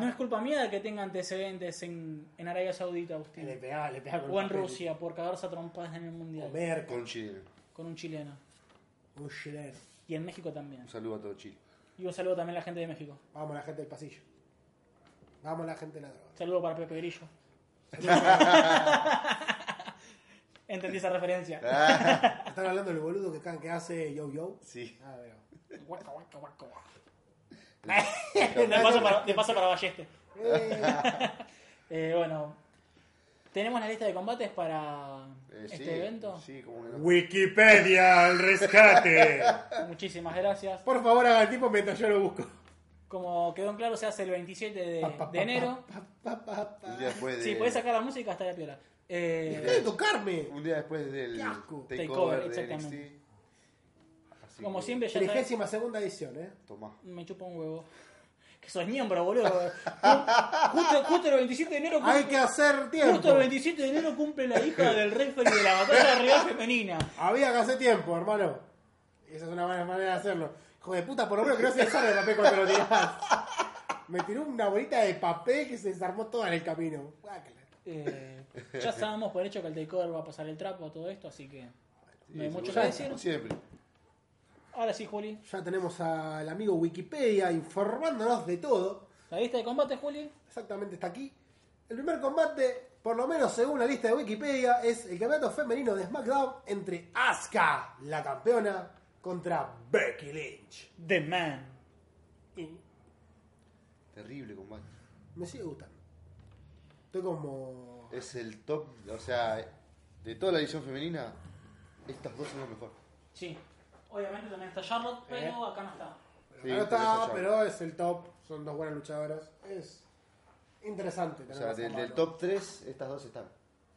Speaker 2: No es culpa mía de que tenga antecedentes en, en Arabia Saudita, Agustín.
Speaker 4: Le pegá, le pegá con
Speaker 2: O en
Speaker 4: papel.
Speaker 2: Rusia, por cagarse a trompadas en el Mundial.
Speaker 4: Comer
Speaker 1: Con
Speaker 4: con
Speaker 1: Chile.
Speaker 2: Con un chileno.
Speaker 4: un chileno.
Speaker 2: Y en México también.
Speaker 1: Un saludo a todo Chile.
Speaker 2: Y un saludo también a la gente de México.
Speaker 4: Vamos la gente del pasillo. Vamos la gente de la droga.
Speaker 2: Saludo para Pepe Grillo. Entendí esa referencia.
Speaker 4: Ah. Están hablando del boludo que, can- que hace Yo Yo.
Speaker 1: Sí.
Speaker 4: Ah, veo.
Speaker 2: Guaca, guaca, guaca, guaca. de, paso para, de paso para Balleste.
Speaker 4: Eh,
Speaker 2: Eh, bueno, tenemos la lista de combates para
Speaker 1: Eh,
Speaker 2: este
Speaker 1: sí,
Speaker 2: evento.
Speaker 1: Sí, como que no.
Speaker 4: Wikipedia al rescate.
Speaker 2: Muchísimas gracias.
Speaker 4: Por favor, haga el tipo mientras yo lo busco.
Speaker 2: Como quedó en claro, se hace el 27 de, de enero.
Speaker 4: Pa, pa, pa.
Speaker 1: Un día después de.
Speaker 2: Si podés sacar la música, estaría piola. Eh,
Speaker 4: Deja de tocarme.
Speaker 1: Un día después del
Speaker 4: Qué asco.
Speaker 2: Takeover,
Speaker 1: takeover, de
Speaker 2: exactamente.
Speaker 1: NXT. Así
Speaker 2: como
Speaker 1: que,
Speaker 2: siempre, ya sabés-
Speaker 4: Trigésima segunda edición, eh.
Speaker 1: Tomá.
Speaker 2: me chupa un huevo. Que sos miembro, boludo. Ju- Justo, justo el 27 de enero.
Speaker 4: Hay
Speaker 2: cum-
Speaker 4: que hacer tiempo.
Speaker 2: Justo el 27 de enero cumple la hija del referee de la batalla real femenina.
Speaker 4: Había que hacer tiempo, hermano. Esa es una buena manera de hacerlo. Hijo de puta, por lo menos que no se desarme el papel cuando lo tirás. Me tiró una bolita de papel que se desarmó toda en el camino. Guácala.
Speaker 2: Eh, ya estábamos por hecho que el takeover va a pasar el trapo a todo esto, así que no hay
Speaker 1: Sí,
Speaker 2: mucho que
Speaker 1: seguro.
Speaker 2: decir.
Speaker 1: Como Siempre.
Speaker 2: Ahora sí, Juli.
Speaker 4: Ya tenemos al amigo Wikipedia informándonos de todo.
Speaker 2: La lista de combate, Juli.
Speaker 4: Exactamente, está aquí. El primer combate, por lo menos según la lista de Wikipedia, es el campeonato femenino de SmackDown entre Asuka, la campeona, contra Becky Lynch.
Speaker 2: The Man.
Speaker 4: Y
Speaker 1: Terrible combate.
Speaker 4: me sigue gustando. Estoy como...
Speaker 1: Es el top, o sea, de toda la edición femenina, estas dos son las mejores.
Speaker 2: Sí. Obviamente también está
Speaker 1: Eh.
Speaker 2: Charlotte, pero acá no está.
Speaker 1: Sí,
Speaker 4: no está,
Speaker 1: interesante.
Speaker 4: pero es el top. Son dos buenas luchadoras. Es interesante.
Speaker 1: O sea,
Speaker 4: tenerlas a
Speaker 1: del, del
Speaker 4: mano.
Speaker 1: top 3, estas dos están.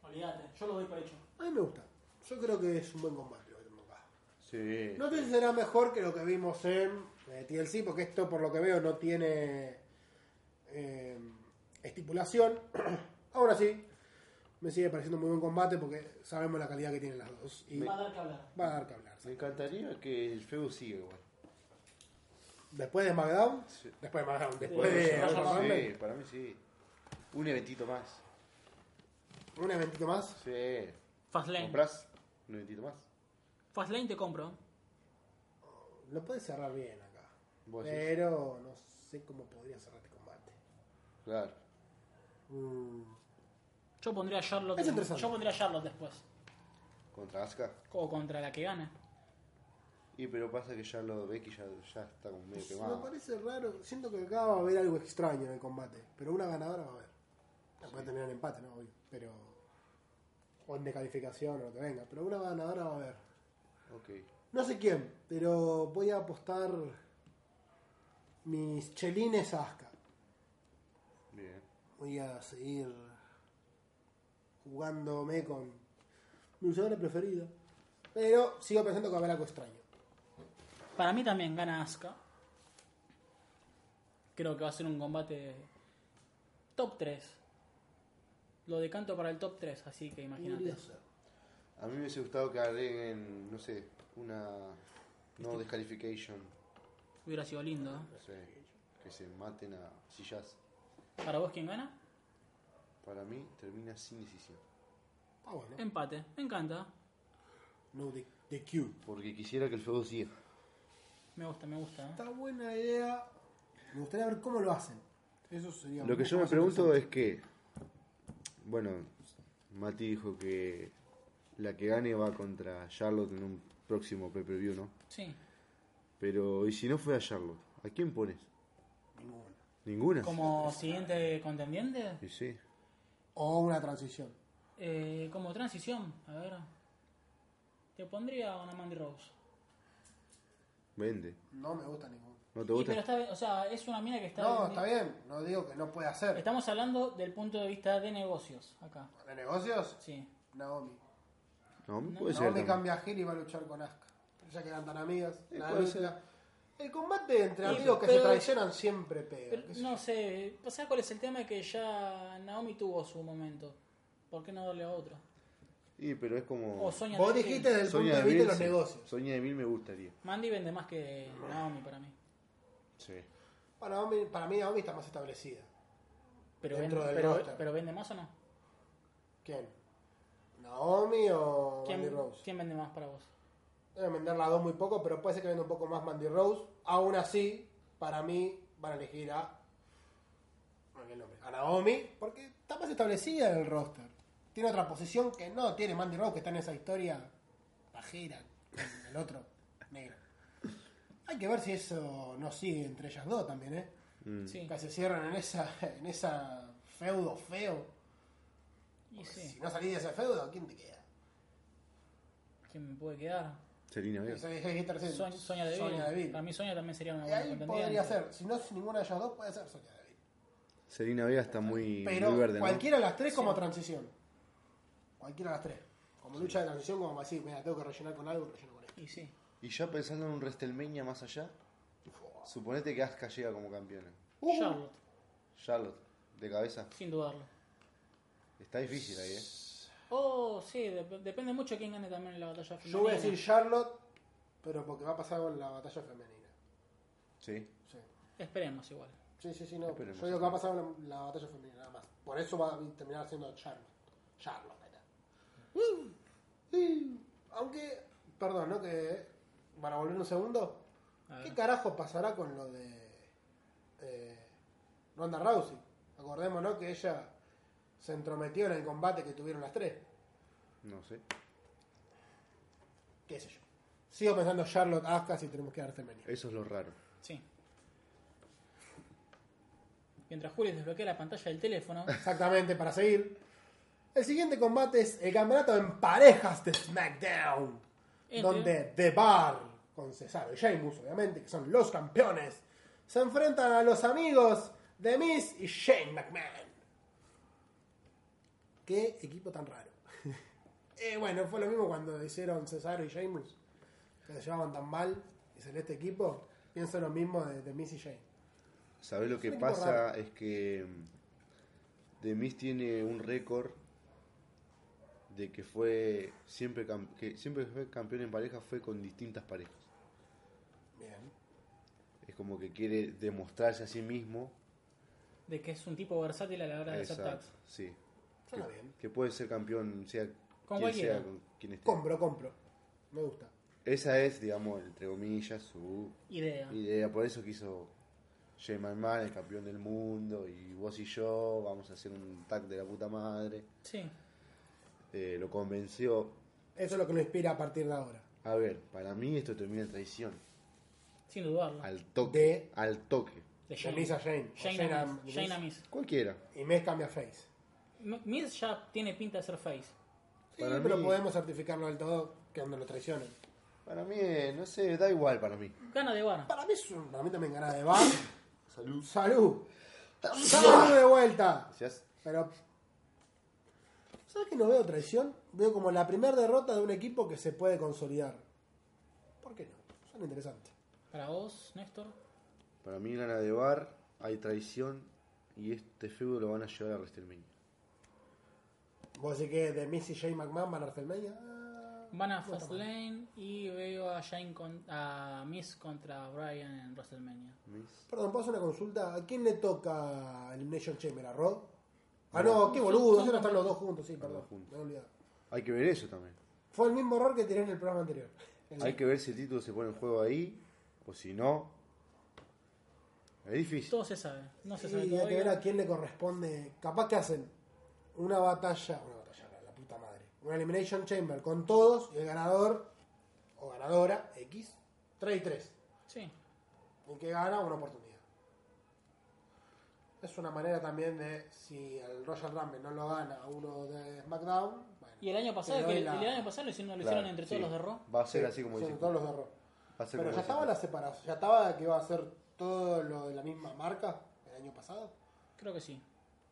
Speaker 2: Olvídate, yo lo doy por hecho.
Speaker 4: A mí me gusta. Yo creo que es un buen combate lo que tenemos acá.
Speaker 1: Sí.
Speaker 4: No sé si será mejor que lo que vimos en eh, TLC, porque esto, por lo que veo, no tiene eh, estipulación. Aún así, me sigue pareciendo muy buen combate porque sabemos la calidad que tienen las dos. Y
Speaker 2: Va a
Speaker 4: va
Speaker 2: dar que hablar.
Speaker 4: a dar que hablar.
Speaker 1: Me
Speaker 4: ¿sí?
Speaker 1: encantaría que el feudo siga igual.
Speaker 4: Después de SmackDown,
Speaker 1: Sí.
Speaker 4: después de SmackDown, después
Speaker 2: Bueno,
Speaker 4: de
Speaker 2: ya
Speaker 4: Royal
Speaker 2: no
Speaker 4: Rumble,
Speaker 1: sí, para mí sí. Un eventito más.
Speaker 4: un eventito más.
Speaker 1: Sí.
Speaker 2: Fastlane.
Speaker 1: ¿Comprás? Un eventito más.
Speaker 2: Fastlane te compro.
Speaker 4: Lo puedes cerrar bien acá.
Speaker 1: ¿Vos decís?
Speaker 4: Pero no sé cómo podría cerrar este combate.
Speaker 1: Claro.
Speaker 4: Mm,
Speaker 2: Yo pondría a Charlotte.
Speaker 4: Es interesante.
Speaker 2: Yo pondría a Charlotte después.
Speaker 1: Contra Asuka.
Speaker 2: O contra la que gana.
Speaker 1: Y pero pasa que ya lo Becky ya, ya está como medio
Speaker 4: Me
Speaker 1: quemado.
Speaker 4: parece raro. Siento que acá va a haber algo extraño en el combate. Pero una ganadora va a haber. La Puede terminar en empate, ¿no? Obvio. Pero. O en descalificación o lo que venga. Pero una ganadora va a haber.
Speaker 1: Ok.
Speaker 4: No sé quién, pero voy a apostar mis chelines a Aska.
Speaker 1: Bien.
Speaker 4: Voy a seguir jugándome con mi usuario preferido. Pero sigo pensando que va a haber algo extraño.
Speaker 2: Para mí también gana Asuka. Creo que va a ser un combate top 3. Lo decanto para el top 3, así que imagínate.
Speaker 4: Curioso.
Speaker 1: A mí me hubiese gustado que agreguen, no sé, una no descalification.
Speaker 2: Hubiera sido lindo. ¿eh?
Speaker 1: No sé. Que se maten a sillas.
Speaker 2: ¿eh? ¿Para vos quién gana?
Speaker 1: Para mí termina sin decisión.
Speaker 4: Ah, bueno.
Speaker 2: Empate. Me encanta.
Speaker 4: No, de, de Q.
Speaker 1: Porque quisiera que el feudo siga.
Speaker 2: Me gusta, me gusta. ¿eh?
Speaker 4: Está buena idea. Me gustaría ver cómo lo hacen. Eso sería
Speaker 1: Lo
Speaker 4: un
Speaker 1: que
Speaker 4: poco
Speaker 1: yo me
Speaker 4: más
Speaker 1: pregunto
Speaker 4: interesante.
Speaker 1: es que, bueno, Mati dijo que la que gane va contra Charlotte en un próximo pay-per-view, ¿no?
Speaker 2: Sí.
Speaker 1: Pero, ¿y si no fuera Charlotte? ¿A quién pones?
Speaker 4: Ninguno.
Speaker 1: ¿Ninguna?
Speaker 2: Como siguiente contendiente.
Speaker 1: Y sí.
Speaker 4: O una transición.
Speaker 2: Eh, como transición, a ver. Te pondría una Mandy Rose.
Speaker 1: Vende.
Speaker 4: No me gusta ninguno.
Speaker 1: ¿No te
Speaker 2: Y, pero
Speaker 1: gusta?
Speaker 2: está, o sea, es una mina que está.
Speaker 4: No, está bien. No digo que no pueda hacer.
Speaker 2: Estamos hablando del punto de vista de negocios acá.
Speaker 4: ¿De negocios?
Speaker 2: Sí.
Speaker 4: Naomi.
Speaker 1: No, puede ser.
Speaker 4: Naomi
Speaker 1: también.
Speaker 4: cambia a Gil y va a luchar con Asuka. Ya que eran tan amigas.
Speaker 1: Sí,
Speaker 4: la
Speaker 1: puede
Speaker 4: lucha.
Speaker 1: ser.
Speaker 4: El combate entre
Speaker 2: Sí,
Speaker 4: amigos que
Speaker 2: pero-
Speaker 4: se traicionan siempre pega.
Speaker 2: Pero,
Speaker 4: qué sé yo.
Speaker 2: no sé, ¿sabes cuál es el tema? Que ya Naomi tuvo su momento. ¿Por qué no darle a otro?
Speaker 1: Sí, pero es como...
Speaker 2: O Sonia
Speaker 4: Vos
Speaker 2: Deville.
Speaker 4: dijiste desde el punto
Speaker 1: Sonia
Speaker 4: de vista de
Speaker 1: Deville,
Speaker 4: los
Speaker 1: sí.
Speaker 4: negocios.
Speaker 1: Sonia Deville me gustaría.
Speaker 2: Mandy vende más que Naomi para mí.
Speaker 1: Sí.
Speaker 4: Para, Naomi- para mí Naomi está más establecida.
Speaker 2: Pero
Speaker 4: Dentro
Speaker 2: vende,
Speaker 4: del
Speaker 2: pero,
Speaker 4: roster.
Speaker 2: pero vende más o no?
Speaker 4: ¿Quién? ¿Naomi o Mandy
Speaker 2: ¿Quién,
Speaker 4: Rose?
Speaker 2: quién vende más para vos?
Speaker 4: Deben vender las dos muy poco, pero puede ser que venda un poco más Mandy Rose. Aún así, para mí, van a elegir a. no me olvidé el nombre, A Naomi, porque está más establecida en el roster. Tiene otra posición que no tiene Mandy Rose, que está en esa historia pajera con el otro negro. Hay que ver si eso no sigue entre ellas dos también, ¿eh?
Speaker 2: Sí.
Speaker 4: Que se cierran en esa, en esa feudo feo.
Speaker 2: Y
Speaker 4: Porque Si
Speaker 2: sí,
Speaker 4: no salís de ese feudo, ¿quién te queda?
Speaker 2: ¿quién me puede quedar?
Speaker 1: Serena Vega.
Speaker 4: Esa- esa- esa- esa-
Speaker 2: Sonia, Sonia Deville.
Speaker 4: Sonia Deville.
Speaker 2: Para mí Sonia también sería una
Speaker 4: Y
Speaker 2: buena
Speaker 4: ahí
Speaker 2: contendiente.
Speaker 4: podría ser. Si no es ninguna de ellas dos, puede ser Sonia Deville.
Speaker 1: Serena Vega está muy,
Speaker 4: Pero
Speaker 1: muy verde, ¿no?
Speaker 4: cualquiera de las tres como transición. Cualquiera de las tres. Como lucha de transición, como decir, mira, tengo que rellenar con algo, relleno con esto.
Speaker 2: Y sí.
Speaker 1: Y ya pensando en un WrestleMania más allá, suponete que Asuka llega como campeona.
Speaker 4: Uh,
Speaker 2: Charlotte,
Speaker 1: Charlotte, de cabeza.
Speaker 2: sin dudarlo.
Speaker 1: Está difícil ahí, ¿eh?
Speaker 2: Oh, sí, dep- depende mucho de quién gane también en la batalla femenina.
Speaker 4: yo voy a decir Charlotte, pero porque va a pasar con la batalla femenina.
Speaker 1: Sí.
Speaker 4: Sí,
Speaker 2: Esperemos igual.
Speaker 4: sí, sí, sí, no.
Speaker 1: Esperemos.
Speaker 4: Yo digo que va a pasar con la, la batalla femenina, nada más. Por eso va a terminar siendo Charlotte. Charlotte, ahí está. Uh, uh, Aunque, perdón, ¿no? Que para volver un segundo,
Speaker 2: A
Speaker 4: ¿qué
Speaker 2: ver.
Speaker 4: carajo pasará con lo de eh, Ronda Rousey? Acordémonos que ella se entrometió en el combate que tuvieron las tres.
Speaker 1: No sé.
Speaker 4: ¿Qué sé yo? Sigo pensando Charlotte Asuka si tenemos que dar femenina.
Speaker 1: Eso es lo raro.
Speaker 2: Sí. Mientras Julio desbloquea la pantalla del teléfono,
Speaker 4: Exactamente, para seguir. El siguiente combate es el campeonato en parejas de SmackDown.
Speaker 2: Entre-
Speaker 4: Donde The Bar, con Cesaro y Sheamus, obviamente, que son los campeones, se enfrentan a los amigos de Miss y Shane McMahon. Qué equipo tan raro. Eh, bueno, fue lo mismo cuando hicieron Cesaro y Sheamus, que se llevaban tan mal. Y en este equipo, pienso lo mismo de, de Miss y Shane.
Speaker 1: ¿Sabés lo que
Speaker 4: un equipo
Speaker 1: pasa?
Speaker 4: raro.
Speaker 1: Es que mm, The Miz tiene un récord de que fue siempre cam- que siempre que fue campeón en pareja fue con distintas parejas.
Speaker 4: Bien.
Speaker 1: Es como que quiere demostrarse a sí mismo.
Speaker 2: de que es un tipo versátil a la hora de hacer
Speaker 1: Exacto.
Speaker 2: tags.
Speaker 1: Sí.
Speaker 4: Suena bien.
Speaker 1: Que puede ser campeón sea
Speaker 2: Con
Speaker 1: quien
Speaker 2: cualquiera.
Speaker 1: sea, con quien esté.
Speaker 4: Compro, compro. Me gusta.
Speaker 1: Esa es, digamos, entre comillas, su
Speaker 2: Idea.
Speaker 1: idea. Por eso quiso Jay Man es campeón del mundo y vos y yo vamos a hacer un tag de la puta madre.
Speaker 2: Sí.
Speaker 1: Eh, lo convenció.
Speaker 4: Eso es lo que lo inspira a partir de ahora.
Speaker 1: A ver, para mí esto termina en traición.
Speaker 2: Sin dudarlo.
Speaker 1: Al toque.
Speaker 4: De-
Speaker 1: Al toque.
Speaker 2: De
Speaker 4: De Miz a Shane. o
Speaker 2: Shane
Speaker 4: Shane a
Speaker 2: Amis.
Speaker 4: Miz.
Speaker 2: Shane a Miz.
Speaker 1: Cualquiera.
Speaker 4: Y Miz cambia face.
Speaker 2: M- Miz ya tiene pinta de ser face.
Speaker 4: Sí,
Speaker 1: Para
Speaker 4: pero
Speaker 1: mí-
Speaker 4: podemos certificarlo del todo que cuando lo traicionen.
Speaker 1: Para mí, eh, no sé, da igual para mí.
Speaker 2: Gana de Guara.
Speaker 4: Para mí, es un- para mí también gana de bar.
Speaker 1: Salud.
Speaker 4: ¡Salud! ¡Salud de vuelta!
Speaker 1: Gracias.
Speaker 4: Pero. ¿Sabes que no veo traición? Veo como la primera derrota de un equipo que se puede consolidar. ¿Por qué no? Son interesantes.
Speaker 2: Para vos, Néstor.
Speaker 1: Para mí gana de bar, hay traición y este feudo lo van a llevar a WrestleMania.
Speaker 4: Vos decís que de Miss y Jay McMahon van a WrestleMania. Ah,
Speaker 2: Van a
Speaker 4: no está mal.
Speaker 2: Fastlane y veo a Shane con, a Miz contra Brian en WrestleMania.
Speaker 1: Miz.
Speaker 4: Perdón, paso una consulta. ¿A quién le toca Elimination Chamber? ¿A Rod? Ah, no, qué boludo. Eso están los dos juntos, sí, perdón.
Speaker 1: dos juntos.
Speaker 4: Me he olvidado.
Speaker 1: Hay que ver eso también.
Speaker 4: Fue el mismo error que tiré en el programa anterior. El-
Speaker 1: Hay que ver si el título se pone en juego ahí o si no. Es difícil.
Speaker 2: Todo se sabe. No se
Speaker 4: Sí,
Speaker 2: sabe
Speaker 4: hay que ver a
Speaker 2: todavía.
Speaker 4: quién le corresponde. Capaz que hacen una batalla, una batalla, la- la puta madre. Una Elimination Chamber con todos y el ganador o ganadora X, 3 y 3.
Speaker 2: Sí.
Speaker 4: El que gana, una oportunidad. Es una manera también de, si el Royal Rumble no lo gana a uno de SmackDown, bueno,
Speaker 2: Y el año
Speaker 4: Te
Speaker 2: pasado,
Speaker 4: doy
Speaker 2: que-
Speaker 4: la-
Speaker 2: el año pasado lo hicieron, lo
Speaker 1: Claro,
Speaker 2: hicieron entre todos
Speaker 1: sí.
Speaker 2: los de Raw.
Speaker 1: Va a ser
Speaker 4: sí,
Speaker 1: así como
Speaker 4: son
Speaker 1: dice.
Speaker 4: todos los de Raw.
Speaker 1: Va a ser como
Speaker 4: Pero ya
Speaker 1: dice.
Speaker 4: estaba la separación, ya estaba que iba a ser todo lo de la misma marca el año pasado.
Speaker 2: Creo que sí.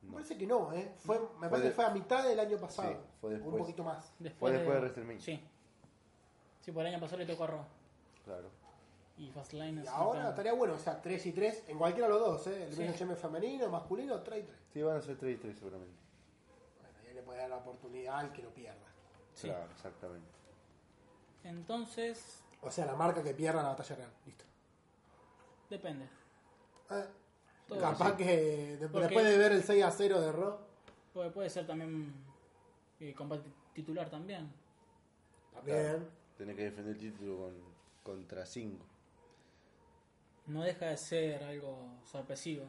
Speaker 4: Me parece que no, ¿eh? Fue, me
Speaker 1: Fue
Speaker 4: parece
Speaker 1: de-
Speaker 4: que fue a mitad del año pasado.
Speaker 1: Sí, fue
Speaker 4: o
Speaker 1: después.
Speaker 4: Un poquito más.
Speaker 1: Fue
Speaker 2: Después
Speaker 1: después de WrestleMania.
Speaker 2: Sí. Sí, por el año pasado le tocó a Raw.
Speaker 1: Claro.
Speaker 2: Y Fastlane
Speaker 4: Y
Speaker 2: es
Speaker 4: ahora
Speaker 2: campeón.
Speaker 4: estaría bueno, o sea, 3 y 3 en cualquiera de los dos, ¿eh? El
Speaker 2: Sí.
Speaker 4: mismo femenino, masculino, 3 y 3.
Speaker 1: Sí, van a ser 3 y 3 seguramente.
Speaker 4: Bueno, ya le puede dar la oportunidad al que lo pierda.
Speaker 2: Sí.
Speaker 1: Claro, exactamente.
Speaker 2: Entonces,
Speaker 4: O sea, la marca que pierda la batalla real. Listo.
Speaker 2: depende.
Speaker 4: Eh,
Speaker 2: Todo
Speaker 4: capaz que de-
Speaker 2: Porque-
Speaker 4: después de ver el 6 a 0 de Raw,
Speaker 2: Puede, puede ser también eh, combate titular también.
Speaker 4: también.
Speaker 1: Tenés que defender el título con, contra 5.
Speaker 2: No deja de ser algo sorpresivo.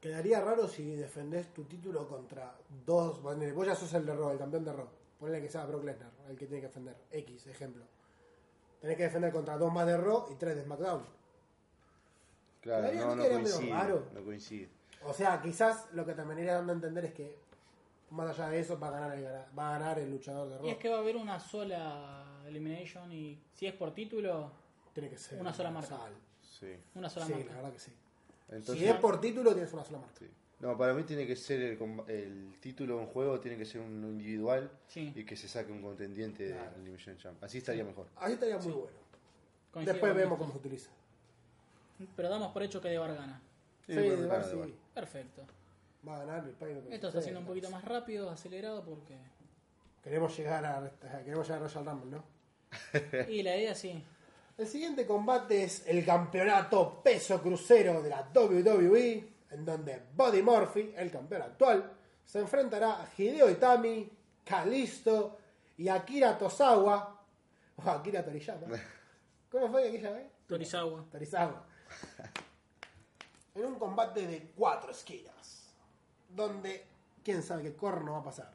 Speaker 4: Quedaría raro si defendés tu título contra dos. ponele, vos ya sos el de Raw, el campeón de Raw. Ponle que sea Brock Lesnar, el que tiene que defender. X, ejemplo. Tenés que defender contra dos más de Raw y tres de SmackDown.
Speaker 1: Claro,
Speaker 4: Daría
Speaker 1: no,
Speaker 4: que
Speaker 1: no
Speaker 4: era medio
Speaker 1: coincide.
Speaker 4: raro.
Speaker 1: No coincide.
Speaker 4: O sea, quizás lo que terminaría dando a entender es que más allá de eso va a ganar el, gana- va a ganar el luchador de Raw.
Speaker 2: Y es que va a haber una sola Elimination y si es por título,
Speaker 4: tiene que ser
Speaker 2: una sola marca.
Speaker 4: universal.
Speaker 1: Sí.
Speaker 2: una sola
Speaker 4: Sí, la
Speaker 2: marca.
Speaker 4: verdad que sí.
Speaker 1: Entonces,
Speaker 4: si es por título tienes una sola marca.
Speaker 1: sí. No, para mí tiene que ser el, comba- el título en juego, tiene que ser un individual
Speaker 2: Sí.
Speaker 1: y que se saque un contendiente del
Speaker 4: Claro.
Speaker 1: Elimination Champ. Así estaría mejor.
Speaker 4: Ahí estaría muy bueno.
Speaker 2: Coincido
Speaker 4: Después
Speaker 2: con
Speaker 4: vemos
Speaker 2: esto.
Speaker 4: cómo se utiliza.
Speaker 2: Pero damos por hecho que Debar gana.
Speaker 1: Sí,
Speaker 4: Sí,
Speaker 1: bueno,
Speaker 4: de
Speaker 1: nada,
Speaker 4: ver si
Speaker 1: bueno.
Speaker 2: Perfecto.
Speaker 4: va a ganar el país. lo que
Speaker 2: Esto
Speaker 4: sea.
Speaker 2: está siendo un poquito más rápido, acelerado, porque...
Speaker 4: Queremos llegar a, queremos llegar a Royal Rumble, ¿no?
Speaker 2: Y la idea sí.
Speaker 4: El siguiente combate es el campeonato peso crucero de la WWE, en donde Buddy Murphy, el campeón actual, se enfrentará a Hideo Itami, Kalisto y Akira Tozawa, o Akira Toriyama. ¿Cómo fue que aquella vez?
Speaker 2: Torizawa.
Speaker 4: Torizawa. En un combate de cuatro esquinas, donde quién sabe qué corno va a pasar.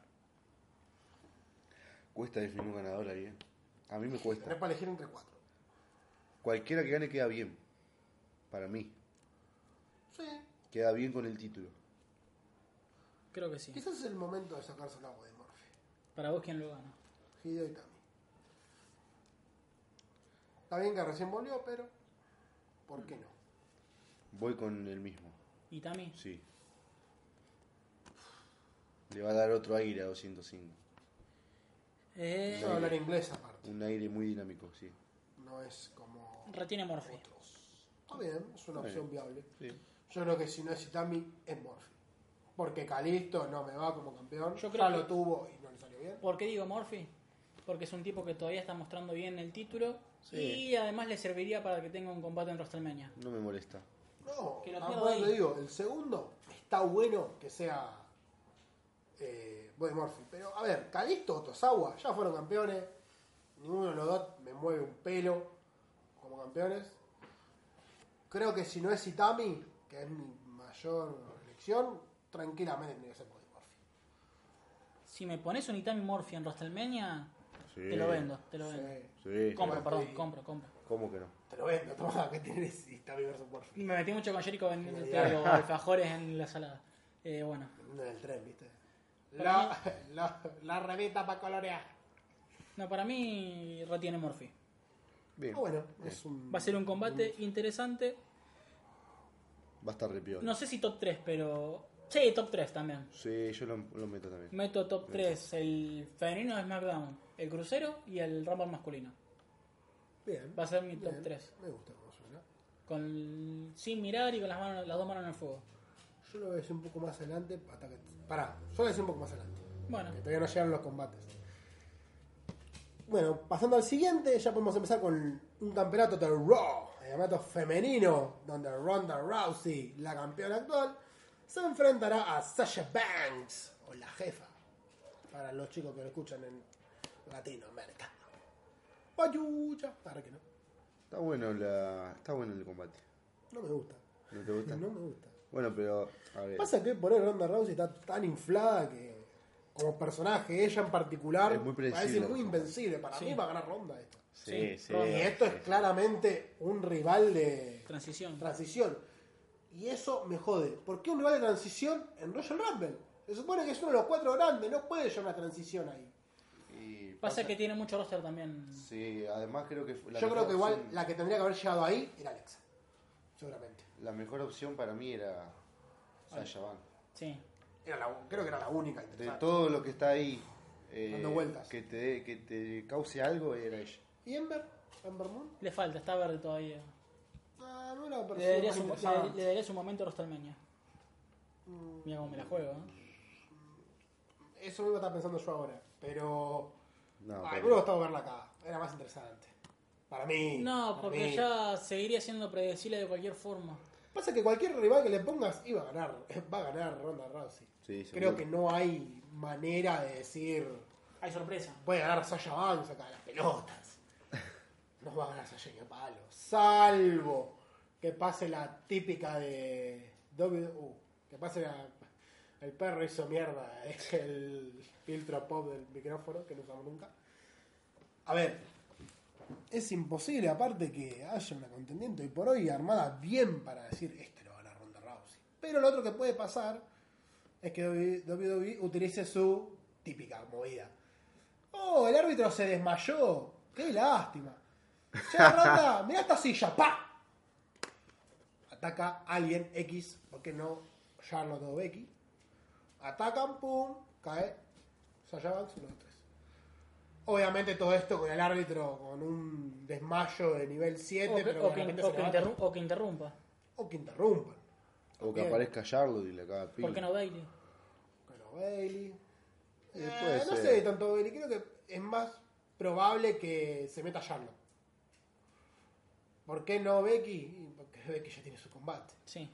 Speaker 1: Cuesta definir un ganador ahí. eh. A mí me
Speaker 4: Tenés
Speaker 1: cuesta.
Speaker 4: para elegir entre cuatro.
Speaker 1: Cualquiera que gane queda bien. Para mí.
Speaker 4: Sí,
Speaker 1: Queda bien con el título.
Speaker 2: Creo que sí.
Speaker 4: quizás es el momento de sacarse la Buddy Murphy.
Speaker 2: Para vos, ¿quién lo gana?
Speaker 4: Hideo Itami. Está bien que recién volvió, pero ¿por qué no?
Speaker 1: Voy con el mismo.
Speaker 2: Itami.
Speaker 1: Sí. Le va a dar otro aire a 205.
Speaker 2: Eh,
Speaker 4: Yo voy a hablar inglés aparte,
Speaker 1: Un aire muy dinámico, sí.
Speaker 4: no es como
Speaker 2: Retiene Morphy.
Speaker 4: otros. Está bien, es una opción viable.
Speaker 1: Sí.
Speaker 4: Yo creo que si no es Itami, es Morphy. Porque Calisto no me va como campeón.
Speaker 2: Yo
Speaker 4: Yo
Speaker 2: creo
Speaker 4: creo
Speaker 2: que-
Speaker 4: lo tuvo y no le salió bien.
Speaker 2: ¿Por qué digo Morphy? Porque es un tipo que todavía está mostrando bien el título
Speaker 1: Sí.
Speaker 2: y además le serviría para que tenga un combate en WrestleMania.
Speaker 1: No me molesta.
Speaker 4: No,
Speaker 2: Que lo
Speaker 4: ah,
Speaker 2: pierda
Speaker 4: bueno,
Speaker 2: ahí.
Speaker 4: te digo, el segundo está bueno que sea eh, Buddy Murphy. Pero a ver, Calisto o Tosawa ya fueron campeones. Ninguno de los dos me mueve un pelo como campeones. Creo que si no es Itami, que es mi mayor elección, tranquilamente tendría que ser Cody Murphy.
Speaker 2: Si me pones un Itami Morphy en WrestleMania,
Speaker 1: Sí.
Speaker 2: te lo vendo, te lo vendo.
Speaker 4: Sí.
Speaker 1: Sí.
Speaker 2: Compro,
Speaker 4: sí.
Speaker 2: perdón, compro, compro.
Speaker 1: ¿Cómo que no?
Speaker 4: Te lo vendo, toma, que tienes Itami versus Murphy.
Speaker 2: Me metí mucho con Jericho vendiendo alfajores en la salada. Eh, bueno,
Speaker 4: No en el tren, viste. La, la, la remeta para colorear.
Speaker 2: no, para mí retiene Morphy.
Speaker 1: Bien.
Speaker 4: Ah, bueno, es un.
Speaker 2: Va a ser un combate
Speaker 1: Mm.
Speaker 2: interesante.
Speaker 1: Va a estar re piola.
Speaker 2: No sé si top 3, pero. Sí, top 3 también.
Speaker 1: Sí, yo lo, lo meto también.
Speaker 2: Meto top 3 el femenino de SmackDown, el crucero y el Rumble masculino.
Speaker 4: Bien.
Speaker 2: Va a ser mi top
Speaker 4: bien.
Speaker 2: 3.
Speaker 4: Me gusta cómo suena.
Speaker 2: Con, sin mirar y con las, manos, las dos manos en el fuego.
Speaker 4: Yo lo voy a decir un poco más adelante. Hasta que... Pará, yo lo voy a decir un poco más adelante.
Speaker 2: Bueno,
Speaker 4: Que todavía no llegaron los combates. Bueno, pasando al siguiente, ya podemos empezar con un campeonato de Raw, el campeonato femenino, donde Ronda Rousey, la campeona actual, se enfrentará a Sasha Banks, o la jefa, para los chicos que lo escuchan en Latinoamérica. Payucha, ahora que no,
Speaker 1: Está bueno, la, está bueno el combate.
Speaker 4: no me gusta.
Speaker 1: ¿No te gusta?
Speaker 4: No me gusta.
Speaker 1: Bueno, pero. A ver.
Speaker 4: Pasa que por ahí Ronda Rousey está tan inflada que como personaje, ella en particular,
Speaker 1: Es muy
Speaker 4: parece
Speaker 1: predecible.
Speaker 4: muy invencible. Para
Speaker 2: Sí.
Speaker 4: mí va a ganar Ronda esto.
Speaker 2: Sí, sí.
Speaker 4: Y esto es claramente un rival de
Speaker 2: transición.
Speaker 4: transición. Y eso me jode. ¿Por qué un rival de transición en Royal Rumble? Se supone que es uno de los cuatro grandes, no puede llevar una transición ahí.
Speaker 1: Y
Speaker 2: Pasa que tiene mucho roster también.
Speaker 1: Sí, además creo que. fue- la
Speaker 4: Yo
Speaker 1: mejor
Speaker 4: creo que igual
Speaker 1: opción-
Speaker 4: la que tendría que haber llegado ahí era Alexa. Seguramente.
Speaker 1: La mejor opción para mí era. Sasha Banks.
Speaker 2: Sí.
Speaker 4: Era la- creo que era la única.
Speaker 1: De
Speaker 4: interesante.
Speaker 1: todo lo que está ahí. eh,
Speaker 4: Dando vueltas.
Speaker 1: Que te, dé- que te cause algo era ella.
Speaker 4: ¿Y Ember? ¿Ember Moon?
Speaker 2: Le falta, está verde todavía.
Speaker 4: Ah, no era una
Speaker 2: Le
Speaker 4: persona
Speaker 2: daría,
Speaker 4: más
Speaker 2: su, le,
Speaker 4: interesante.
Speaker 2: le daría su momento a WrestleMania. Mira cómo me la juego, ¿eh?
Speaker 4: Eso mismo estaba pensando yo ahora. Pero.
Speaker 1: No,
Speaker 4: Ay,
Speaker 1: porque-
Speaker 4: me hubiera gustado verla acá. Era más interesante. Para mí.
Speaker 2: No,
Speaker 4: para
Speaker 2: porque
Speaker 4: mí.
Speaker 2: ya seguiría siendo predecible de cualquier forma.
Speaker 4: Pasa que cualquier rival que le pongas iba a ganar. Va a ganar Ronda Rousey.
Speaker 1: Sí,
Speaker 4: Creo
Speaker 1: seguro.
Speaker 4: que no hay manera de decir.
Speaker 2: Hay sorpresa.
Speaker 4: Puede ganar Sasha Banks acá, las pelotas. No va a ganar Sasha ni a palo. Salvo que pase la típica de. W. Que pase la. El perro hizo mierda. Es el filtro pop del micrófono que no usamos nunca. A ver. Es imposible, aparte, que haya una contendiente hoy por hoy armada bien para decir este lo va a ganar Ronda Rousey. Pero lo otro que puede pasar es que WWE utilice su típica movida. Oh, el árbitro se desmayó. Qué lástima. Che, Ronda, mirá esta silla. ¡Pa! Ataca alguien X, porque no Charlotte o Becky. Atacan, pum, cae. Sasha Banks, uno de tres. Obviamente todo esto con el árbitro, con un desmayo de nivel 7,
Speaker 2: O que,
Speaker 4: pero
Speaker 2: o que-
Speaker 4: obviamente
Speaker 2: o
Speaker 4: se
Speaker 2: que
Speaker 4: levanta.
Speaker 2: interru- o que interrumpa.
Speaker 4: O que interrumpan.
Speaker 1: O que
Speaker 4: Bien.
Speaker 1: aparezca Charlotte y le caga
Speaker 2: ¿Por qué
Speaker 1: pila.
Speaker 2: no Bailey?
Speaker 4: Bueno, Bailey.
Speaker 1: Eh, puede
Speaker 4: no
Speaker 1: ser.
Speaker 4: sé de tanto Bailey, creo que es más probable que se meta Charlotte. ¿Por qué no Becky? Y Porque Becky ya tiene su combate.
Speaker 2: Sí.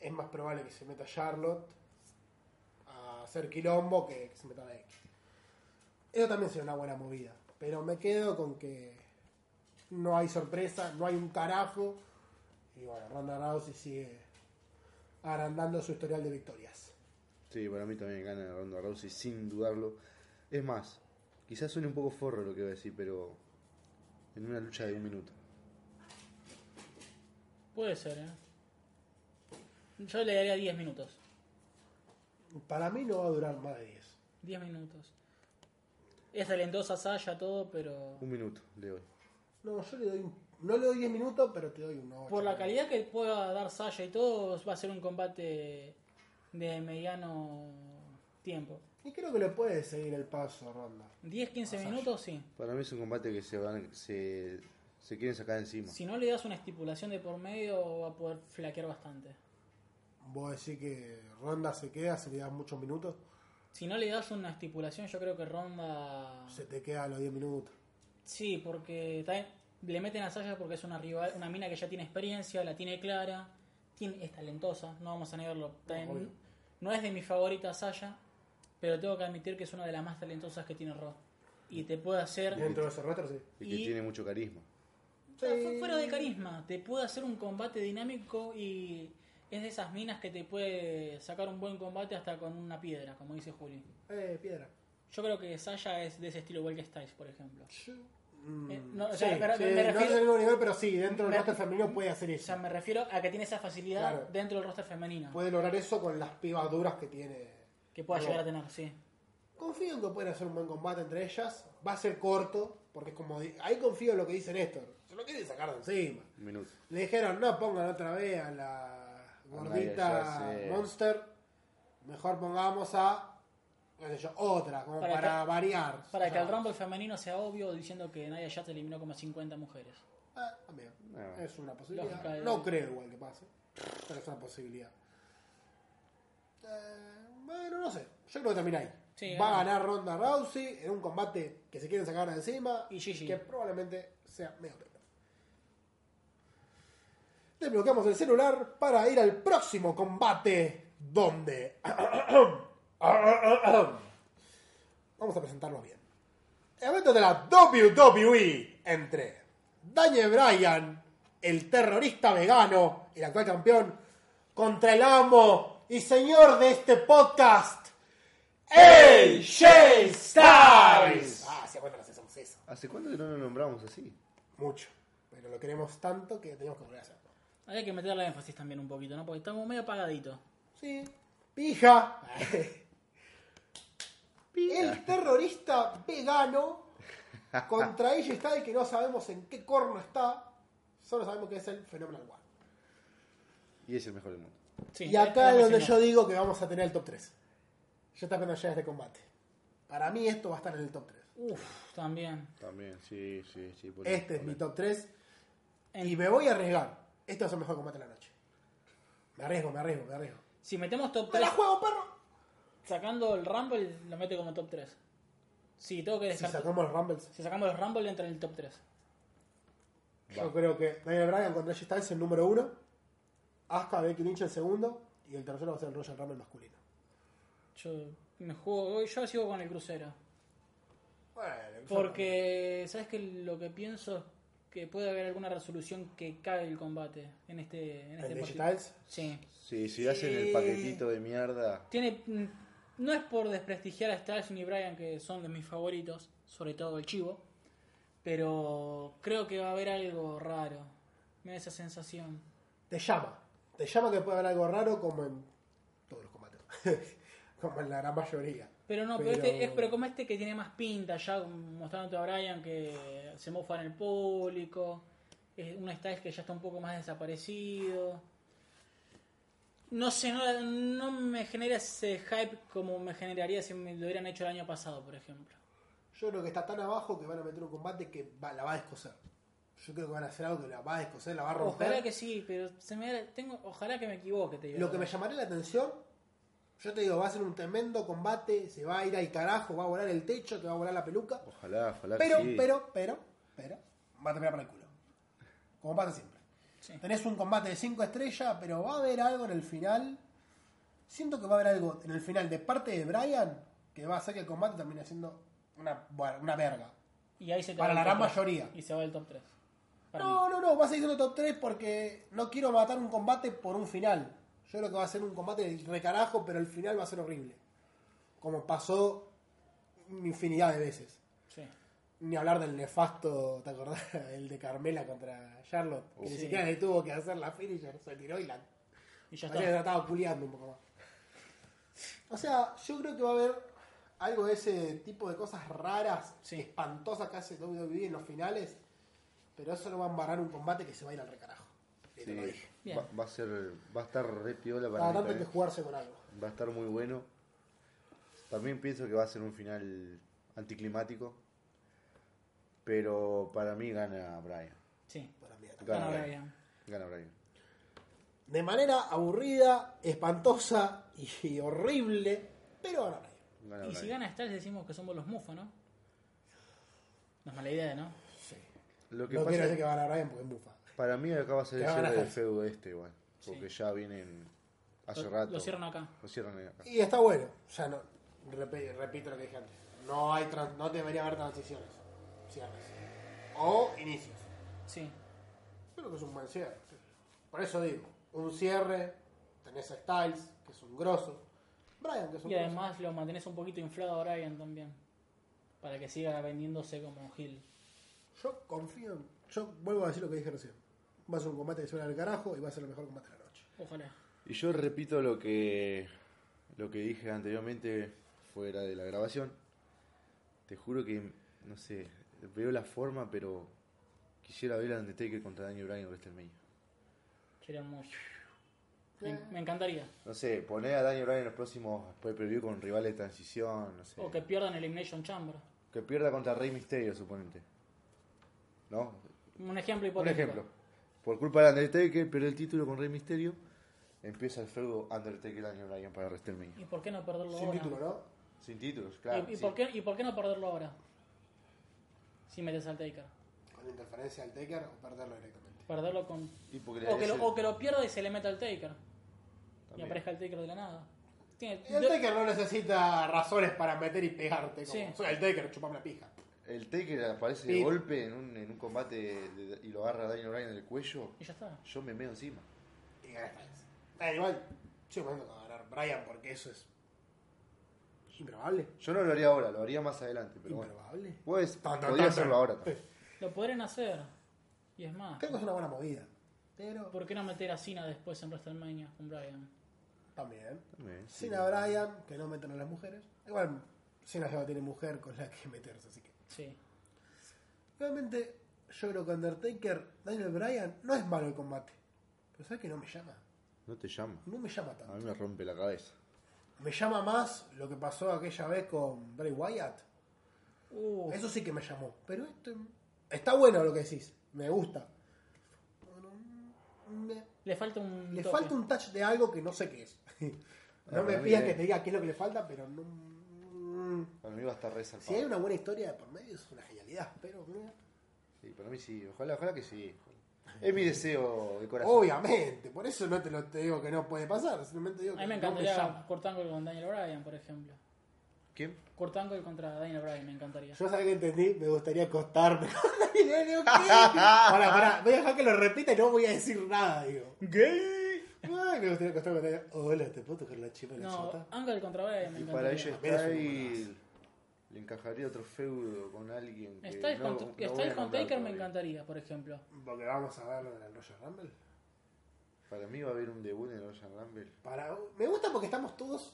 Speaker 4: Es más probable que se meta Charlotte a hacer quilombo que, que se meta Becky. Eso también sería una buena movida. Pero me quedo con que no hay sorpresa, no hay un carajo. Y bueno, Ronda Rousey sigue agrandando su historial de victorias.
Speaker 1: Sí, para mí también gana Ronda Rousey, sin dudarlo. Es más, quizás suene un poco forro lo que voy a decir, pero. En una lucha de un minuto.
Speaker 2: Puede ser, ¿eh? Yo le daría 10 minutos.
Speaker 4: Para mí no va a durar más de 10.
Speaker 2: 10 minutos. Es talentosa Sasha, todo, pero.
Speaker 1: Un minuto le doy.
Speaker 4: No, yo le doy. un- No le doy 10 minutos, pero te doy un 8.
Speaker 2: Por la calidad que pueda dar Sasha y todo, va a ser un combate de mediano tiempo.
Speaker 4: Y creo que le puede seguir el paso a Ronda.
Speaker 2: 10, 15 minutos, sí.
Speaker 1: Para mí es un combate que se van. Se, se quieren sacar encima.
Speaker 2: Si no le das una estipulación de por medio, va a poder flaquear bastante.
Speaker 4: ¿Vos decís que Ronda se queda si le das muchos minutos?
Speaker 2: Si no le das una estipulación, yo creo que Ronda.
Speaker 4: Se te queda a los 10 minutos.
Speaker 2: Sí, porque también le meten a Sasha porque es una rival, una mina que ya tiene experiencia, la tiene clara, tiene, es talentosa, no vamos a negarlo. También
Speaker 4: obvio.
Speaker 2: no es de mis favoritas Sasha, pero tengo que admitir que es una de las más talentosas que tiene Raw. Y te puede hacer
Speaker 4: Dentro de ese rostro, sí.
Speaker 1: Y que
Speaker 2: Y-
Speaker 1: tiene mucho carisma.
Speaker 2: Fue fuera de carisma, te puede hacer un combate dinámico y es de esas minas que te puede sacar un buen combate hasta con una piedra, como dice Juli.
Speaker 4: Eh, piedra.
Speaker 2: Yo creo que Sasha es de ese estilo, igual que Styles, por ejemplo.
Speaker 4: Mm,
Speaker 2: Eh, no, o
Speaker 4: sí,
Speaker 2: sea, pero
Speaker 4: sí,
Speaker 2: me- me
Speaker 4: no es
Speaker 2: refiero-
Speaker 4: el mismo nivel, pero sí, dentro del
Speaker 2: Me-
Speaker 4: roster femenino puede hacer
Speaker 2: O
Speaker 4: eso.
Speaker 2: sea, me refiero a que tiene esa facilidad
Speaker 4: Claro.
Speaker 2: dentro del roster femenino
Speaker 4: Puede lograr eso con las pibas duras que tiene.
Speaker 2: que pueda
Speaker 4: No.
Speaker 2: llegar a tener, sí.
Speaker 4: Confío en que pueden hacer un buen combate entre ellas. Va a ser corto, porque es como. di- Ahí confío en lo que dice Néstor. Se lo quieren sacar de encima.
Speaker 1: Un minuto.
Speaker 4: Le dijeron, no pongan otra vez a la gordita
Speaker 1: Naya, ya sé.
Speaker 4: Monster. Mejor pongamos a. qué sé yo, otra, como
Speaker 2: Para
Speaker 4: para,
Speaker 2: que-
Speaker 4: variar.
Speaker 2: Para que el
Speaker 4: rombo
Speaker 2: Rumble femenino sea obvio diciendo que Naya Jax eliminó como a 50 mujeres.
Speaker 4: Ah, también.
Speaker 1: No.
Speaker 4: Es una posibilidad.
Speaker 2: Lógica, eh.
Speaker 4: no creo igual que pase, pero es una posibilidad. Eh, bueno, no sé. Yo creo que termina ahí.
Speaker 2: Sí, eh.
Speaker 4: Va a
Speaker 2: gana.
Speaker 4: ganar Ronda Rousey en un combate que se quieren sacar de encima
Speaker 2: Y Gigi.
Speaker 4: que probablemente sea medio peor. Desbloqueamos el celular para ir al próximo combate donde... Vamos a presentarnos bien. El evento de la WWE entre Daniel Bryan, el terrorista vegano, el actual campeón, contra el amo y señor de este podcast, AJ Styles. Ah, sí, bueno, hacemos eso.
Speaker 1: ¿Hace cuánto que no lo nombramos así?
Speaker 4: Mucho. Pero lo queremos tanto que tenemos que volver a hacerlo.
Speaker 2: Habría que meterle énfasis también un poquito, ¿no? Porque estamos medio apagaditos.
Speaker 4: Sí. Pija. El terrorista vegano contra AJ Styles que no sabemos en qué corno está. Solo sabemos que es el Phenomenal One.
Speaker 1: Y es el mejor del mundo.
Speaker 2: Sí,
Speaker 4: Y acá
Speaker 2: eh,
Speaker 4: es donde
Speaker 2: sí,
Speaker 4: yo
Speaker 2: no.
Speaker 4: digo que vamos a tener el top 3. Yo está cuando llega este combate. Para mí esto va a estar en el top 3.
Speaker 2: Uf, también.
Speaker 1: También, sí, sí, sí. por-
Speaker 4: Este es
Speaker 1: por-
Speaker 4: mi top 3.
Speaker 2: En-
Speaker 4: Y me voy a arriesgar. Este es el mejor combate de la noche. Me arriesgo, me arriesgo, me arriesgo.
Speaker 2: Si metemos top
Speaker 4: ¡Me
Speaker 2: 3,
Speaker 4: la juego, perro!
Speaker 2: sacando el Rumble, lo mete como top 3. Sí, tengo que
Speaker 4: Si
Speaker 2: descartar.
Speaker 4: sacamos los Rumbles.
Speaker 2: Si sacamos los Rumble, entra en el top 3.
Speaker 1: Va.
Speaker 4: Yo creo que Daniel Bryan contra Styles es el número uno. Asuka Becky Lynch el segundo. Y el tercero va a ser el Royal Rumble masculino.
Speaker 2: Yo me juego, yo sigo con el crucero.
Speaker 4: Bueno,
Speaker 2: Porque, ¿sabes que Lo que pienso es que puede haber alguna resolución que cae el combate en este, en
Speaker 4: ¿El
Speaker 2: este
Speaker 4: de AJ
Speaker 2: partido.
Speaker 4: Styles?
Speaker 2: Sí.
Speaker 1: Sí, si hacen el paquetito de mierda.
Speaker 2: Tiene, mm, no es por desprestigiar a Styles ni Bryan, que son de mis favoritos, sobre todo el chivo, pero creo que va a haber algo raro. Me da esa sensación.
Speaker 4: te llama. Te llama que puede haber algo raro como en todos los combates. como en la gran mayoría.
Speaker 2: Pero no, pero, este es pero como este que tiene más pinta, ya mostrándote a Bryan que se mofa en el público, es un Styles que ya está un poco más desaparecido. No sé, no, no me genera ese hype como me generaría si me lo hubieran hecho el año pasado, por ejemplo.
Speaker 4: Yo creo que está tan abajo que van a meter un combate que va- la va a descoser. Yo creo que van a hacer algo que la va a descoser, la va a romper.
Speaker 2: Ojalá que sí, pero se me da- tengo, ojalá que me equivoque, te digo.
Speaker 4: Lo que me llamará la atención, yo te digo, va a ser un tremendo combate, se va a ir al carajo, va a volar el techo, te va a volar la peluca.
Speaker 1: Ojalá, ojalá que
Speaker 4: Pero,
Speaker 1: sí.
Speaker 4: pero, pero, pero, va a terminar para el culo. Como pasa siempre.
Speaker 2: Sí.
Speaker 4: Tenés un combate de 5 estrellas, pero va a haber algo en el final. Siento que va a haber algo en el final de parte de Brian que va a hacer que el combate termine siendo una, bueno, una verga.
Speaker 2: Y ahí se te
Speaker 4: Para
Speaker 2: va
Speaker 4: la
Speaker 2: el
Speaker 4: gran
Speaker 2: top tres.
Speaker 4: mayoría.
Speaker 2: Y se va el top 3.
Speaker 4: No, no, no, va a seguir siendo top 3 porque no quiero matar un combate por un final. Yo creo que va a ser un combate del recarajo, pero el final va a ser horrible. Como pasó infinidad de veces.
Speaker 2: Sí.
Speaker 4: Ni hablar del nefasto, ¿te acordás? El de Carmela contra Charlotte. Que ni
Speaker 2: Sí.
Speaker 4: siquiera le tuvo que hacer la finisher, se tiró y la.
Speaker 2: Y
Speaker 4: parecía
Speaker 2: ya
Speaker 4: que la
Speaker 2: está.
Speaker 4: estaba puliando un poco más. O sea, yo creo que va a haber algo de ese tipo de cosas raras,
Speaker 2: Sí.
Speaker 4: espantosas que hace WWE en los finales. Pero eso no va a embarrar un combate que se va a ir al recarajo. Y te lo
Speaker 1: Sí,
Speaker 4: dije.
Speaker 2: Bien.
Speaker 1: va, va a ser, va a estar re piola para
Speaker 4: Cada
Speaker 1: mí
Speaker 4: tanto hay que
Speaker 1: también.
Speaker 4: jugarse con algo.
Speaker 1: Va a estar muy bueno. También pienso que va a ser un final anticlimático. Pero para mí gana Brian.
Speaker 2: Sí.
Speaker 4: Para mí, acá.
Speaker 1: Gana
Speaker 2: Gana
Speaker 1: Brian.
Speaker 2: Bryan.
Speaker 1: Gana Brian.
Speaker 4: De manera aburrida, espantosa y horrible, pero ahora
Speaker 1: Gana
Speaker 2: Y si
Speaker 1: Bryan.
Speaker 2: gana Styles decimos que somos los mufos, ¿no? No es mala idea, ¿no?
Speaker 4: Sí.
Speaker 1: Lo que
Speaker 4: No
Speaker 1: pasa
Speaker 4: quiero
Speaker 1: es
Speaker 4: decir que van a Brian porque es mufa.
Speaker 1: para mí acá va a ser
Speaker 4: que
Speaker 1: el
Speaker 4: va a
Speaker 1: cierre
Speaker 4: ganar.
Speaker 1: del feudo este igual. Porque ya vienen hace
Speaker 2: Lo-
Speaker 1: rato.
Speaker 2: lo cierran acá.
Speaker 1: Lo cierran acá.
Speaker 4: Y está bueno. Ya no. repe- repito lo que dije antes. No hay tran- no debería haber transiciones. Cierres. O inicios.
Speaker 2: Sí.
Speaker 4: Creo que es un buen cierre. Por eso digo, un cierre, tenés a Styles, que es un grosso, Brian, que es un
Speaker 2: Y
Speaker 4: grosso.
Speaker 2: además lo mantenés un poquito inflado a Brian también. Para que siga vendiéndose como un heel.
Speaker 4: Yo confío en... Yo vuelvo a decir lo que dije recién. Va a ser un combate que se va al carajo y va a ser el mejor combate de la noche.
Speaker 2: Ojalá.
Speaker 1: Y yo repito lo que lo que dije anteriormente fuera de la grabación. Te juro que no sé, veo la forma, pero quisiera ver a Undertaker contra Daniel Bryan en WrestleMania.
Speaker 2: Sería muy... Me, me encantaría.
Speaker 1: No sé, poner a Daniel Bryan en los próximos pay-per-view con rivales de transición, no sé.
Speaker 2: O que pierdan Elimination Chamber.
Speaker 1: Que pierda contra Rey Mysterio, suponente. ¿No?
Speaker 2: Un ejemplo
Speaker 1: Un
Speaker 2: hipotético.
Speaker 1: ejemplo. Por culpa de Undertaker, pierde el título con Rey Mysterio. Empieza el feudo Undertaker Daniel Bryan para WrestleMania.
Speaker 2: ¿Y por qué no perderlo
Speaker 4: Sin
Speaker 2: ahora?
Speaker 4: título, ¿no?
Speaker 1: Sin títulos,
Speaker 2: ¿Y-
Speaker 1: claro.
Speaker 2: ¿Y,
Speaker 1: sí.
Speaker 2: por qué, ¿Y por qué no perderlo ahora? Si metes al Taker.
Speaker 4: Con interferencia al Taker o perderlo directamente.
Speaker 2: Perderlo con.
Speaker 1: Y porque le
Speaker 2: O que,
Speaker 1: hace-
Speaker 2: lo, o que lo pierda y se le meta al Taker. Y
Speaker 1: También.
Speaker 2: aparezca el Taker de la nada. Tiene-
Speaker 4: El
Speaker 2: de-
Speaker 4: Taker no necesita razones para meter y pegarte. Como,
Speaker 2: Sí.
Speaker 4: Soy el Taker, chupame la pija.
Speaker 1: El Taker aparece de
Speaker 4: Sí.
Speaker 1: golpe en un, en un combate de- y lo agarra a Daniel Bryan del cuello.
Speaker 2: Y ya está.
Speaker 1: Yo me meo encima.
Speaker 4: Y ganas Styles. Da igual, sigo pensando que va a ganar Brian porque eso es improbable.
Speaker 1: Yo no lo haría ahora, lo haría más adelante, pero bueno.
Speaker 4: Improbable.
Speaker 1: Pues
Speaker 4: Tan, tan,
Speaker 1: podía
Speaker 4: tan,
Speaker 1: hacerlo
Speaker 4: tan.
Speaker 1: ahora también.
Speaker 2: Lo podrían hacer. Y es más.
Speaker 4: Creo que es una buena movida. Pero
Speaker 2: ¿Por qué no meter a Cena después en WrestleMania con Brian?
Speaker 4: también.
Speaker 1: También, sí.
Speaker 4: Sin a Brian, que no meten a las mujeres. Igual, Cena ya no tiene mujer con la que meterse, así que.
Speaker 2: Sí.
Speaker 4: Realmente, yo creo que Undertaker, Daniel Bryan, no es malo el combate. Pero ¿sabes que no me llama?
Speaker 1: No te llama.
Speaker 4: No me llama
Speaker 1: A
Speaker 4: tanto.
Speaker 1: mí me rompe la cabeza.
Speaker 4: Me llama más lo que pasó aquella vez con Bray Wyatt.
Speaker 2: Uh,
Speaker 4: Eso sí que me llamó. Pero esto. em, Está bueno lo que decís. Me gusta. Bueno, me-
Speaker 2: le falta un.
Speaker 4: le
Speaker 2: toque.
Speaker 4: falta un touch de algo que no sé qué es.
Speaker 1: Ah,
Speaker 4: no me
Speaker 1: para mí
Speaker 4: pidas
Speaker 1: es-
Speaker 4: que te diga qué es lo que le falta, pero no.
Speaker 1: A mí va a estar rezando.
Speaker 4: Si hay una buena historia de por medio, es una genialidad. Pero. mm, mira,
Speaker 1: Sí, para mí sí. Ojalá, ojalá que sí. Es mi deseo de corazón.
Speaker 4: Obviamente, por eso no te lo te digo que no puede pasar. Simplemente digo
Speaker 2: A
Speaker 4: que
Speaker 2: mí me
Speaker 4: no
Speaker 2: encantaría
Speaker 4: llama.
Speaker 2: Cortangle con Daniel Bryan, por ejemplo.
Speaker 1: ¿Quién?
Speaker 2: Cortangle contra Daniel Bryan, me encantaría.
Speaker 4: Yo sabía que entendí, me gustaría acostarme. Y le digo, ¿qué? Pará, pará, voy a dejar que lo repita y no voy a decir nada, digo.
Speaker 2: ¿Gay?
Speaker 4: Ay, me gustaría acostarme con ella. Hola, ¿te puedo tocar la chiva de la
Speaker 2: No,
Speaker 4: chota?
Speaker 2: Angle contra Bryan, me
Speaker 1: Y para
Speaker 2: encantaría.
Speaker 1: ella
Speaker 4: Mira, es un
Speaker 1: Styles le encajaría otro feudo con alguien que
Speaker 2: Styles
Speaker 1: no,
Speaker 2: con,
Speaker 1: no voy a
Speaker 2: Styles con
Speaker 1: nombrar
Speaker 2: Taker me
Speaker 1: todavía.
Speaker 2: encantaría, por ejemplo.
Speaker 4: Porque vamos a verlo en el Royal Rumble.
Speaker 1: Para mí va a haber un debut en Royal Rumble.
Speaker 4: Para... Me gusta porque estamos todos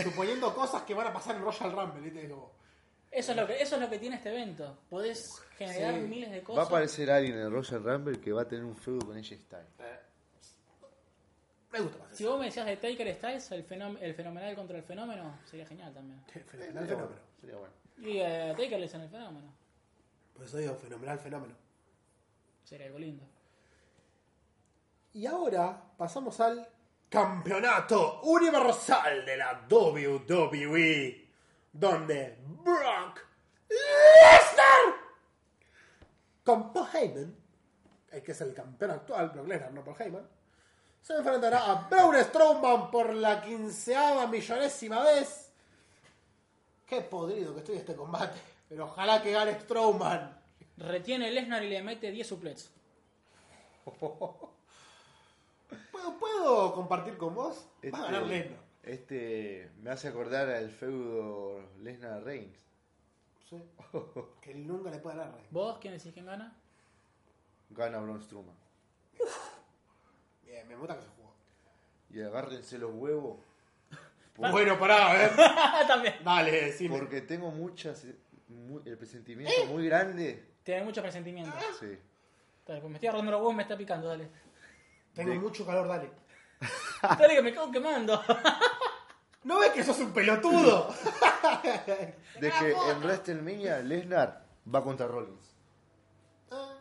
Speaker 4: suponiendo cosas que van a pasar en Royal Rumble. ¿viste? Como,
Speaker 2: Eso es lo que, eso es lo que tiene este evento. Podés generar
Speaker 4: Sí.
Speaker 2: miles de
Speaker 1: Va a
Speaker 2: cosas.
Speaker 1: aparecer alguien en el Royal Rumble que va a tener un feudo con ella Styles.
Speaker 4: eh, me gusta más
Speaker 2: Si
Speaker 4: eso.
Speaker 2: vos me decías de Taker Styles, el, fenom- el fenomenal contra el fenómeno, sería genial también.
Speaker 4: Fenomenal fenómeno.
Speaker 1: Sería bueno.
Speaker 2: Y eh, a Taker le dicen el fenómeno.
Speaker 4: Por eso digo, fenomenal fenómeno.
Speaker 2: Sería algo lindo.
Speaker 4: Y ahora pasamos al campeonato universal de la WWE, donde Brock Lesnar con Paul Heyman, el que es el campeón actual, Brock Lesnar, no Paul Heyman, se enfrentará a Braun Strowman por la quinceava millonésima vez. Qué podrido que estoy de este combate, pero ojalá que gane Strowman.
Speaker 2: Retiene Lesnar y le mete 10 suplets.
Speaker 4: ¿Puedo, puedo compartir con vos? Va a ganar Lesnar.
Speaker 1: este me hace acordar al feudo Lesnar Reigns.
Speaker 4: Sí. que él nunca le puede ganar a Reigns.
Speaker 2: ¿Vos quién decís quién gana?
Speaker 1: Gana Braun Strowman.
Speaker 4: Bien, me gusta que se jugó.
Speaker 1: Y agárrense los huevos. por-
Speaker 4: Bueno, pará, a ver.
Speaker 2: también.
Speaker 4: Dale, decime.
Speaker 1: porque tengo muchas eh, mu- el presentimiento muy grande.
Speaker 2: Tiene muchos presentimientos.
Speaker 1: Sí.
Speaker 2: Dale, pues me estoy agarrando los huevos, me está picando, dale.
Speaker 4: Tengo
Speaker 1: de-
Speaker 4: mucho calor, dale.
Speaker 2: Dale que me cago quemando.
Speaker 4: ¿No ves que sos un pelotudo?
Speaker 1: De que en WrestleMania Lesnar va contra Rollins.
Speaker 4: Ah,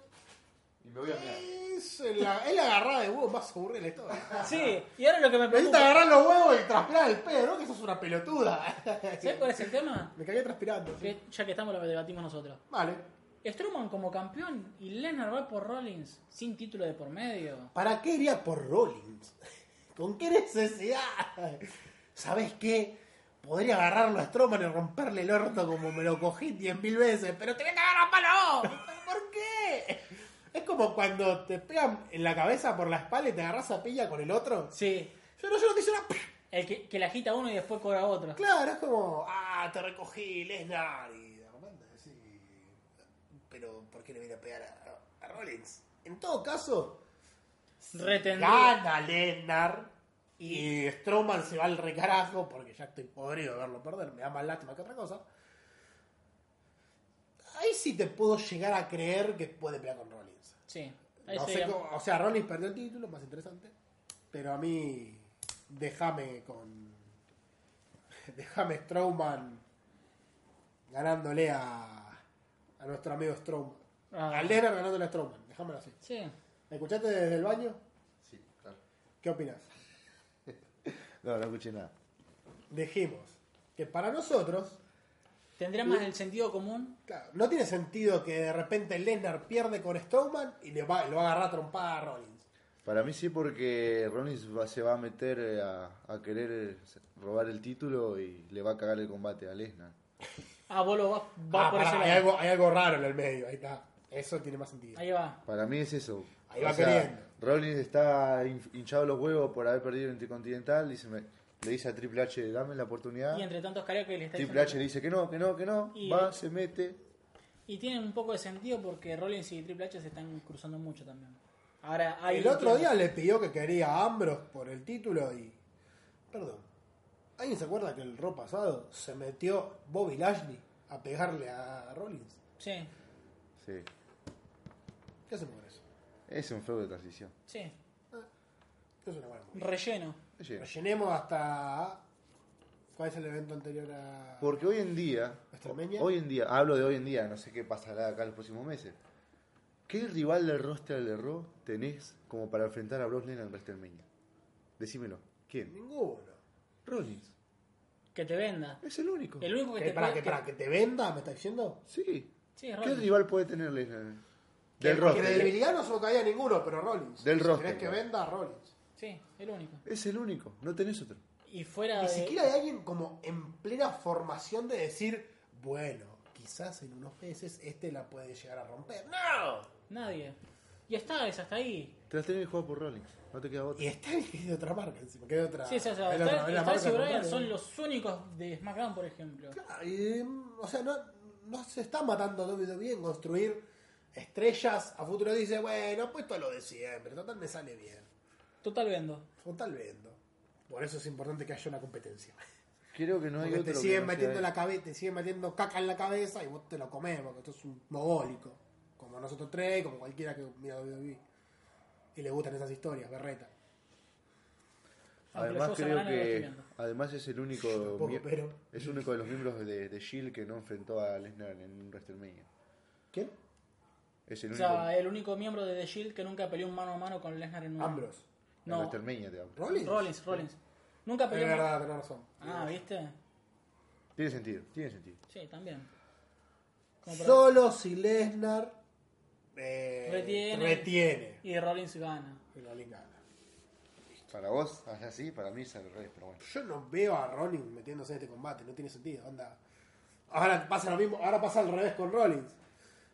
Speaker 1: Y me voy a mirar.
Speaker 4: es, la, es la agarrada de huevos más aburrida de la historia.
Speaker 2: Sí, y ahora lo que me
Speaker 4: Necesitas
Speaker 2: preocupa.
Speaker 4: agarrar los huevos y trasladar el pedo, ¿no? Que sos una pelotuda.
Speaker 2: ¿Sabes cuál es el tema?
Speaker 4: Me cagué transpirando. sí.
Speaker 2: Que ya que estamos lo debatimos nosotros.
Speaker 4: Vale.
Speaker 2: Strowman como campeón y Lesnar va por Rollins sin título de por medio.
Speaker 4: ¿Para qué iría por Rollins? ¿Con qué necesidad? ¿Sabes qué? Podría agarrarlo a Stroman y romperle el orto como me lo cogí 10.000 veces, pero tenía que agarrar a palo. ¿Por qué? Es como como cuando te pegan en la cabeza por la espalda y te agarras a pilla con el otro.
Speaker 2: Sí,
Speaker 4: Yo no, yo no te hice una.
Speaker 2: el que, que la agita uno y después cobra otro.
Speaker 4: Claro, es como, ah, te recogí, Lesnar. Y de repente sí, pero ¿por qué le viene a pegar a, a Rollins? En todo caso,
Speaker 2: Retendría.
Speaker 4: gana Lesnar y Strowman se va al recarajo porque ya estoy podrido de verlo perder, me da más lástima que otra cosa. Ahí sí te puedo llegar a creer que puede pelear con Rollins.
Speaker 2: Sí. Ahí
Speaker 4: No sé
Speaker 2: sería-
Speaker 4: cómo- o sea, Rollins perdió el título, más interesante. Pero a mí, déjame con. Déjame Strowman ganándole a. A nuestro amigo Strowman.
Speaker 2: Ah.
Speaker 4: A Lesnar ganándole a Strowman. Déjamelo así.
Speaker 2: Sí.
Speaker 4: ¿Me escuchaste desde el baño?
Speaker 1: Sí, claro.
Speaker 4: ¿Qué opinas?
Speaker 1: No, no escuché nada.
Speaker 4: Dijimos que para nosotros.
Speaker 2: Tendría más el sentido común.
Speaker 4: Claro, no tiene sentido que de repente Lesnar pierde con Strowman y le va, lo va a agarrar a trompada a Rollins.
Speaker 1: Para mí sí, porque Rollins va- se va a meter eh, a, a querer eh, robar el título y le va a cagar el combate a Lesnar.
Speaker 2: Ah, vos lo vas, vas
Speaker 4: Ah,
Speaker 2: por
Speaker 4: pará,
Speaker 2: ese
Speaker 4: hay,
Speaker 2: lado.
Speaker 4: algo, hay algo raro en el medio, ahí está. Eso tiene más sentido.
Speaker 2: Ahí va.
Speaker 1: Para mí es eso.
Speaker 4: Ahí va queriendo.
Speaker 1: Rollins está hin- hinchado los huevos por haber perdido el Intercontinental y se me- le dice a Triple H, dame la oportunidad.
Speaker 2: Y entre tantos caras que le está
Speaker 1: Triple H
Speaker 2: diciendo-
Speaker 1: le dice que no, que no, que no.
Speaker 2: Y-
Speaker 1: va, se mete.
Speaker 2: Y tiene un poco de sentido porque Rollins y Triple H se están cruzando mucho también. Ahora hay
Speaker 4: Ah, El otro día le pidió que quería a Ambrose por el título y. Perdón. ¿Alguien se acuerda que el Raw pasado se metió Bobby Lashley a pegarle a Rollins?
Speaker 2: Sí,
Speaker 1: Sí.
Speaker 4: ¿Qué hacemos con eso?
Speaker 1: Es un feudo de transición.
Speaker 2: sí.
Speaker 4: Es una buena movida.
Speaker 2: Relleno.
Speaker 1: Oye,
Speaker 4: Rellenemos hasta. ¿Cuál es el evento anterior a.?
Speaker 1: Porque hoy en día,
Speaker 4: ¿WrestleMania?
Speaker 1: hoy en día, hablo de hoy en día, no sé qué pasará acá en los próximos meses. ¿Qué rival del roster de Raw tenés como para enfrentar a Brock Lesnar en WrestleMania? Decímelo. ¿Quién?
Speaker 4: Ninguno.
Speaker 1: Rollins.
Speaker 2: Que te venda.
Speaker 1: Es el único.
Speaker 2: El único que
Speaker 4: ¿Que,
Speaker 2: te
Speaker 4: para,
Speaker 2: puede-
Speaker 4: que, para, ¿Que te venda? ¿Me está diciendo?
Speaker 1: Sí.
Speaker 2: Sí,
Speaker 1: ¿Qué
Speaker 2: Rollins.
Speaker 1: rival puede tener Lesnar? eh? Del
Speaker 4: Que de
Speaker 1: roster.
Speaker 4: debilidad no se lo caía ninguno, pero Rollins.
Speaker 1: Del
Speaker 4: Si
Speaker 1: roster,
Speaker 4: ¿Querés que
Speaker 1: ¿no?
Speaker 4: venda a Rollins?
Speaker 2: Sí, el único.
Speaker 1: Es el único. No tenés otro.
Speaker 2: Y fuera
Speaker 4: Ni
Speaker 2: de...
Speaker 4: siquiera hay alguien como en plena formación de decir, bueno, quizás en unos meses este la puede llegar a romper. ¡No!
Speaker 2: Nadie. Y está, es hasta ahí.
Speaker 1: Te las tenés que jugar por Rollins. No te queda otro.
Speaker 4: Y está el que es de otra marca encima, que es de otra.
Speaker 2: Sí, o sea, o sea,
Speaker 4: es de otra-
Speaker 2: Starks
Speaker 4: es la
Speaker 2: Starks y
Speaker 4: marca
Speaker 2: Bryan
Speaker 4: contraria.
Speaker 2: son los únicos de SmackDown, por ejemplo.
Speaker 4: Claro, y, mm, o sea, no, no se está matando WWE en construir estrellas. A futuro dice, bueno, pues todo lo de siempre, total me sale bien.
Speaker 2: Total vendo.
Speaker 4: Total vendo. Por eso es importante que haya una competencia.
Speaker 1: Creo que no hay
Speaker 4: porque
Speaker 1: otro.
Speaker 4: te
Speaker 1: que
Speaker 4: siguen
Speaker 1: no sea
Speaker 4: metiendo
Speaker 1: él.
Speaker 4: la cabeza, te siguen metiendo caca en la cabeza y vos te lo comés, porque esto es un mogólico. Como nosotros tres, y como cualquiera que mira WWE. Y le gustan esas historias, berreta.
Speaker 2: Aunque
Speaker 1: Además
Speaker 2: los shows
Speaker 1: creo
Speaker 2: se van a ir
Speaker 1: que
Speaker 2: girando.
Speaker 1: además es el único
Speaker 4: Tampoco,
Speaker 1: mie-
Speaker 4: pero-
Speaker 1: es único de los miembros de, de Shield E que no enfrentó a Lesnar en un WrestleMania.
Speaker 4: ¿Quién?
Speaker 1: Es el
Speaker 2: O
Speaker 1: único
Speaker 2: sea, eh, el único miembro de The Shield que nunca peleó un mano a mano con Lesnar
Speaker 1: Mm.
Speaker 2: en un...
Speaker 4: Ambrose.
Speaker 1: en
Speaker 2: No,
Speaker 1: WrestleMania, te hablo.
Speaker 4: ¿Rollins?
Speaker 2: Rollins, Rollins. Nunca
Speaker 4: Es
Speaker 2: peleó...
Speaker 4: verdad, tenés razón.
Speaker 2: Ah, ¿viste?
Speaker 1: Tiene sentido, tiene sentido.
Speaker 2: Sí, también. Como para-
Speaker 4: Solo si Lesnar eh,
Speaker 2: Retiene.
Speaker 4: retiene.
Speaker 2: Y Rollins gana.
Speaker 4: Y Rollins gana.
Speaker 1: Para vos, así, así, para mí es al revés, pero bueno.
Speaker 4: Yo no veo a Rollins metiéndose en este combate, no tiene sentido, onda. Ahora pasa lo mismo, ahora pasa al revés con Rollins.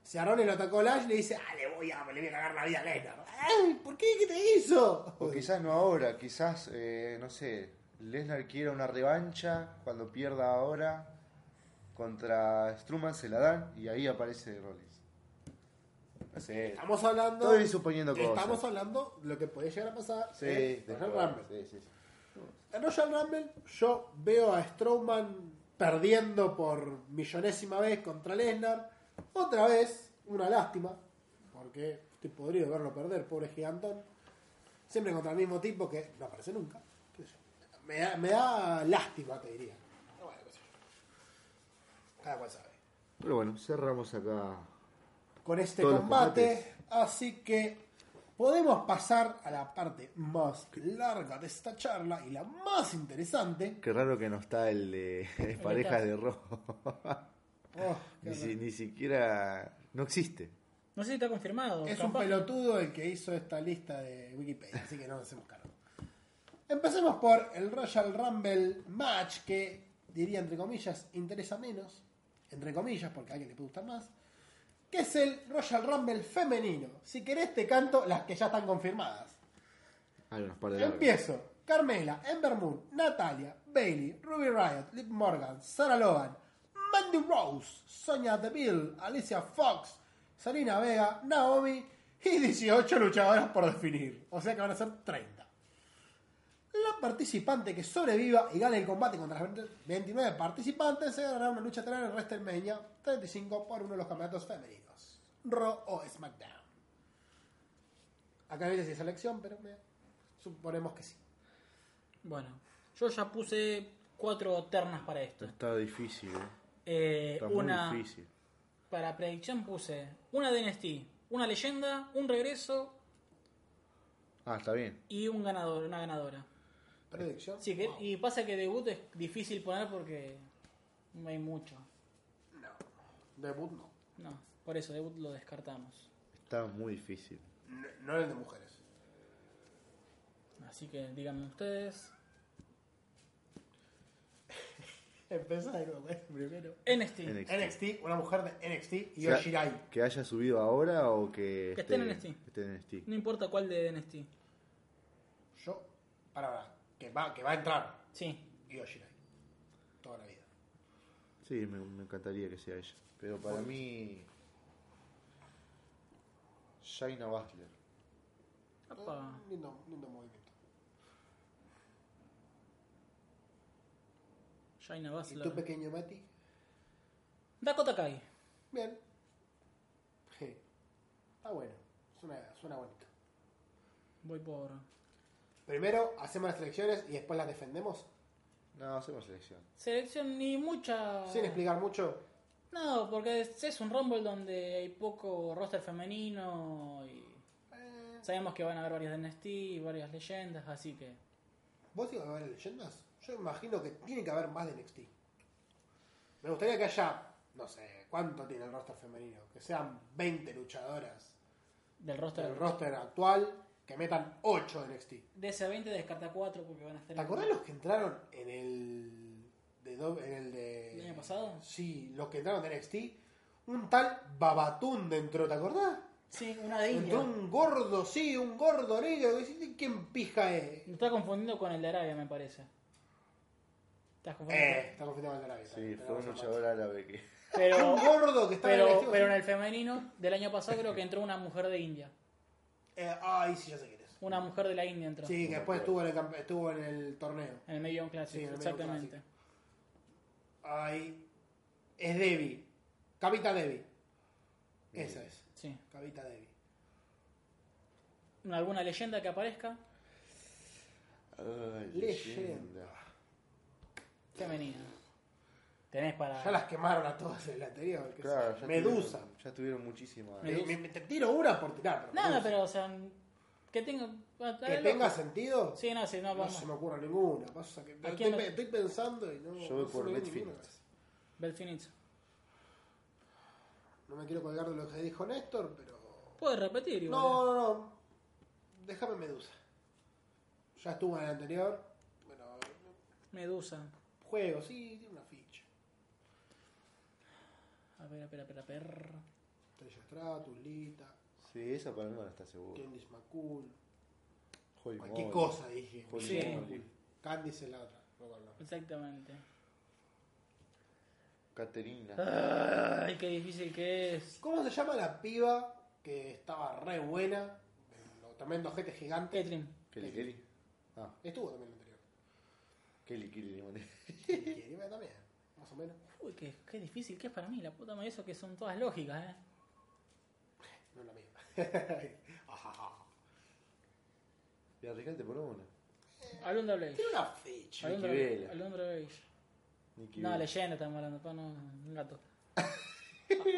Speaker 4: Si a Rollins lo atacó Lash, le dice, ah, le voy a, le voy a cagar la vida a Lesnar. ¡Ay! ¿Por qué? ¿Qué te hizo?
Speaker 1: O quizás no ahora, quizás, eh, no sé, Lesnar quiera una revancha cuando pierda ahora contra Strowman, se la dan y ahí aparece Rollins. No sé.
Speaker 4: Estamos hablando.
Speaker 1: Estoy suponiendo cosas.
Speaker 4: Estamos hablando de lo que puede llegar a pasar
Speaker 1: Sí,
Speaker 2: Eh,
Speaker 4: en
Speaker 1: después,
Speaker 4: Royal Rumble.
Speaker 1: sí, sí, sí.
Speaker 4: En Royal Rumble, yo veo a Strowman perdiendo por millonésima vez contra Lesnar. Otra vez, una lástima, porque estoy podrido de verlo perder, pobre gigantón. Siempre contra el mismo tipo que no aparece nunca. qué sé yo. Me da, me da lástima, te diría. Pero bueno, qué sé yo. Cada cual sabe
Speaker 1: Pero bueno, cerramos acá
Speaker 4: con este
Speaker 1: Todos los
Speaker 4: combate. Así que podemos pasar a la parte más larga de esta charla y la más interesante.
Speaker 1: Qué raro que no está el de parejas de rojo.
Speaker 4: Oh, qué
Speaker 1: ni, si- ni siquiera. No existe.
Speaker 2: No sé si está confirmado.
Speaker 4: es un
Speaker 2: capaz.
Speaker 4: pelotudo el que hizo esta lista de Wikipedia, así que no nos hacemos cargo. Empecemos por el Royal Rumble Match, que diría entre comillas interesa menos, entre comillas, porque a alguien le puede gustar más. que es el Royal Rumble femenino. Si querés te canto las que ya están confirmadas.
Speaker 1: Hay unos par de largos.
Speaker 4: Empiezo. Carmela, Ember Moon, Natalia, Bailey, Ruby Riot, Liv Morgan, Sarah Logan, Mandy Rose, Sonia Deville, Alicia Fox, Sarina Vega, Naomi y 18 luchadoras por definir. O sea que van a ser 30. La participante que sobreviva y gane el combate contra las 20 29 participantes se ganará una lucha tras en WrestleMania 35 por uno de los campeonatos femeninos. Raw o SmackDown. Acá no dice si es elección, pero me- suponemos que sí.
Speaker 2: Bueno, yo ya puse cuatro ternas para esto.
Speaker 1: Está difícil, eh.
Speaker 2: Eh,
Speaker 1: Está
Speaker 2: una
Speaker 1: muy difícil.
Speaker 2: para predicción puse una de NXT, una leyenda, un regreso
Speaker 1: Ah, está bien.
Speaker 2: y un ganador, una ganadora.
Speaker 4: Predicción.
Speaker 2: Sí, que- y pasa que debut es difícil poner porque no hay mucho.
Speaker 4: Debut no.
Speaker 2: No, por eso debut lo descartamos.
Speaker 1: Está muy difícil.
Speaker 4: No, no era el de mujeres.
Speaker 2: Así que díganme ustedes.
Speaker 4: Empezá de nuevo, eh, primero.
Speaker 2: NXT.
Speaker 1: NXT.
Speaker 4: NXT, una mujer de NXT, y
Speaker 1: O sea,
Speaker 4: Shirai.
Speaker 1: Que haya subido ahora o que,
Speaker 2: Que esté en NXT.
Speaker 1: esté en NXT.
Speaker 2: No importa cuál de NXT.
Speaker 4: Yo, para ahora, que va, que va a entrar
Speaker 2: Sí.
Speaker 4: Io Shirai. Toda la vida.
Speaker 1: Sí, me, me encantaría que sea ella. Pero para mí. Shaina Baszler.
Speaker 2: Apa.
Speaker 4: Lindo, lindo movimiento.
Speaker 2: Jaina
Speaker 4: ¿Y
Speaker 2: Baszler.
Speaker 4: tú, pequeño Mati?
Speaker 2: Dakota Kai.
Speaker 4: Bien. Sí. Está bueno. Suena, suena bonito.
Speaker 2: Voy por.
Speaker 4: Primero hacemos las elecciones y después las defendemos.
Speaker 1: No, hacemos selección.
Speaker 2: Selección ni mucha.
Speaker 4: Sin explicar mucho.
Speaker 2: No, porque es, es un Rumble donde hay poco roster femenino y
Speaker 4: Eh,
Speaker 2: sabemos que van a haber varias de NXT y varias leyendas, así que
Speaker 4: ¿Vos digo que va a haber leyendas? Yo imagino que tiene que haber más de NXT. Me gustaría que haya, no sé, ¿cuánto tiene el roster femenino? Que sean 20 luchadoras
Speaker 2: del roster
Speaker 4: del roster actual, que metan 8 de NXT.
Speaker 2: de ese 20 descarta 4 porque van a estar
Speaker 4: ¿Te acordás los que entraron en el de do- en el de
Speaker 2: ¿El año pasado?
Speaker 4: Sí, los que entraron de NXT, un tal Babatún dentro, ¿te acordás?
Speaker 2: Sí, una de India.
Speaker 4: Entró un gordo, sí, un gordo negro, que decís, ¿quién pija es?
Speaker 2: Me está confundiendo con el de Arabia, me parece. Estás confundiendo.
Speaker 4: Eh, está confundido con el de Arabia.
Speaker 1: Sí,
Speaker 4: Tenemos
Speaker 1: fue un
Speaker 4: un
Speaker 1: luchador árabe que.
Speaker 2: Pero,
Speaker 4: Un gordo que estaba en el
Speaker 2: pero,
Speaker 4: estilo-
Speaker 2: pero en el femenino del año pasado creo que entró una mujer de India.
Speaker 4: Eh, ay, sí, ya sé quién es.
Speaker 2: Una mujer de la India entró.
Speaker 4: Sí, que después estuvo en el, campe- estuvo en el torneo.
Speaker 2: En el Medium Classic,
Speaker 4: Sí, en el Medium
Speaker 2: exactamente.
Speaker 4: Classic. Ay, es Debbie. Capita Debbie. Esa es.
Speaker 2: Sí.
Speaker 4: Capita Debbie.
Speaker 2: ¿Alguna leyenda que aparezca?
Speaker 1: Ay,
Speaker 4: Leyenda.
Speaker 2: Femenina. Tenés para.
Speaker 4: Ya las quemaron a todas en el anterior. qué sé
Speaker 1: Claro,
Speaker 4: yo.
Speaker 1: ya
Speaker 4: Medusa.
Speaker 1: tuvieron- ya tuvieron muchísimas.
Speaker 2: Medusa.
Speaker 4: Me- me- me- te tiro una por tirar. Pero
Speaker 2: Nada,
Speaker 4: Medusa.
Speaker 2: pero, o sea, que tenga. a- a-
Speaker 4: Que tenga sentido.
Speaker 2: Sí, no, sí, no,
Speaker 4: no
Speaker 2: vamos.
Speaker 4: se me ocurre ninguna. Pasa que
Speaker 2: ¿A
Speaker 4: estoy,
Speaker 2: quién lo-
Speaker 4: estoy pensando y no.
Speaker 1: Yo voy
Speaker 4: no se
Speaker 1: por
Speaker 4: me
Speaker 1: Beth
Speaker 4: viene
Speaker 1: Phoenix.
Speaker 4: ninguna.
Speaker 2: Bel Phoenix.
Speaker 4: No me quiero colgar de lo que dijo Néstor, pero.
Speaker 2: Puedes repetir, igual.
Speaker 4: No, no, no. Déjame Medusa. Ya estuvo en el anterior. Bueno,
Speaker 2: Medusa.
Speaker 4: juego, sí, tiene una ficha.
Speaker 2: A ver, espera, espera, per.
Speaker 4: Estrella Stratus, Lita,
Speaker 1: Sí, esa para mí no la está segura.
Speaker 4: Candice McCool.
Speaker 1: Holy
Speaker 4: Cualquier
Speaker 1: moly.
Speaker 4: cosa dije.
Speaker 1: Holy
Speaker 2: Sí.
Speaker 1: moly.
Speaker 4: Candice es la otra. No, con nombre.
Speaker 2: Exactamente.
Speaker 1: Caterina.
Speaker 4: Ah,
Speaker 2: Ay, qué difícil que es.
Speaker 4: ¿Cómo se llama la piba que estaba re buena? Los tremendo gente gigante.
Speaker 2: Ketrim.
Speaker 1: Kelly Kelly. Ah,
Speaker 4: Estuvo también el anterior.
Speaker 1: Kelly Kelly le mandé.
Speaker 4: Y Kirime también, más o menos.
Speaker 2: Uy, qué, qué difícil que es para mí, la puta madre, eso que son todas lógicas, eh.
Speaker 4: No es la misma. Ajá.
Speaker 1: Y arriesgate por una.
Speaker 2: Alundra Blaze.
Speaker 4: Tiene una ficha.
Speaker 2: Alundra,
Speaker 1: Nikki Bella.
Speaker 2: Alundra Blaze.
Speaker 1: Nikki
Speaker 2: No,
Speaker 1: Bella.
Speaker 2: leyenda estamos hablando, pa, no, un gato.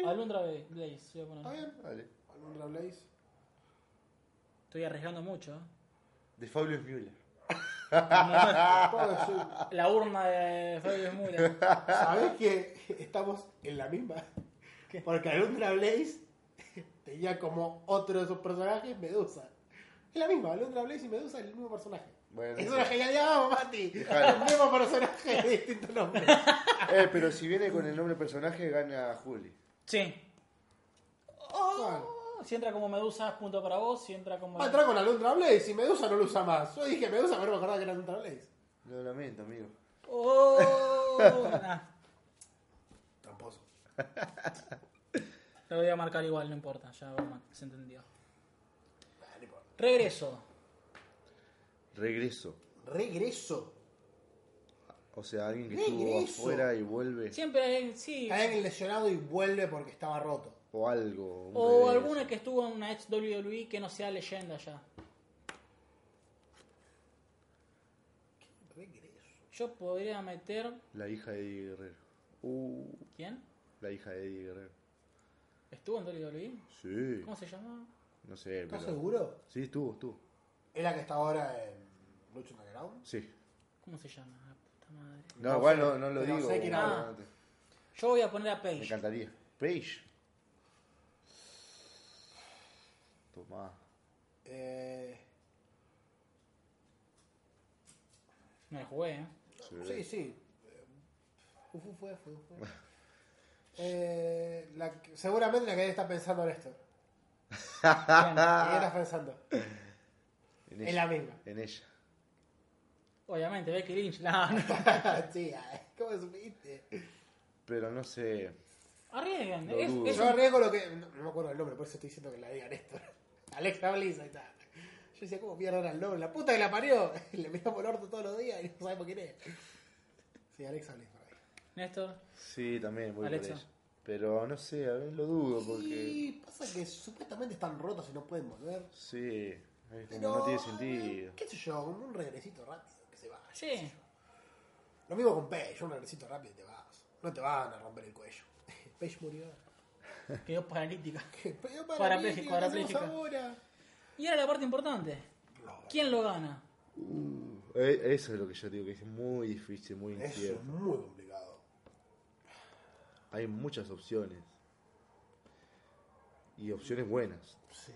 Speaker 2: Alundra Blaze, voy a
Speaker 4: Está
Speaker 2: poner.
Speaker 4: bien.
Speaker 1: Vale.
Speaker 4: Alundra Blaze.
Speaker 2: Estoy arriesgando mucho, eh.
Speaker 1: De Fabulous Müller.
Speaker 4: Puedo decir,
Speaker 2: La urna de Fabio Mura.
Speaker 4: ¿Sabés que estamos en la misma? Porque Alundra Blaze tenía como otro de sus personajes Medusa. Es la misma, Alundra Blaze y Medusa es el mismo personaje.
Speaker 1: Bueno,
Speaker 4: es
Speaker 1: eso.
Speaker 4: una genialidad, vamos, Mati.
Speaker 1: Dejalo.
Speaker 4: El mismo personaje de distinto nombre.
Speaker 1: Eh, pero si viene con el nombre personaje, gana Juli.
Speaker 2: Sí. Oh, Si entra como Medusa, punto para vos. Si entra como.
Speaker 4: Va a entrar con Alundra Blaze y Medusa no lo usa más. Yo dije Medusa, pero no me acordaba que era Alundra Blaze.
Speaker 1: Lo lamento, amigo.
Speaker 2: ¡Oh! Nah,
Speaker 4: Tramposo.
Speaker 2: lo voy a marcar igual, no importa. Ya Batman, se entendió.
Speaker 4: Ah, no importa.
Speaker 2: Regreso.
Speaker 1: Regreso.
Speaker 4: Regreso.
Speaker 1: O sea, alguien que estuvo
Speaker 4: Regreso.
Speaker 1: afuera y vuelve.
Speaker 2: Siempre hay. Sí.
Speaker 4: Cae en el lesionado y vuelve porque estaba roto.
Speaker 1: O algo. un
Speaker 2: O
Speaker 1: regreso.
Speaker 2: alguna que estuvo en una ex WWE que no sea leyenda ya.
Speaker 4: Regreso.
Speaker 2: Yo podría meter.
Speaker 1: La hija de Eddie Guerrero. Uh,
Speaker 2: ¿Quién?
Speaker 1: la hija de Eddie Guerrero.
Speaker 2: ¿Estuvo en WWE?
Speaker 1: Sí.
Speaker 2: ¿Cómo se llama?
Speaker 1: No sé,
Speaker 4: ¿Estás
Speaker 1: pero...
Speaker 4: seguro?
Speaker 1: Sí, estuvo, estuvo.
Speaker 4: ¿Es la que está ahora en Lucha Underground?
Speaker 1: Sí.
Speaker 2: ¿Cómo se llama? La puta madre.
Speaker 1: No,
Speaker 4: No
Speaker 1: igual
Speaker 4: sé,
Speaker 1: no, no lo
Speaker 4: pero
Speaker 1: digo.
Speaker 4: sé quién
Speaker 2: habla.
Speaker 1: obviamente.
Speaker 2: Yo voy a poner a
Speaker 1: Me
Speaker 2: Paige.
Speaker 1: encantaría. Page. Tomá.
Speaker 4: Eh,
Speaker 2: Me la jugué, ¿eh?
Speaker 4: sí, sí. Eh, fu- fu- fue, fu- fue. Eh, la que- seguramente la que está pensando en esto.
Speaker 2: Bien,
Speaker 4: ¿Qué estás pensando?
Speaker 1: En
Speaker 4: Es
Speaker 1: Ah. ella.
Speaker 4: la misma.
Speaker 1: En ella.
Speaker 2: Obviamente, Becky Lynch. No, no.
Speaker 4: sí, ay, ¿cómo supiste?
Speaker 1: Pero no sé.
Speaker 2: Arriesguen.
Speaker 1: Lo
Speaker 2: es,
Speaker 1: dudo.
Speaker 2: es
Speaker 4: Yo
Speaker 2: un-
Speaker 4: arriesgo lo que. No, no me acuerdo el nombre, por eso estoy diciendo que la diga Néstor. Alexa Bliss, ahí está. Yo decía, ¿cómo mierda era el nombre? La puta que la parió. Le miramos el orto todos los días y no sabemos quién es. Sí, Alexa Bliss. por ahí.
Speaker 2: Néstor.
Speaker 1: Sí, también voy
Speaker 2: Alexa.
Speaker 1: por ella. Pero no sé, a ver, lo dudo porque.
Speaker 4: Y pasa que supuestamente están rotos y no pueden volver.
Speaker 1: Sí. es como
Speaker 4: Pero,
Speaker 1: no tiene sentido.
Speaker 4: ¿Qué sé yo? Como un regresito rápido que se va.
Speaker 2: Sí.
Speaker 4: Lo mismo con Page, un regresito rápido y te vas. No te van a romper el cuello. Page murió.
Speaker 2: Quedó paralítica.
Speaker 4: ¿Qué? Pero
Speaker 2: Parapléjico,
Speaker 4: mí, ¿qué hacemos
Speaker 2: parapléjico.
Speaker 4: ahora?
Speaker 2: Y ahora la parte importante.
Speaker 4: No,
Speaker 2: ¿Quién lo gana?
Speaker 1: Eh, Eso es lo que yo digo, que es muy difícil, muy
Speaker 4: eso es
Speaker 1: incierto.
Speaker 4: muy complicado.
Speaker 1: Hay muchas opciones. Y opciones buenas.
Speaker 4: Sí.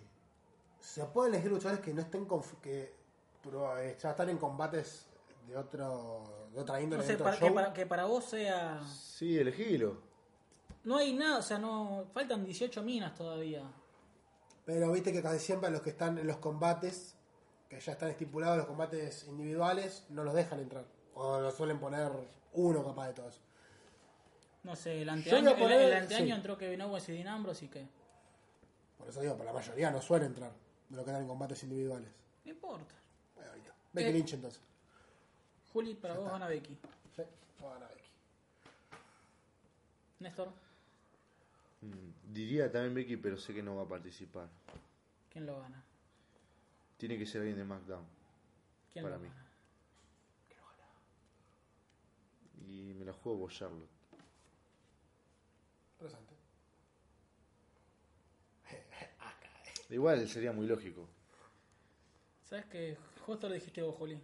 Speaker 4: Se pueden elegir luchadores que no estén conf- que pro- eh, ya están en combates de otro de otra índole
Speaker 2: No sé,
Speaker 4: dentro
Speaker 2: para,
Speaker 4: del
Speaker 2: que,
Speaker 4: show.
Speaker 2: para, que para vos sea.
Speaker 1: Sí, elegilo.
Speaker 2: No hay nada, o sea, no. Faltan 18 minas todavía.
Speaker 4: Pero viste que casi siempre los que están en los combates, que ya están estipulados los combates individuales, no los dejan entrar. O lo suelen poner uno capaz de todos.
Speaker 2: No sé, el
Speaker 4: voy
Speaker 2: anteaño,
Speaker 4: a poner-
Speaker 2: el, el anteaño
Speaker 4: sí.
Speaker 2: entró Kevin Owens y Dean Ambrose y qué.
Speaker 4: Por eso digo, pero la mayoría no suele entrar de los que están en combates individuales.
Speaker 2: No importa.
Speaker 4: Bueno, ahorita. Becky
Speaker 2: Eh.
Speaker 4: Lynch entonces.
Speaker 2: Juli, para vos gana Becky.
Speaker 4: Sí, va a ganar Becky.
Speaker 2: Néstor,
Speaker 1: Mm, Diría también Becky, pero sé que no va a participar.
Speaker 2: ¿quién lo gana?
Speaker 1: Tiene que ser alguien de SmackDown.
Speaker 2: ¿Quién
Speaker 1: Para
Speaker 2: lo
Speaker 1: mí.
Speaker 2: gana?
Speaker 1: Y me la juego por Charlotte.
Speaker 4: Interesante. Acá, eh.
Speaker 1: Igual sería muy lógico.
Speaker 2: ¿Sabes que Justo lo dijiste vos, Juli.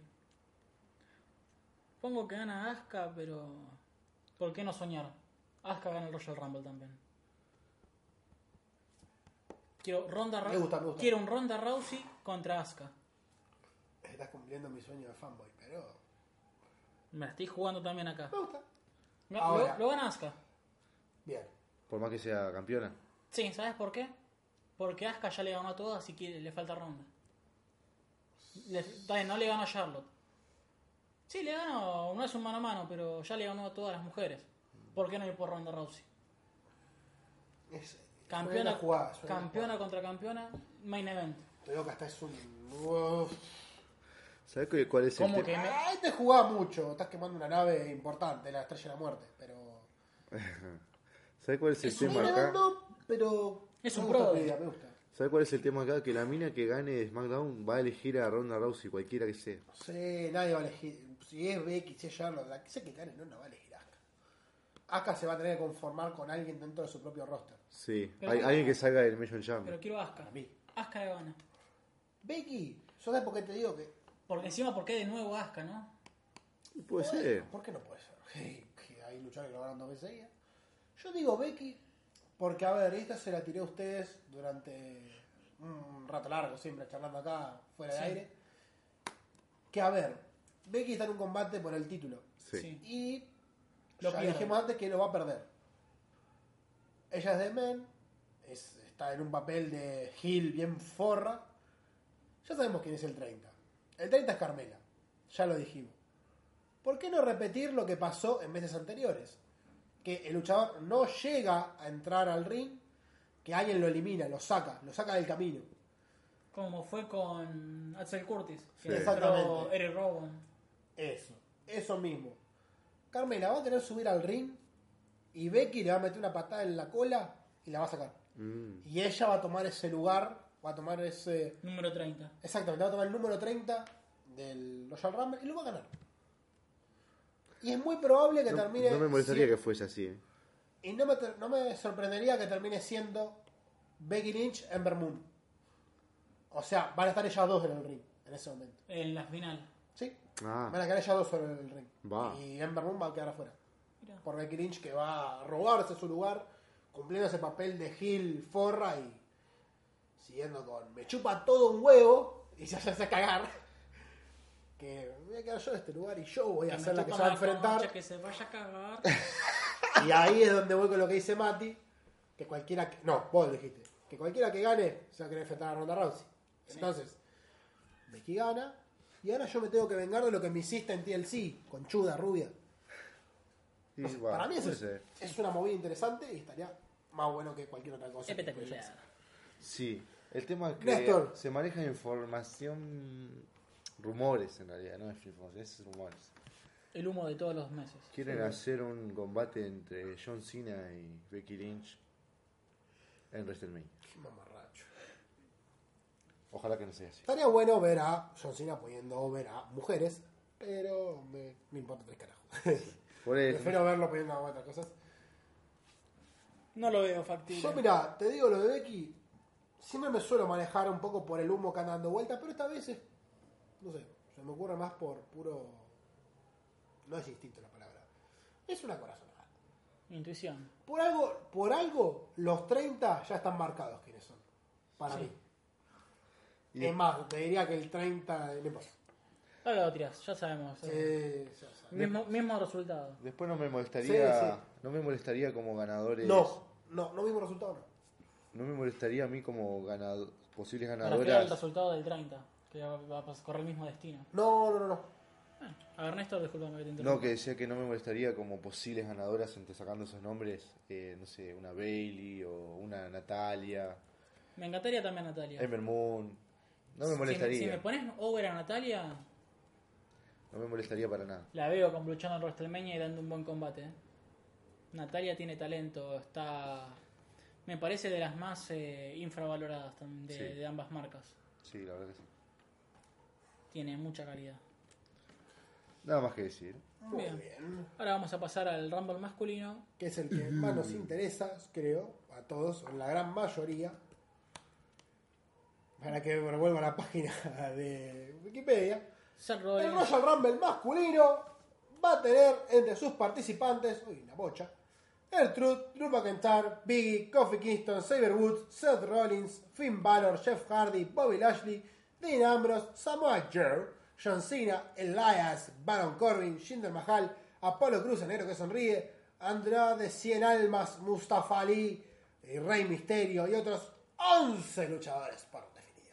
Speaker 2: Pongo que gana Asuka, pero. ¿Por qué no soñar? Asuka gana el Royal Rumble también. Quiero, Ronda Rousey,
Speaker 4: Me gusta, me gusta.
Speaker 2: quiero un Ronda Rousey contra Asuka.
Speaker 4: Estás cumpliendo mi sueño de fanboy, pero.
Speaker 2: Me la estoy jugando también acá.
Speaker 4: Me gusta.
Speaker 2: Lo,
Speaker 4: Ahora.
Speaker 2: lo- lo gana Asuka.
Speaker 4: Bien.
Speaker 1: Por más que sea campeona.
Speaker 2: Sí, ¿sabes por qué? Porque Asuka ya le ganó a todas y que le falta ronda. Le- dale, no le ganó a Charlotte. Sí, le ganó, no es un mano a mano, pero ya le ganó a todas las mujeres. ¿Por qué no ir por Ronda Rousey?
Speaker 4: Es,
Speaker 2: Campeona,
Speaker 4: suena jugada, suena
Speaker 2: campeona contra campeona, main event.
Speaker 4: jugada. Te digo que hasta es un. Uf.
Speaker 1: ¿Sabes cu- cuál es el
Speaker 2: ¿Cómo
Speaker 1: tema?
Speaker 2: que me-
Speaker 4: Ah, te jugaba mucho. Estás quemando una nave importante, la estrella de la muerte. Pero.
Speaker 1: ¿Sabes cuál es el
Speaker 4: Sí,
Speaker 1: tema acá?
Speaker 4: pero.
Speaker 2: Es
Speaker 4: me
Speaker 2: un
Speaker 4: gusta
Speaker 2: pro.
Speaker 4: tu idea, me gusta.
Speaker 1: ¿Sabes cuál es el tema acá? Que la mina que gane de SmackDown va a elegir a Ronda Rousey, cualquiera que sea.
Speaker 4: Sí, nadie va a elegir. Si es Becky, si es Charlotte, la que sea que gane, no, no va a elegir Asuka. Asuka se va a tener que conformar con alguien dentro de su propio roster.
Speaker 1: Sí.
Speaker 2: Pero-
Speaker 1: Hay, alguien que salga del Major Jam.
Speaker 2: Pero quiero a Asuka.
Speaker 4: mí.
Speaker 2: Asuka le gana.
Speaker 4: Becky, ¿yo sabes por qué te digo que.?
Speaker 2: Porque encima, ¿por qué de nuevo Asuka, no?
Speaker 1: Puede ser.
Speaker 4: ¿Por qué no puede ser? Que hay luchadores que lo ganan dos veces seguidas. Yo digo Becky, porque a ver, esta se la tiré a ustedes durante un rato largo, siempre charlando acá, fuera
Speaker 2: Sí.
Speaker 4: de aire. Que a ver, Becky está en un combate por el título.
Speaker 1: Sí.
Speaker 2: Sí.
Speaker 4: Y
Speaker 2: Lo
Speaker 4: lo ya
Speaker 2: pierde.
Speaker 4: dijimos antes que lo va a perder. Ella es de Men, es, está está en un papel de Gil bien forra. Ya sabemos quién es el 30. El 30 es Carmela. Ya lo dijimos. ¿Por qué no repetir lo que pasó en meses anteriores? Que el luchador no llega a entrar al ring, que alguien lo elimina, lo saca, lo saca del camino.
Speaker 2: Como fue con Axel Curtis, que
Speaker 1: Sí.
Speaker 2: entró
Speaker 4: Exactamente.
Speaker 2: Eric Rowan.
Speaker 4: Eso, eso mismo. Carmela va a tener que subir al ring y Becky le va a meter una patada en la cola y la va a sacar.
Speaker 1: Mm.
Speaker 4: Y ella va a tomar ese lugar, va a tomar ese.
Speaker 2: número 30.
Speaker 4: Exactamente, va a tomar el número 30 del Royal Rumble y lo va a ganar. Y es muy probable que
Speaker 1: No,
Speaker 4: termine.
Speaker 1: no me molestaría
Speaker 4: si-
Speaker 1: que fuese así. eh.
Speaker 4: Y no me, ter- no me sorprendería que termine siendo Becky Lynch en Moon. O sea, van a estar ellas dos en el ring en ese momento.
Speaker 2: En la final.
Speaker 4: ¿Sí?
Speaker 1: Ah.
Speaker 4: Van a quedar ellas dos sobre el ring.
Speaker 1: Va.
Speaker 4: Y Ember Moon va a quedar afuera.
Speaker 2: Mirá.
Speaker 4: Por Becky Lynch que va a robarse su lugar, cumpliendo ese papel de Gil Forra y siguiendo con me chupa todo un huevo y se hace cagar. Que me voy a quedar yo en este lugar y yo voy a
Speaker 2: me
Speaker 4: ser la que
Speaker 2: toca
Speaker 4: se va a
Speaker 2: la
Speaker 4: enfrentar.
Speaker 2: concha, Que se vaya a cagar.
Speaker 4: Y ahí es donde voy con lo que dice Mati, que cualquiera que... No, vos lo dijiste. Que cualquiera que gane se va a querer enfrentar a Ronda Rousey. Entonces, Becky gana. Y ahora yo me tengo que vengar de lo que me hiciste en TLC, con chuda rubia.
Speaker 1: Y, va,
Speaker 4: Para mí eso
Speaker 1: puede
Speaker 4: es,
Speaker 1: ser.
Speaker 4: es una movida interesante y estaría más bueno que cualquier otra cosa. que pueda
Speaker 2: Espectacular.
Speaker 4: hacer.
Speaker 1: Sí. El tema es que
Speaker 4: Néstor.
Speaker 1: se maneja información. Rumores en realidad, no es información, es rumores.
Speaker 2: El humo de todos los meses.
Speaker 1: Quieren hacer un combate entre John Cena y Becky Lynch en WrestleMania.
Speaker 4: Mamarracho.
Speaker 1: Ojalá que no sea así.
Speaker 4: Estaría bueno ver a John Cena poniendo over a mujeres, pero me, me importa tres carajos.
Speaker 1: Por eso.
Speaker 4: Prefiero verlo poniendo a otras cosas.
Speaker 2: No lo veo factible.
Speaker 4: Yo, mira, te digo lo de Becky. Siempre me suelo manejar un poco por el humo que anda dando vuelta, pero esta vez es. No sé, se me ocurre más por puro. No es instinto la palabra. Es una corazonada.
Speaker 2: Intuición.
Speaker 4: Por algo, por algo, los 30 ya están marcados quiénes son. Para mí.
Speaker 1: Y-
Speaker 4: Es más, te diría que el 30. de- No importa.
Speaker 2: Ahora lo tirás, ya sabemos.
Speaker 4: Eh, ya sabes.
Speaker 2: Mismo, mismo resultado.
Speaker 1: Después no me molestaría.
Speaker 4: Sí, sí.
Speaker 1: No me molestaría como ganadores.
Speaker 4: no, no, no vimos resultado, no.
Speaker 1: No me molestaría a mí como ganado- posibles
Speaker 2: Para esperar el
Speaker 1: ganadoras.
Speaker 2: resultado del 30, que va va a pas- correr el mismo destino.
Speaker 4: No, no, no, no.
Speaker 2: Ah, a ver, Néstor, disculpame que te interrumpa.
Speaker 1: No, que decía que no me molestaría como posibles ganadoras entre sacando esos nombres, eh, no sé, una Bailey o una Natalia,
Speaker 2: Me encantaría también Natalia.
Speaker 1: Ember Moon. Eh, No me
Speaker 2: Si
Speaker 1: molestaría.
Speaker 2: Si me, pones over a Natalia,
Speaker 1: No me molestaría para nada.
Speaker 2: la veo como luchando en WrestleMania y dando un buen combate. ¿eh? Natalia tiene talento, está. Me parece de las más eh, infravaloradas tam- de,
Speaker 1: Sí.
Speaker 2: de ambas marcas.
Speaker 1: Sí, la verdad que sí.
Speaker 2: Tiene mucha calidad.
Speaker 1: Nada más que decir.
Speaker 4: Muy
Speaker 2: Bien.
Speaker 4: bien.
Speaker 2: Ahora vamos a pasar al Rumble masculino.
Speaker 4: que es el que más nos interesa, creo, a todos, o la gran mayoría, para que vuelva a la página de Wikipedia,
Speaker 2: Seth
Speaker 4: el
Speaker 2: Rollins,
Speaker 4: Royal Rumble masculino va a tener entre sus participantes, uy, una bocha, el Truth, Drew McIntyre, Biggie, Kofi Kingston, Saber Woods, Seth Rollins, Finn Balor, Jeff Hardy, Bobby Lashley, Dean Ambrose, Samoa Joe, John Cena, Elias, Baron Corbin, Jinder Mahal, Apolo Cruz, el negro que sonríe, Andrade, Cien Almas, Mustafa Ali, eh, Rey Misterio y otros 11 luchadores por definir.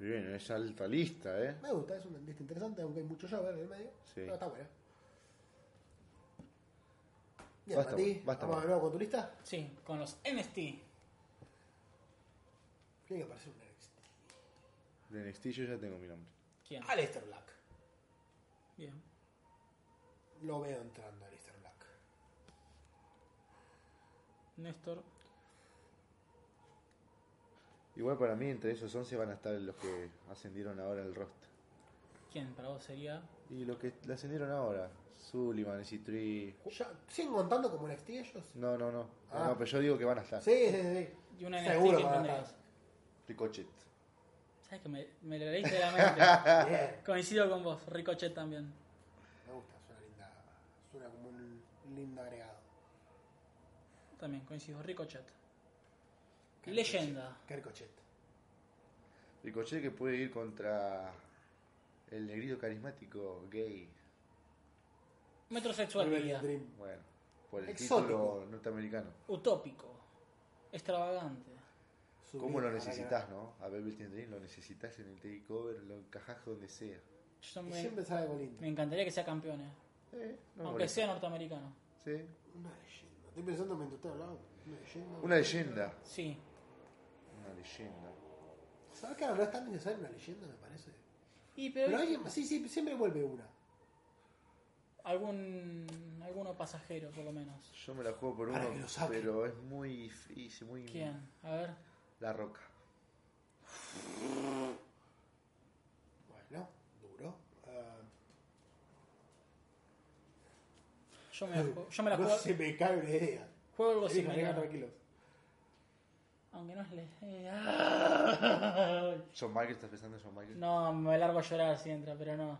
Speaker 1: Bien, es alta lista, ¿eh?
Speaker 4: Me gusta, es una lista interesante, aunque hay mucho Jover en el medio.
Speaker 1: Sí.
Speaker 4: Pero está buena. Bien,
Speaker 1: Basta,
Speaker 4: Mati,
Speaker 1: basta,
Speaker 4: vamos
Speaker 1: basta.
Speaker 4: de nuevo con tu lista.
Speaker 2: sí, con los NST.
Speaker 4: Tiene que aparecer un NXT.
Speaker 1: De NXT yo ya tengo mi nombre.
Speaker 2: ¿Quién?
Speaker 4: Aleister Black.
Speaker 2: Bien.
Speaker 4: Lo veo entrando a Aleister Black.
Speaker 2: Néstor.
Speaker 1: Igual para mí entre esos 11 van a estar los que ascendieron ahora al roster.
Speaker 2: ¿Quién para vos sería?
Speaker 1: Y los que la ascendieron ahora, Sullivan, Tree.
Speaker 4: Ya, ¿Siguen contando como NXT ellos? Sí,
Speaker 1: No, no, no.
Speaker 4: Ah.
Speaker 1: No, pero yo digo que van a estar.
Speaker 4: sí, sí.
Speaker 2: Y una NST
Speaker 4: Seguro
Speaker 2: que
Speaker 4: que van a
Speaker 2: tendrías.
Speaker 4: estar.
Speaker 1: Ricochet.
Speaker 2: ¿Sabes que me, me lo leíste de la mente?
Speaker 1: Ah.
Speaker 4: Bien.
Speaker 2: Coincido con vos, Ricochet también.
Speaker 4: Me gusta, suena linda. Suena como un lindo agregado.
Speaker 2: También coincido, Ricochet. Leyenda.
Speaker 4: Kercochet.
Speaker 1: Ricochet que puede ir contra el negrito carismático gay.
Speaker 2: Metrosexual diría.
Speaker 4: Dream.
Speaker 1: Bueno, por el
Speaker 4: Exótico.
Speaker 1: título norteamericano.
Speaker 2: Utópico. Extravagante.
Speaker 4: su
Speaker 1: ¿Cómo lo
Speaker 4: vida, la
Speaker 1: necesitas, no? A Velvet Dream lo necesitas en el takeover, lo encajás donde sea.
Speaker 2: Yo
Speaker 4: verdad.
Speaker 2: me,
Speaker 4: Siempre sale algo lindo.
Speaker 2: me encantaría que sea campeón, eh.
Speaker 1: Eh, no me
Speaker 2: aunque
Speaker 1: molesta.
Speaker 2: sea norteamericano.
Speaker 1: Sí.
Speaker 4: Una leyenda. Estoy pensando mientras estoy hablando. Una leyenda.
Speaker 1: Una leyenda.
Speaker 2: Sí,
Speaker 1: Una leyenda.
Speaker 4: ¿Sabes que ahora no es tan necesario una leyenda, me parece?
Speaker 2: Eh, Y pero,
Speaker 4: Pero alguien más, sí, sí, siempre vuelve una.
Speaker 2: algún alguno pasajero por lo menos.
Speaker 1: Yo me la juego por
Speaker 4: Para
Speaker 1: uno,
Speaker 4: que lo saque.
Speaker 1: pero es muy frizz, muy...
Speaker 2: ¿Quién? A ver.
Speaker 1: La Roca.
Speaker 4: Bueno, duro. Ah,
Speaker 2: Yo me la juego, yo me la
Speaker 4: Ah, no
Speaker 2: juego,
Speaker 4: se me cae una idea.
Speaker 2: juego algo
Speaker 4: Sí, venga,
Speaker 2: similar.
Speaker 4: tranquilos.
Speaker 2: Aunque no es le eh, ah.
Speaker 1: John Michael, ¿estás pensando en John Michael?
Speaker 2: No, me largo a llorar si entra, pero no.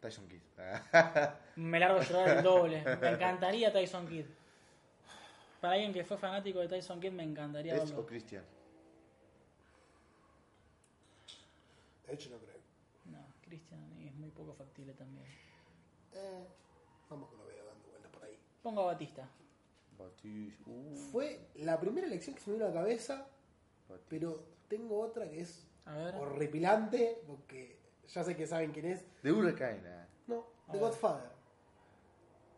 Speaker 1: Tyson Kidd.
Speaker 2: Me largo a llorar el doble. Me encantaría Tyson Kidd. Para alguien que fue fanático de Tyson Kidd me encantaría
Speaker 1: ¿Es
Speaker 2: verlo.
Speaker 1: o Christian?
Speaker 4: De hecho, no creo.
Speaker 2: No, Christian es muy poco factible también.
Speaker 4: Eh, vamos que lo veo dando vueltas por ahí.
Speaker 2: Pongo a Batista.
Speaker 1: Batiste. Uh,
Speaker 4: Fue la primera elección que se me vino a la cabeza,
Speaker 1: Batiste.
Speaker 4: pero tengo otra que es
Speaker 2: A ver.
Speaker 4: horripilante, porque ya sé que saben quién es.
Speaker 1: De Hurricane. ah.
Speaker 4: No, The
Speaker 2: A ver.
Speaker 4: Godfather.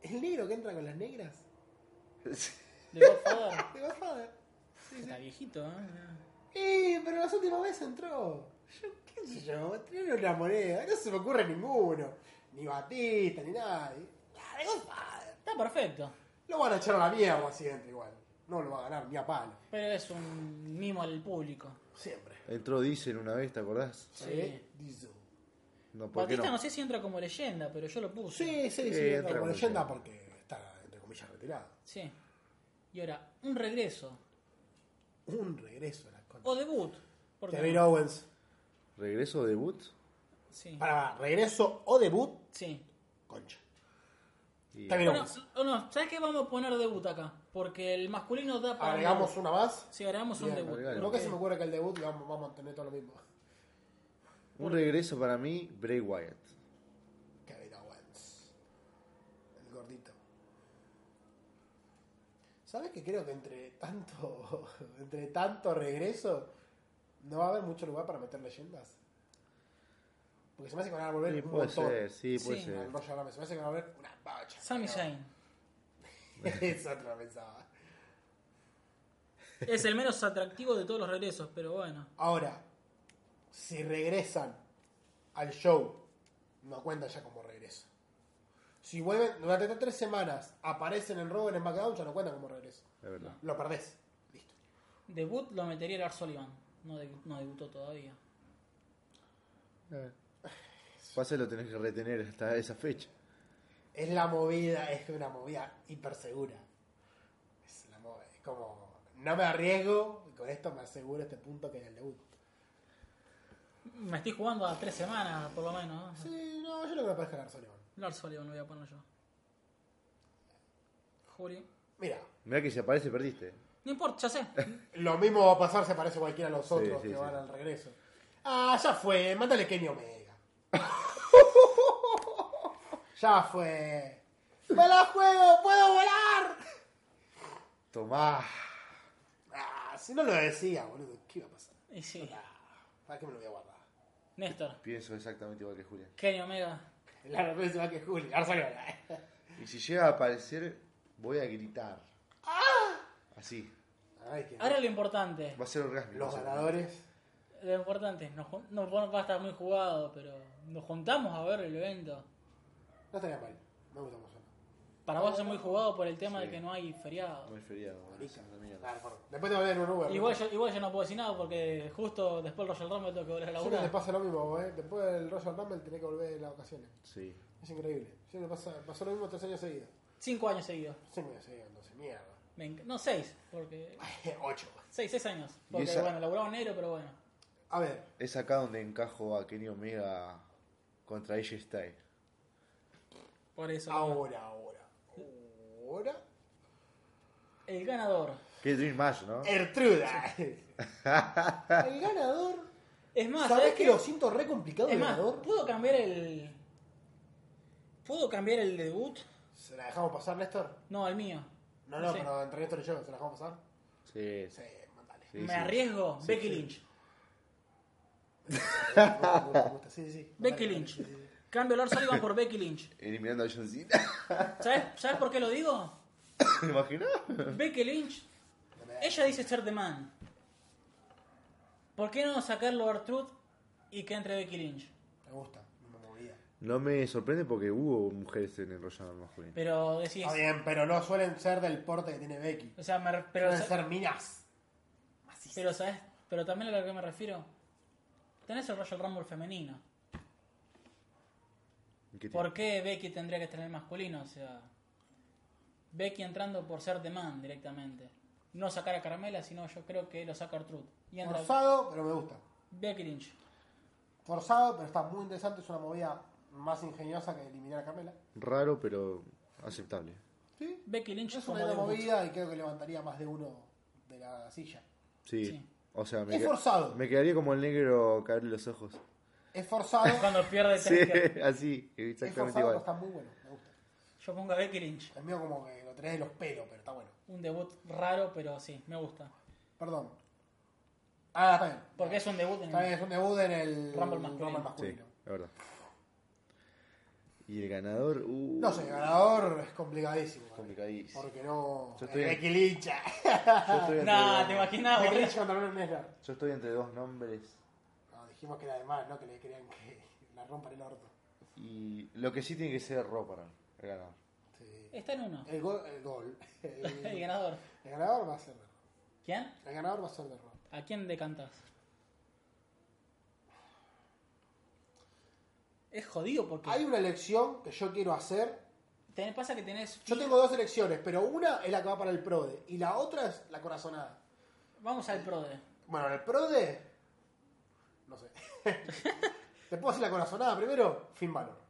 Speaker 4: ¿El negro que entra con las negras?
Speaker 1: Sí.
Speaker 2: The Godfather.
Speaker 4: The Godfather. Sí, sí.
Speaker 2: Está viejito, ¿eh?
Speaker 4: Eh, pero las últimas veces entró. Yo, qué sé yo, tiraron una moneda. No se me ocurre ninguno. Ni Batista, ni nadie. Ah, The Godfather.
Speaker 2: Está perfecto.
Speaker 4: Lo van a echar a la mierda si entra igual. No lo va a ganar ni a palo.
Speaker 2: Pero es un mimo al público.
Speaker 4: Siempre.
Speaker 1: Entró Diesel una vez, ¿te acordás?
Speaker 2: Sí.
Speaker 4: Eh, Diesel.
Speaker 1: No, ¿por qué
Speaker 2: Batista no?
Speaker 1: no?
Speaker 2: sé si entra como leyenda, pero yo lo puse.
Speaker 4: Sí, sí, sí,
Speaker 1: Eh,
Speaker 4: entra
Speaker 1: entra
Speaker 4: como
Speaker 1: como
Speaker 4: leyenda
Speaker 1: leyenda.
Speaker 4: porque está, entre comillas, retirado.
Speaker 2: Sí. Y ahora, un regreso.
Speaker 4: Un regreso a la contra.
Speaker 2: O debut. Porque
Speaker 4: Kevin Owens.
Speaker 1: ¿Regreso o debut?
Speaker 2: Sí.
Speaker 4: Para, para, regreso o debut,
Speaker 2: sí.
Speaker 4: concha.
Speaker 1: Y-
Speaker 4: Está bien.
Speaker 2: Bueno,
Speaker 4: Owens.
Speaker 2: o no, ¿sabes qué? Vamos a poner debut acá. Porque el masculino da para.
Speaker 4: Agregamos una más.
Speaker 2: Sí, agregamos un
Speaker 4: Bien,
Speaker 2: debut.
Speaker 1: agregale.
Speaker 4: No que se me ocurre que el debut lo vamos, vamos a tener todo lo mismo.
Speaker 1: Un regreso para mí, Bray Wyatt.
Speaker 4: Kevin Owens. El gordito. ¿Sabes que creo que entre tanto, entre tanto regreso no va a haber mucho lugar para meter leyendas? Porque se me hace que van a volver
Speaker 1: Sí,
Speaker 4: un
Speaker 1: puede
Speaker 4: montón.
Speaker 1: ser, sí, puede
Speaker 2: Sí.
Speaker 1: ser.
Speaker 4: Al Royal Rumble. Se me hace que van a volver una bacha.
Speaker 2: Sami Zayn.
Speaker 4: Eso no lo pensaba.
Speaker 2: Es el menos atractivo de todos los regresos, pero bueno.
Speaker 4: Ahora, si regresan al show, no cuenta ya como regreso. Si vuelven durante estas tres semanas, aparecen en Raw en SmackDown, ya no cuenta como regreso.
Speaker 1: La verdad.
Speaker 4: Lo perdés. Listo.
Speaker 2: Debut lo metería Lars Sullivan. No, debu- no debutó todavía.
Speaker 1: Eh. Pasa, lo tenés que retener hasta esa fecha.
Speaker 4: Es la movida, es una movida hiper segura. Es, la mo- es como, no me arriesgo, y con esto me aseguro este punto que es el debut.
Speaker 2: Me estoy jugando a tres semanas, por lo menos. ¿no?
Speaker 4: Sí, no, yo no creo que puedes ganar Sullivan.
Speaker 2: Lars Sullivan lo voy a poner yo. Julio.
Speaker 4: Mira,
Speaker 1: Mirá que si aparece, perdiste.
Speaker 2: No importa, ya sé.
Speaker 4: lo mismo va a pasar, se parece cualquiera a los otros
Speaker 1: sí,
Speaker 4: que
Speaker 1: sí.
Speaker 4: van al regreso. Ah, ya fue, mándale Kenny Omega. ya fue. ¡Me la juego! ¡Puedo volar!
Speaker 1: Tomá.
Speaker 4: Ah, si no lo decía, boludo, ¿qué iba a pasar?
Speaker 2: Y sí.
Speaker 4: Ah, ¿Para qué me lo voy a guardar?
Speaker 2: Néstor.
Speaker 1: Pienso exactamente igual que Julián.
Speaker 2: Kenny Omega.
Speaker 4: La repente se va que Juli, ahora salió.
Speaker 1: Y si llega a aparecer, voy a gritar. Así.
Speaker 4: Ay, qué-
Speaker 2: Ahora lo importante.
Speaker 1: Va a ser orgasmo.
Speaker 4: Los ganadores.
Speaker 2: Lo importante, nos jun- no, vos no va a estar muy jugado, pero nos juntamos a ver el evento.
Speaker 4: No estaría mal. Me gusta mucho.
Speaker 2: Para vos es muy jugado por el tema
Speaker 1: Sí.
Speaker 2: de que no hay feriado.
Speaker 1: Muy feriado. boludo.
Speaker 4: Marica.
Speaker 1: Esa mierda.
Speaker 4: Ah, bueno. Después te voy a ver en un Uber.
Speaker 2: Igual
Speaker 4: ¿no?
Speaker 2: yo, igual yo no puedo decir nada porque justo después del Royal Rumble tengo que volver a
Speaker 4: Siempre te
Speaker 2: laburar.
Speaker 4: pasa lo mismo, ¿eh? Después del Royal Rumble tenés que volver en las ocasiones.
Speaker 1: Sí.
Speaker 4: Es increíble. Siempre pasa, pasó lo mismo tres años seguidos.
Speaker 2: Cinco años seguidos.
Speaker 4: Cinco años seguidos, entonces, mierda.
Speaker 2: Me enc- No, seis. Porque...
Speaker 4: Ocho.
Speaker 2: Seis, seis años. Porque
Speaker 1: esa-
Speaker 2: bueno, laburaba en negro, pero bueno.
Speaker 4: A ver,
Speaker 1: Es acá donde encajo a Kenny Omega contra AJ Styles.
Speaker 2: Por eso.
Speaker 4: ahora, ahora. Ahora.
Speaker 2: El ganador.
Speaker 1: Qué dream match, ¿no?
Speaker 4: Eh. Ertruda. El ganador.
Speaker 2: Es más,
Speaker 4: ¿Sabés
Speaker 2: ¿sabés
Speaker 4: que
Speaker 2: qué?
Speaker 4: lo siento re complicado
Speaker 2: Es
Speaker 4: el
Speaker 2: más,
Speaker 4: ganador?
Speaker 2: ¿puedo cambiar el. ¿Puedo cambiar el debut?
Speaker 4: ¿Se la dejamos pasar, Néstor?
Speaker 2: No, el mío.
Speaker 4: No, no,
Speaker 2: Sí.
Speaker 4: pero entre Néstor y yo, ¿se la dejamos pasar?
Speaker 1: Sí,
Speaker 4: Sí, mandale.
Speaker 1: Sí,
Speaker 2: Me
Speaker 1: sí.
Speaker 2: arriesgo,
Speaker 1: Sí,
Speaker 2: Becky
Speaker 1: sí.
Speaker 2: Lynch.
Speaker 4: Sí, sí.
Speaker 2: Becky Lynch. Cambio Lord Sullivan por Becky Lynch.
Speaker 1: Eliminando a John Cena.
Speaker 2: ¿Sabes, ¿Sabes por qué lo digo?
Speaker 1: ¿Te imaginas?
Speaker 2: Becky Lynch. Ella dice ser The Man. ¿Por qué no sacarlo a Truth y que entre Becky Lynch?
Speaker 4: Me gusta, me movía.
Speaker 1: No me sorprende porque hubo mujeres en el Royal masculino.
Speaker 2: Pero decís.
Speaker 4: Está bien, pero no suelen ser del porte que tiene Becky.
Speaker 2: O sea, me re- pero,
Speaker 4: Suelen
Speaker 2: sa-
Speaker 4: ser minas.
Speaker 2: pero, ¿sabes? Pero también a lo que me refiero. Tenés el Royal Rumble femenino.
Speaker 1: ¿Qué tiene?
Speaker 2: ¿Por qué Becky tendría que estar en el masculino? O sea, Becky entrando por ser The Man directamente. No sacar a Carmela, sino yo creo que lo saca Truth. Y entra
Speaker 4: Forzado, pero me gusta.
Speaker 2: Becky Lynch.
Speaker 4: Forzado, pero está muy interesante. Es una movida más ingeniosa que eliminar a Carmela.
Speaker 1: Raro, pero aceptable.
Speaker 4: Sí.
Speaker 2: Becky Lynch
Speaker 4: Es
Speaker 2: como
Speaker 4: una buena
Speaker 2: debut.
Speaker 4: movida y creo que levantaría más de uno de la silla.
Speaker 1: Sí.
Speaker 2: Sí.
Speaker 1: O sea, me,
Speaker 4: Es forzado.
Speaker 1: me quedaría como el negro caerle los ojos.
Speaker 4: Es forzado.
Speaker 2: Cuando pierde
Speaker 1: Sí,
Speaker 2: tenés que-
Speaker 1: así,
Speaker 4: es
Speaker 1: exactamente
Speaker 4: forzado, pero
Speaker 1: igual.
Speaker 4: está muy bueno. Me gusta.
Speaker 2: Yo pongo a Becky Lynch.
Speaker 4: Es mío como que lo tenés de los pelos, pero está bueno.
Speaker 2: Un debut raro, pero sí, me gusta.
Speaker 4: Perdón. Ah, está bien.
Speaker 2: Porque es un debut en
Speaker 4: Está bien, es un debut en el
Speaker 2: Rumble masculino.
Speaker 4: Rumble
Speaker 1: Sí,
Speaker 4: masculino.
Speaker 1: la verdad. Y el ganador, uh,
Speaker 4: No sé, el ganador es complicadísimo. para mí.
Speaker 1: complicadísimo.
Speaker 4: Porque no.
Speaker 1: Yo estoy-
Speaker 4: Becky Lynch.
Speaker 1: Yo estoy, entre,
Speaker 2: Nah, te imaginas,
Speaker 4: Becky
Speaker 2: boludo.
Speaker 4: Lynch contra Brock Lesnar.
Speaker 1: yo estoy entre dos nombres.
Speaker 4: No, dijimos que era de más, no que le crean que la rompan el orto.
Speaker 1: Y lo que sí tiene que ser Raw para mí, el ganador.
Speaker 4: Sí.
Speaker 2: Está en uno.
Speaker 4: El gol. El, gol. El,
Speaker 2: El ganador.
Speaker 4: el ganador va a ser de Raw.
Speaker 2: ¿Quién?
Speaker 4: El ganador va a ser de Raw.
Speaker 2: ¿A quién decantás? Es jodido porque.
Speaker 4: Hay una elección que yo quiero hacer.
Speaker 2: Tenés- pasa que tenés.
Speaker 4: Yo tengo dos elecciones, pero una es la que va para el PRODE y la otra es la corazonada.
Speaker 2: Vamos al PRODE.
Speaker 4: Bueno, el PRODE. No sé. ¿Te puedo hacer la corazonada primero? Finn Balor.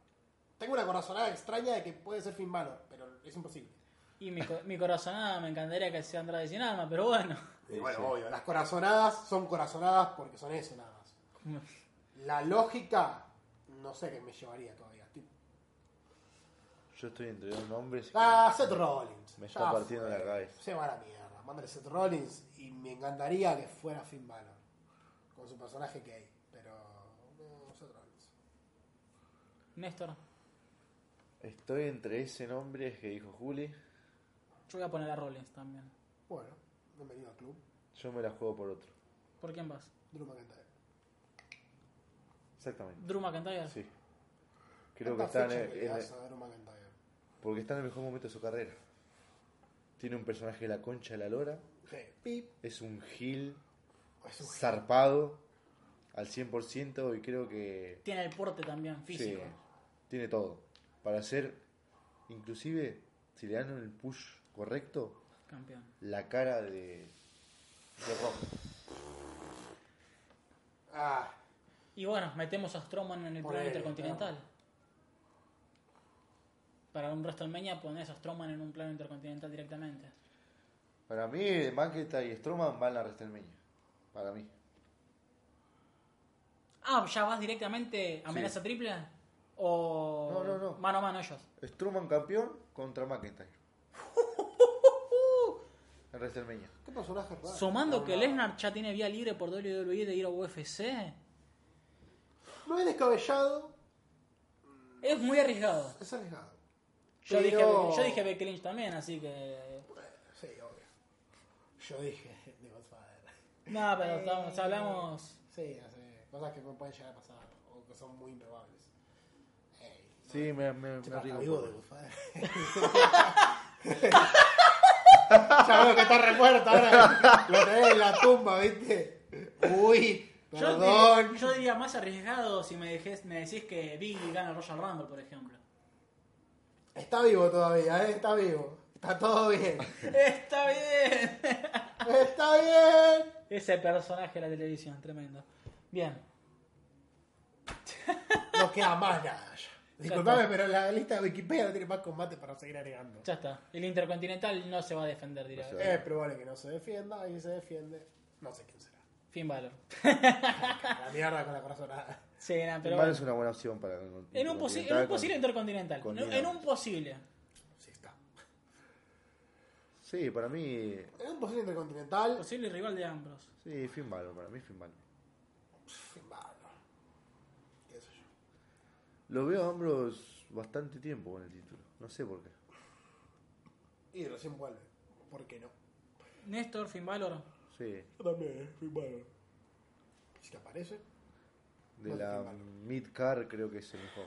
Speaker 4: Tengo una corazonada extraña de que puede ser Finn Balor, pero es imposible.
Speaker 2: Y mi, co- mi corazonada me encantaría que sea Andrade sin alma, pero bueno.
Speaker 4: Y bueno, obvio, las corazonadas son corazonadas porque son eso nada más. La lógica, no sé qué me llevaría todavía. Tipo,
Speaker 1: Yo estoy entre dos nombres. que-
Speaker 4: ah, Seth Rollins.
Speaker 1: Me está
Speaker 4: Ya
Speaker 1: partiendo
Speaker 4: fue.
Speaker 1: la cabeza.
Speaker 4: Se va a la mierda. Mándale Seth Rollins y me encantaría que fuera Finn Balor. Con su personaje que hay. Pero. No, Seth Rollins.
Speaker 2: Néstor,
Speaker 1: Estoy entre ese nombre que dijo Juli.
Speaker 2: yo voy a poner a Rollins también.
Speaker 4: Bueno, bienvenido al club.
Speaker 1: Yo me la juego por otro.
Speaker 2: ¿Por quién vas?
Speaker 4: Drew McIntyre.
Speaker 1: Exactamente.
Speaker 2: ¿Drew McIntyre?
Speaker 1: Sí. Creo que
Speaker 4: Tanta
Speaker 1: está en,
Speaker 4: fecha le
Speaker 1: en-
Speaker 4: das a Drew McIntyre.
Speaker 1: porque está en el mejor momento de su carrera. Tiene un personaje de la concha de la lora.
Speaker 4: Sí, pip.
Speaker 1: Es un gil
Speaker 4: Es un genio.
Speaker 1: zarpado al 100% y creo que
Speaker 2: Tiene el porte también, físico.
Speaker 1: Sí, tiene todo. Para ser, inclusive, si le dan el push correcto,
Speaker 2: Campeón.
Speaker 1: la cara de, de Rock.
Speaker 4: Ah,
Speaker 2: Y bueno, metemos a Strowman en el
Speaker 4: Ponele,
Speaker 2: plano intercontinental. Para un WrestleMania pones a Strowman en un plano intercontinental directamente.
Speaker 1: Para mí, Manqueta y Stroman van a WrestleMania. Para mí.
Speaker 2: Ah, ¿ya vas directamente a amenaza triple? ¿O
Speaker 1: No, no, no.
Speaker 2: mano a mano ellos?
Speaker 1: Stroman campeón contra McIntyre. En WrestleMania.
Speaker 4: qué personaje raro.
Speaker 2: Sumando
Speaker 4: No,
Speaker 2: que
Speaker 4: no.
Speaker 2: Lesnar ya tiene vía libre por WWE de ir a UFC,
Speaker 4: No es descabellado,
Speaker 2: es muy arriesgado.
Speaker 4: es arriesgado.
Speaker 2: Yo, dije,
Speaker 4: Pero-
Speaker 2: yo dije Becky Lynch también, así que...
Speaker 4: Sí, obvio. Yo dije, de Godfather.
Speaker 2: No, pero estamos, hablamos...
Speaker 4: Sí, no sé, cosas que me pueden llegar a pasar o que son muy improbables. Ey,
Speaker 1: Sí, me, me, me
Speaker 4: Chupa,
Speaker 1: río un
Speaker 4: amigo
Speaker 1: poco.
Speaker 4: de Godfather. ya veo que está remuerto ahora. Lo tenés en la tumba, ¿viste? Uy,
Speaker 2: Yo
Speaker 4: perdón.
Speaker 2: diría, yo diría más arriesgado si me, dejes, me decís que Biggie gana Royal Rumble, por ejemplo.
Speaker 4: Está vivo todavía, ¿eh? Está vivo. Está todo bien.
Speaker 2: Está bien.
Speaker 4: Está bien.
Speaker 2: Ese personaje de la televisión, tremendo. Bien.
Speaker 4: No queda más nada ya. Disculpame, pero la lista de Wikipedia no tiene más combates para seguir agregando.
Speaker 2: Ya está. El Intercontinental no se va a defender, dirá.
Speaker 1: No se va.
Speaker 4: Es probable que no se defienda, y si se defiende, no sé quién será.
Speaker 2: Finn Balor.
Speaker 4: La mierda con la corazonada.
Speaker 2: Sí, nada, pero
Speaker 1: Igual
Speaker 2: bueno.
Speaker 1: es una buena opción para
Speaker 2: en, un posi- en un posible Intercontinental.
Speaker 1: con
Speaker 2: En- en
Speaker 1: Nina.
Speaker 2: un posible.
Speaker 4: Sí está.
Speaker 1: Sí, para mí.
Speaker 4: Era un posible intercontinental.
Speaker 2: Posible rival de Ambrose.
Speaker 1: Sí, Finn Balor, para mí Finn Balor.
Speaker 4: Sin valor. Qué sé yo.
Speaker 1: Lo veo a Ambrose bastante tiempo con el título. No sé por qué.
Speaker 4: Y recién vuelve. ¿Por qué no?
Speaker 2: Néstor, Finn Balor.
Speaker 1: Sí.
Speaker 4: Yo también, ¿eh? Finn Balor. Si te aparece,
Speaker 1: De
Speaker 4: No,
Speaker 1: la
Speaker 4: Finn Balor.
Speaker 1: mid-car creo que es el mejor.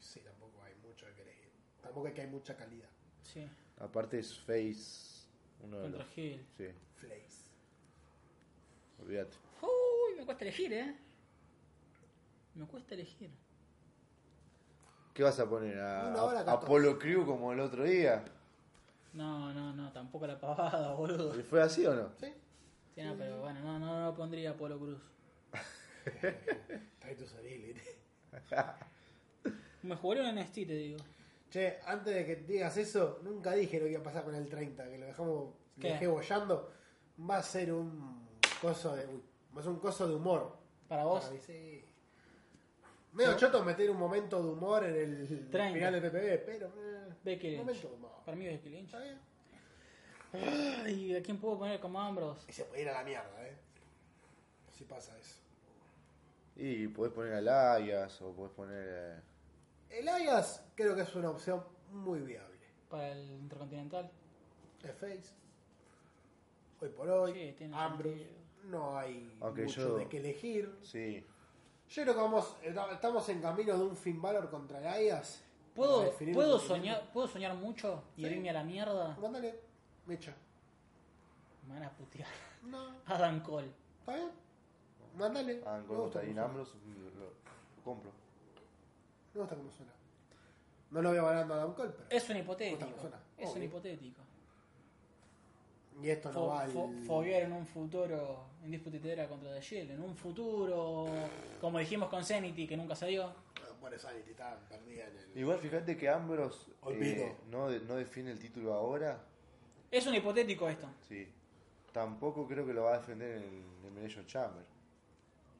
Speaker 4: sí, tampoco hay mucho que elegir. Tampoco es que hay mucha calidad.
Speaker 2: Sí,
Speaker 1: Aparte es Face. Uno de
Speaker 2: contra
Speaker 1: los.
Speaker 2: Gil.
Speaker 1: Sí,
Speaker 4: Flays.
Speaker 1: olvídate.
Speaker 2: Uy, me cuesta elegir, ¿eh? Me cuesta elegir.
Speaker 1: ¿Qué vas a poner? ¿A
Speaker 4: Una hora
Speaker 1: a-
Speaker 4: catorce.
Speaker 1: Apollo Crew como el otro día?
Speaker 2: No, no, no, tampoco la pavada, boludo.
Speaker 1: ¿Fue así o no?
Speaker 4: ¿Sí?
Speaker 2: Sí, no, pero bueno, no, no, no pondría a Polo Cruz.
Speaker 4: Trae tus habilidades.
Speaker 2: Me jugaron en NXT, te digo.
Speaker 4: Che, antes de que digas eso, nunca dije lo que iba a pasar con el 30, que lo dejamos, lo
Speaker 2: ¿Qué?
Speaker 4: dejé bollando. Va a ser un coso de. uy, va a ser un coso de humor.
Speaker 2: Para vos,
Speaker 4: Para mí, sí. Medio choto meter un momento de humor en el
Speaker 2: 30.
Speaker 4: final del PPB, pero. eh,
Speaker 2: Becky Lynch.
Speaker 4: momento de humor.
Speaker 2: Para mí es Becky Lynch.
Speaker 4: ¿Está bien?
Speaker 2: Ay, ¿a quién puedo poner como Ambrose?
Speaker 4: Y se puede ir a la mierda, ¿eh? Si pasa eso.
Speaker 1: Y podés poner a Laias o podés poner. eh,
Speaker 4: El Ayas creo que es una opción muy viable.
Speaker 2: Para el Intercontinental.
Speaker 4: El Face. Hoy por hoy.
Speaker 2: Sí, tiene
Speaker 4: Ambrose.
Speaker 2: sentido.
Speaker 4: No hay
Speaker 1: Aunque
Speaker 4: mucho
Speaker 1: yo-
Speaker 4: de qué elegir.
Speaker 1: Sí.
Speaker 4: Yo creo que vamos, estamos en camino de un Finn Balor contra el Ayas. Para
Speaker 2: ¿Puedo,
Speaker 4: definir
Speaker 2: ¿puedo,
Speaker 4: un continente.
Speaker 2: soñar, ¿Puedo soñar mucho y
Speaker 4: Sí.
Speaker 2: irme a la mierda?
Speaker 4: Mándale, Mecha.
Speaker 2: Me van a putear.
Speaker 4: No,
Speaker 2: Adam Cole.
Speaker 4: está bien. Mándale.
Speaker 1: Ah,
Speaker 4: me,
Speaker 1: con
Speaker 4: gusta
Speaker 1: Constantine
Speaker 4: cómo
Speaker 1: Ambrose mm, lo, lo compro.
Speaker 4: suena. me gusta cómo suena. No lo veo ganando a Adam Cole, pero.
Speaker 2: Es un hipotético.
Speaker 4: Otra persona,
Speaker 2: Es un
Speaker 4: obvio.
Speaker 2: hipotético.
Speaker 4: Y esto no
Speaker 2: Fo-
Speaker 4: va al.
Speaker 2: fo- Foguear en un futuro en disputitera contra The Shield. En un futuro, como dijimos con Zenity, que nunca se dio.
Speaker 4: Bueno, Sanity está perdida en el.
Speaker 1: Igual fíjate que Ambrose eh,
Speaker 4: Olvido.
Speaker 1: no, de- no define el título ahora.
Speaker 2: Es un hipotético esto.
Speaker 1: Sí. Tampoco creo que lo va a defender en el Elimination Chamber.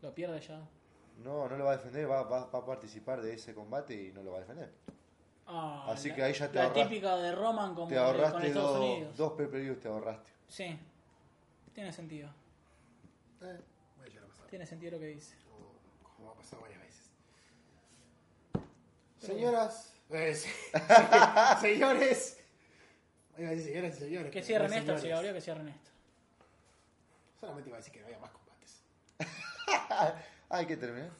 Speaker 2: Lo pierde ya.
Speaker 1: No, no lo va a defender, va, va- va a participar de ese combate y no lo va a defender.
Speaker 2: Ah,
Speaker 1: Así
Speaker 2: la-
Speaker 1: que ahí ya te
Speaker 2: La
Speaker 1: ahorras-
Speaker 2: típica de Roman como
Speaker 1: te
Speaker 2: con
Speaker 1: ahorraste
Speaker 2: Estados
Speaker 1: dos-
Speaker 2: Unidos.
Speaker 1: dos pay-per-views, te ahorraste.
Speaker 2: Sí. Tiene sentido.
Speaker 4: Eh, voy a llegar a pasar.
Speaker 2: Tiene sentido lo que dice.
Speaker 4: Como- Como ha pasado varias veces. Señoras. eh, sí. señores. Iba a decir señoras y
Speaker 1: Eh,
Speaker 4: señores.
Speaker 2: Que
Speaker 4: pero
Speaker 2: cierren
Speaker 4: no
Speaker 2: esto, si
Speaker 4: señores.
Speaker 2: Gabriel, que cierren esto.
Speaker 4: Solamente iba a decir que no había más combates.
Speaker 1: Ah, hay que terminar.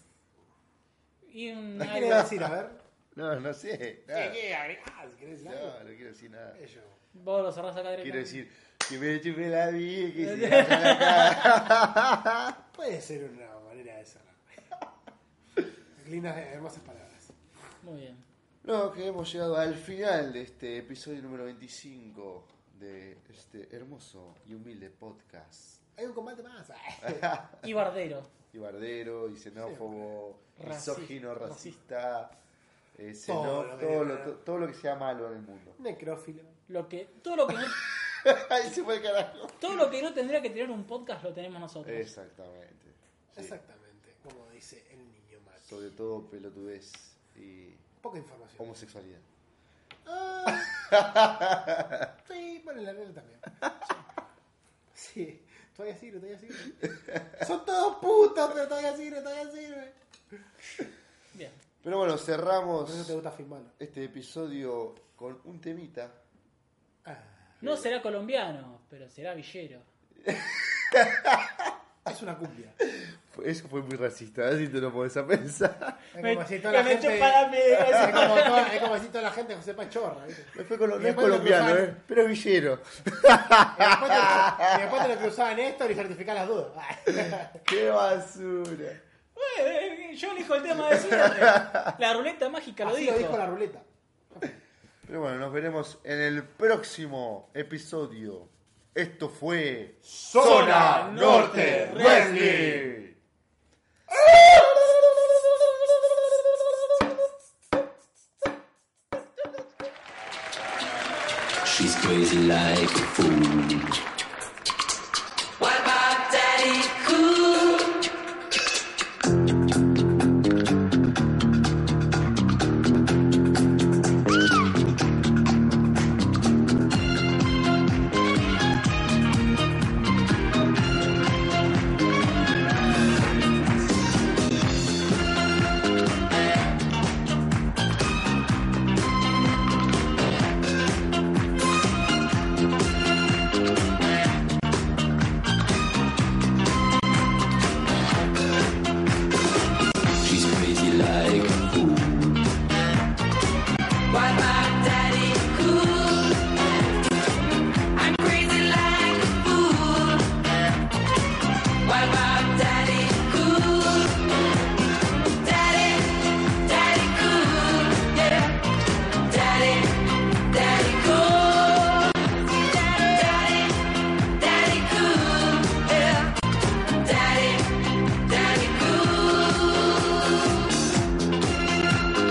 Speaker 2: Y un.
Speaker 4: ¿Qué quiere decir? A ver.
Speaker 1: No, no sé.
Speaker 4: ¿Qué
Speaker 1: nada.
Speaker 4: quiere agregar? Si querés decir algo. Eh,
Speaker 1: No, no quiero decir nada.
Speaker 4: Ello.
Speaker 2: Vos lo cerrás acá
Speaker 1: Quiero decir
Speaker 2: directamente.
Speaker 1: que me chupé la vida, que se la saca acá.
Speaker 4: Puede ser una manera de cerrar. Lindas, eh, hermosas palabras.
Speaker 2: Muy bien.
Speaker 1: No, que hemos llegado al final de este episodio número 25 de este hermoso y humilde podcast.
Speaker 4: Hay un combate más.
Speaker 2: Y Bardero.
Speaker 1: Y bardero, y xenófobo,
Speaker 2: Raci-
Speaker 1: misógino, racista, eh,
Speaker 4: Todo
Speaker 1: xenó-
Speaker 4: lo que-
Speaker 1: todo, lo, to- todo lo que sea malo en el mundo.
Speaker 4: Necrófilo.
Speaker 2: Lo que, todo, lo que no,
Speaker 1: Ahí se fue el carajo.
Speaker 2: todo lo que no tendría que tener un podcast lo tenemos nosotros.
Speaker 1: Exactamente. Sí.
Speaker 4: Exactamente. Como dice el niño macho.
Speaker 1: Sobre todo pelotudez y
Speaker 4: Poca información.
Speaker 1: homosexualidad.
Speaker 4: Ah. sí, bueno, la nena también. Sí, todavía sirve, todavía sirve. Son todos putos, pero todavía sirve, todavía sirve.
Speaker 2: Bien.
Speaker 1: Pero bueno,
Speaker 4: Por eso te
Speaker 1: cerramos
Speaker 4: gusta filmarlo.
Speaker 1: este episodio con un temita.
Speaker 4: Ah,
Speaker 2: No será colombiano, pero será villero.
Speaker 4: es una cumbia.
Speaker 1: Eso fue muy racista, así te lo podés a pensar.
Speaker 4: Es
Speaker 2: Me-
Speaker 4: como si toda
Speaker 2: que
Speaker 4: la
Speaker 2: me
Speaker 4: gente.
Speaker 2: chupa la mierda.
Speaker 4: Es como, toda- es como si toda la gente sepa chorra. ¿viste?
Speaker 1: No, fue colo- no
Speaker 4: Y
Speaker 1: es
Speaker 4: después lo
Speaker 1: colombiano,
Speaker 4: cruzan.
Speaker 1: eh, pero villero.
Speaker 4: Y después te, y después te lo cruzaban esto y certificar las dudas. Ah.
Speaker 1: ¡Qué basura!
Speaker 2: Eh, eh, Yo elijo el tema de siempre. La ruleta mágica lo
Speaker 4: Así
Speaker 2: dijo.
Speaker 4: lo dijo la ruleta.
Speaker 1: Pero bueno, nos veremos en el próximo episodio. Esto fue
Speaker 2: Zona Norte
Speaker 1: Wrestling.
Speaker 5: She's crazy like a fool. What about Daddy Cool?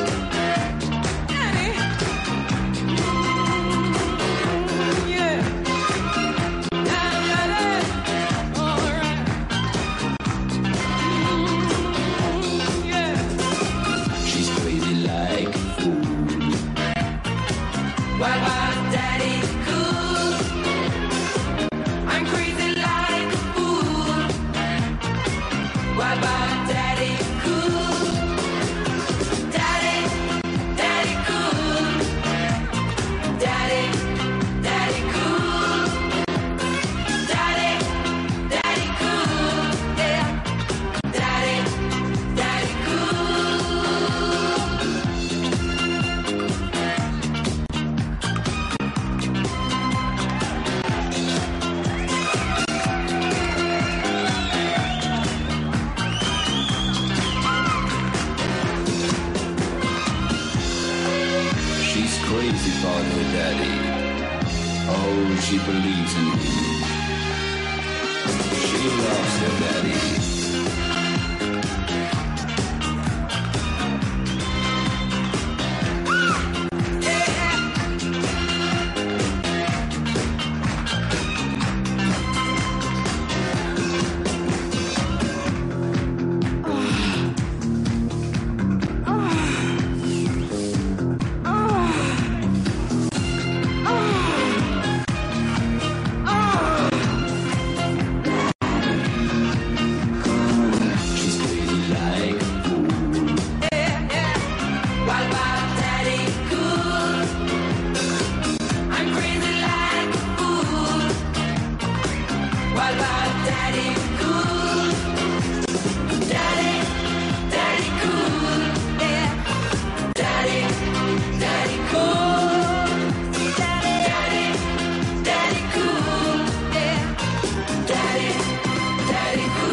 Speaker 5: Mm, What about Daddy Cool? Daddy, Daddy Cool. Daddy, Daddy Cool. Daddy, Daddy Cool. Yeah. Daddy, Daddy Cool.
Speaker 6: She's crazy about her daddy. Oh, she believes in him. She loves her daddy. She's crazy like a fool.
Speaker 5: What about Daddy Cool? I'm crazy like a fool. What about Daddy Cool? Daddy, Daddy Cool, yeah. Daddy, Daddy Cool. Daddy, Daddy, Daddy Cool, yeah. Daddy, Daddy Cool.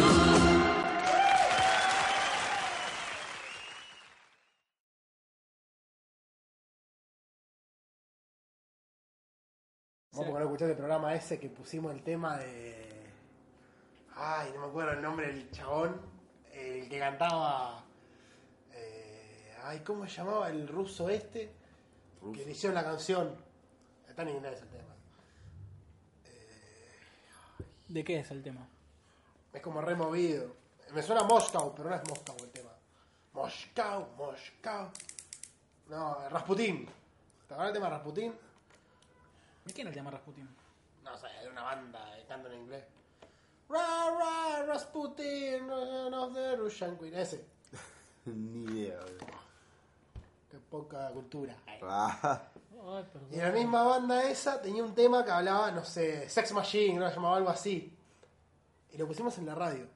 Speaker 4: Vos porque no escuchaste el programa ese que pusimos el tema de. Ay, no me acuerdo el nombre del chabón. El que cantaba. eh, Ay, ¿cómo se llamaba? El ruso este. Que le hicieron la canción. Está en inglés el tema.
Speaker 2: ¿De qué es el tema?
Speaker 4: Es como removido. Me suena a Moscow, pero no es Moscow el tema. Moscow, Moscow. No, Rasputin. ¿Te acuerdas del tema de Rasputin?
Speaker 2: ¿De quién es el tema Rasputin?
Speaker 4: No sé, de una banda que canta en inglés. Ra, ra, Rasputin, Russian of the Russian Queen. Ese.
Speaker 1: Ni idea, boludo.
Speaker 4: Qué poca cultura.
Speaker 1: Ah,
Speaker 2: Ay, perdón.
Speaker 4: Y la misma banda esa tenía un tema que hablaba, no sé, Sex Machine, ¿no? llamaba algo así. Y lo pusimos en la radio.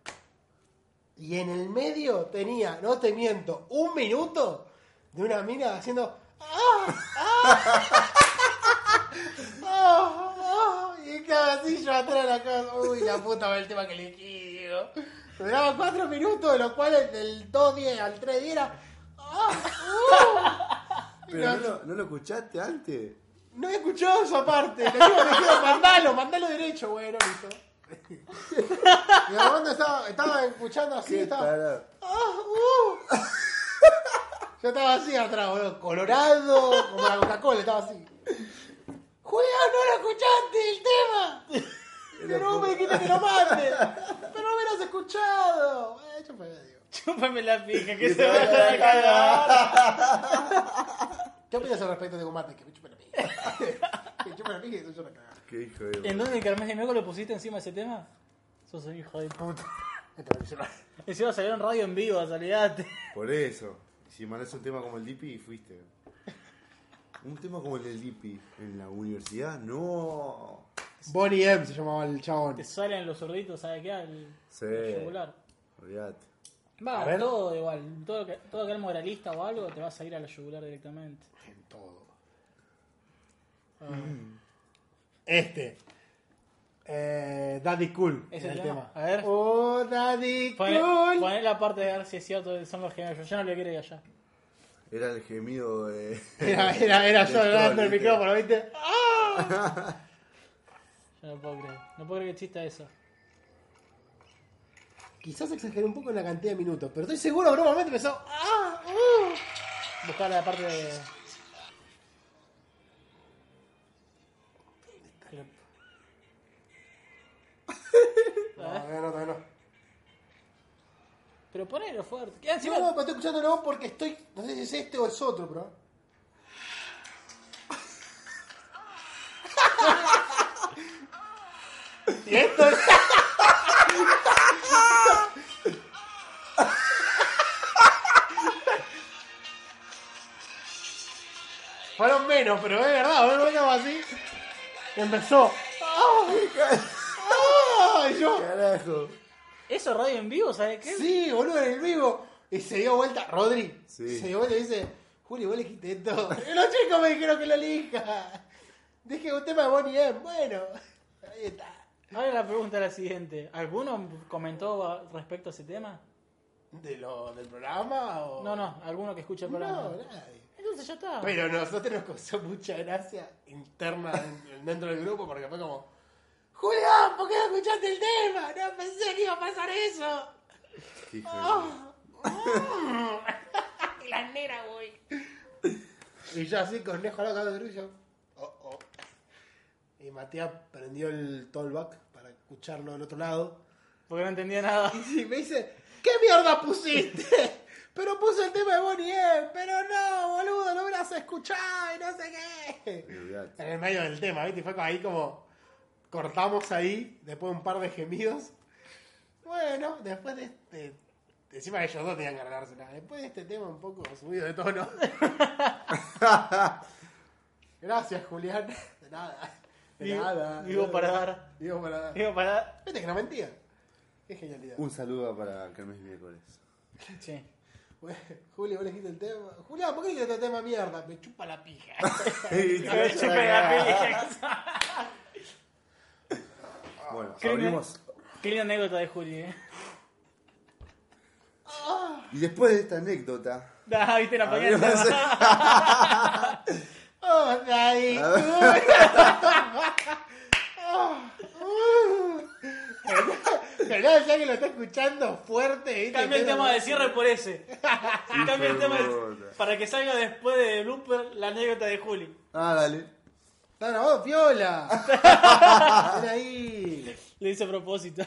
Speaker 4: Y en el medio tenía, no te miento, un minuto de una mina haciendo. ¡Ah! ¡Ah! ¡Ah! ¡Ah! Y cada así yo atrás de la casa. Uy, la puta, el tema que le quiero. Duraba cuatro minutos, de los cuales del 2.10 al 3.10 era. ¡Ah! ¡Uh! Y
Speaker 1: Pero no,
Speaker 4: no-
Speaker 1: lo- ¿no lo escuchaste antes.
Speaker 4: no he escuchado esa parte. Le digo, le digo, mandalo, mandalo derecho, güey, no, listo. Y la banda estaba, estaba escuchando así,
Speaker 1: Qué
Speaker 4: estaba.
Speaker 1: tarado.
Speaker 4: "Ah, uh". Yo estaba así atrás, boludo, colorado, como la Coca-Cola, estaba así. Julián, no lo escuchaste el tema. Pero vos me dijiste que lo mande. Pero no me lo has escuchado. Eh, yo me digo.
Speaker 2: Chúpame la pica que se vaya a cagar.
Speaker 4: ¿Qué opinas al respecto de Gomate? Que me chupa la pica. Que me chupa la pica y soy yo la cagada.
Speaker 1: Qué hijo de
Speaker 2: ¿En dónde Carmen de Mego lo pusiste encima de ese tema? Sos un hijo de puta.
Speaker 4: Puta. Este me lo hicieron.
Speaker 2: Encima salió en radio en vivo, salidate.
Speaker 1: Por eso. Si mandás un tema como el Dipi, fuiste. Un tema como el del Dipi en la universidad, no.
Speaker 4: Bonnie M se llamaba el chabón.
Speaker 2: Te salen los sorditos, ¿sabes qué? Al
Speaker 1: Sí.
Speaker 2: al yugular.
Speaker 1: Olvídate.
Speaker 2: Va,
Speaker 4: A ver.
Speaker 2: todo igual. Todo lo que, todo lo que era moralista o algo, te vas a ir a la yugular directamente.
Speaker 4: En todo. Este. Eh, Daddy Cool.
Speaker 2: ¿Es
Speaker 4: era
Speaker 2: el tema? A ver.
Speaker 4: Oh, Daddy
Speaker 2: Poné,
Speaker 4: Cool.
Speaker 2: poné la parte de a ver si es cierto que son los gemelos. Yo no lo quiero ir allá.
Speaker 1: Era el gemido de.
Speaker 4: Era, era, era yo
Speaker 1: Del
Speaker 4: hablando
Speaker 1: troll,
Speaker 4: el
Speaker 1: ¿viste?
Speaker 4: micrófono, ¿viste?
Speaker 2: Yo no puedo creer. No puedo creer que exista eso.
Speaker 4: Quizás exageré un poco en la cantidad de minutos, pero estoy seguro que normalmente empezó. ¡Ah! ¡Uh!
Speaker 2: Buscar la parte de.
Speaker 4: No, todavía no, todavía no.
Speaker 2: Pero ponelo fuerte. Que
Speaker 4: Sí,
Speaker 2: encima-
Speaker 4: no, no, pero estoy escuchándolo porque estoy. No sé si es este o es otro, pero. y esto es. menos, pero es verdad, bueno, bueno, así. Empezó. ¡Ay! ¡Ay! Yo,
Speaker 1: Carajo.
Speaker 2: ¿Eso radio en vivo? ¿Sabes qué?
Speaker 4: sí, boludo, en el vivo. Y se dio vuelta, Rodri.
Speaker 1: Sí.
Speaker 4: Se dio vuelta y dice, Julio, vos elegiste esto. Los chicos me dijeron que lo elija. Dije un tema de Bonnie M. Bueno, ahí está.
Speaker 2: Ahora la pregunta es la siguiente. ¿Alguno comentó a- respecto a ese tema?
Speaker 4: ¿De lo, ¿Del programa o...?
Speaker 2: No, no, alguno que escucha el
Speaker 4: No,
Speaker 2: programa.
Speaker 4: nadie.
Speaker 2: Entonces ya está.
Speaker 4: Pero nosotros nos causó mucha gracia interna dentro- dentro del grupo porque fue como, Julián, ¿por qué no escuchaste el tema? No pensé que iba a pasar eso.
Speaker 1: Qué hijo de-
Speaker 4: Y la nena, güey. Y yo así con Nejo al lado de Grullo. Oh, oh. Y Matías prendió el tollback para escucharlo del otro lado.
Speaker 2: Porque no entendía nada.
Speaker 4: Y me dice, ¿qué mierda pusiste? Pero puso el tema de Bonnie M, pero no, boludo, lo hubieras escuchado y no sé qué.
Speaker 1: Olvidate.
Speaker 4: En el medio del tema, ¿viste? Y Fue como ahí como, cortamos ahí, después de un par de gemidos. Bueno, después de este... Encima ellos dos tenían que ganársela. Después de este tema un poco subido de tono. Gracias, Julián. De nada. De
Speaker 2: Vivo-
Speaker 4: nada.
Speaker 2: vivo para dar.
Speaker 4: Vivo para dar.
Speaker 2: Digo, para...
Speaker 4: Viste que no mentía. Qué genialidad.
Speaker 1: Un saludo para Carmen Miércoles.
Speaker 2: Sí.
Speaker 4: Bueno, Julio, vos elegiste el tema. Julián, ¿por qué elegiste este tema mierda? Me chupa la pija.
Speaker 2: A ver, chupa la pija.
Speaker 1: Bueno,
Speaker 2: Crimen.
Speaker 1: abrimos.
Speaker 2: Qué linda anécdota de Juli, eh.
Speaker 1: Y después de esta anécdota,
Speaker 2: Ah, viste la
Speaker 1: abrimos-
Speaker 2: pañata.
Speaker 4: ¡Oh, Daddy! Pero ya que lo está escuchando fuerte, ¿viste?
Speaker 2: Cambia el
Speaker 4: Pero-
Speaker 2: tema de cierre por ese. Cambia el tema de...
Speaker 1: puta.
Speaker 2: Para que salga después de blooper la anécdota de Juli.
Speaker 1: Ah, dale.
Speaker 4: Está grabado, piola. Ven ahí.
Speaker 2: Le hice a propósito.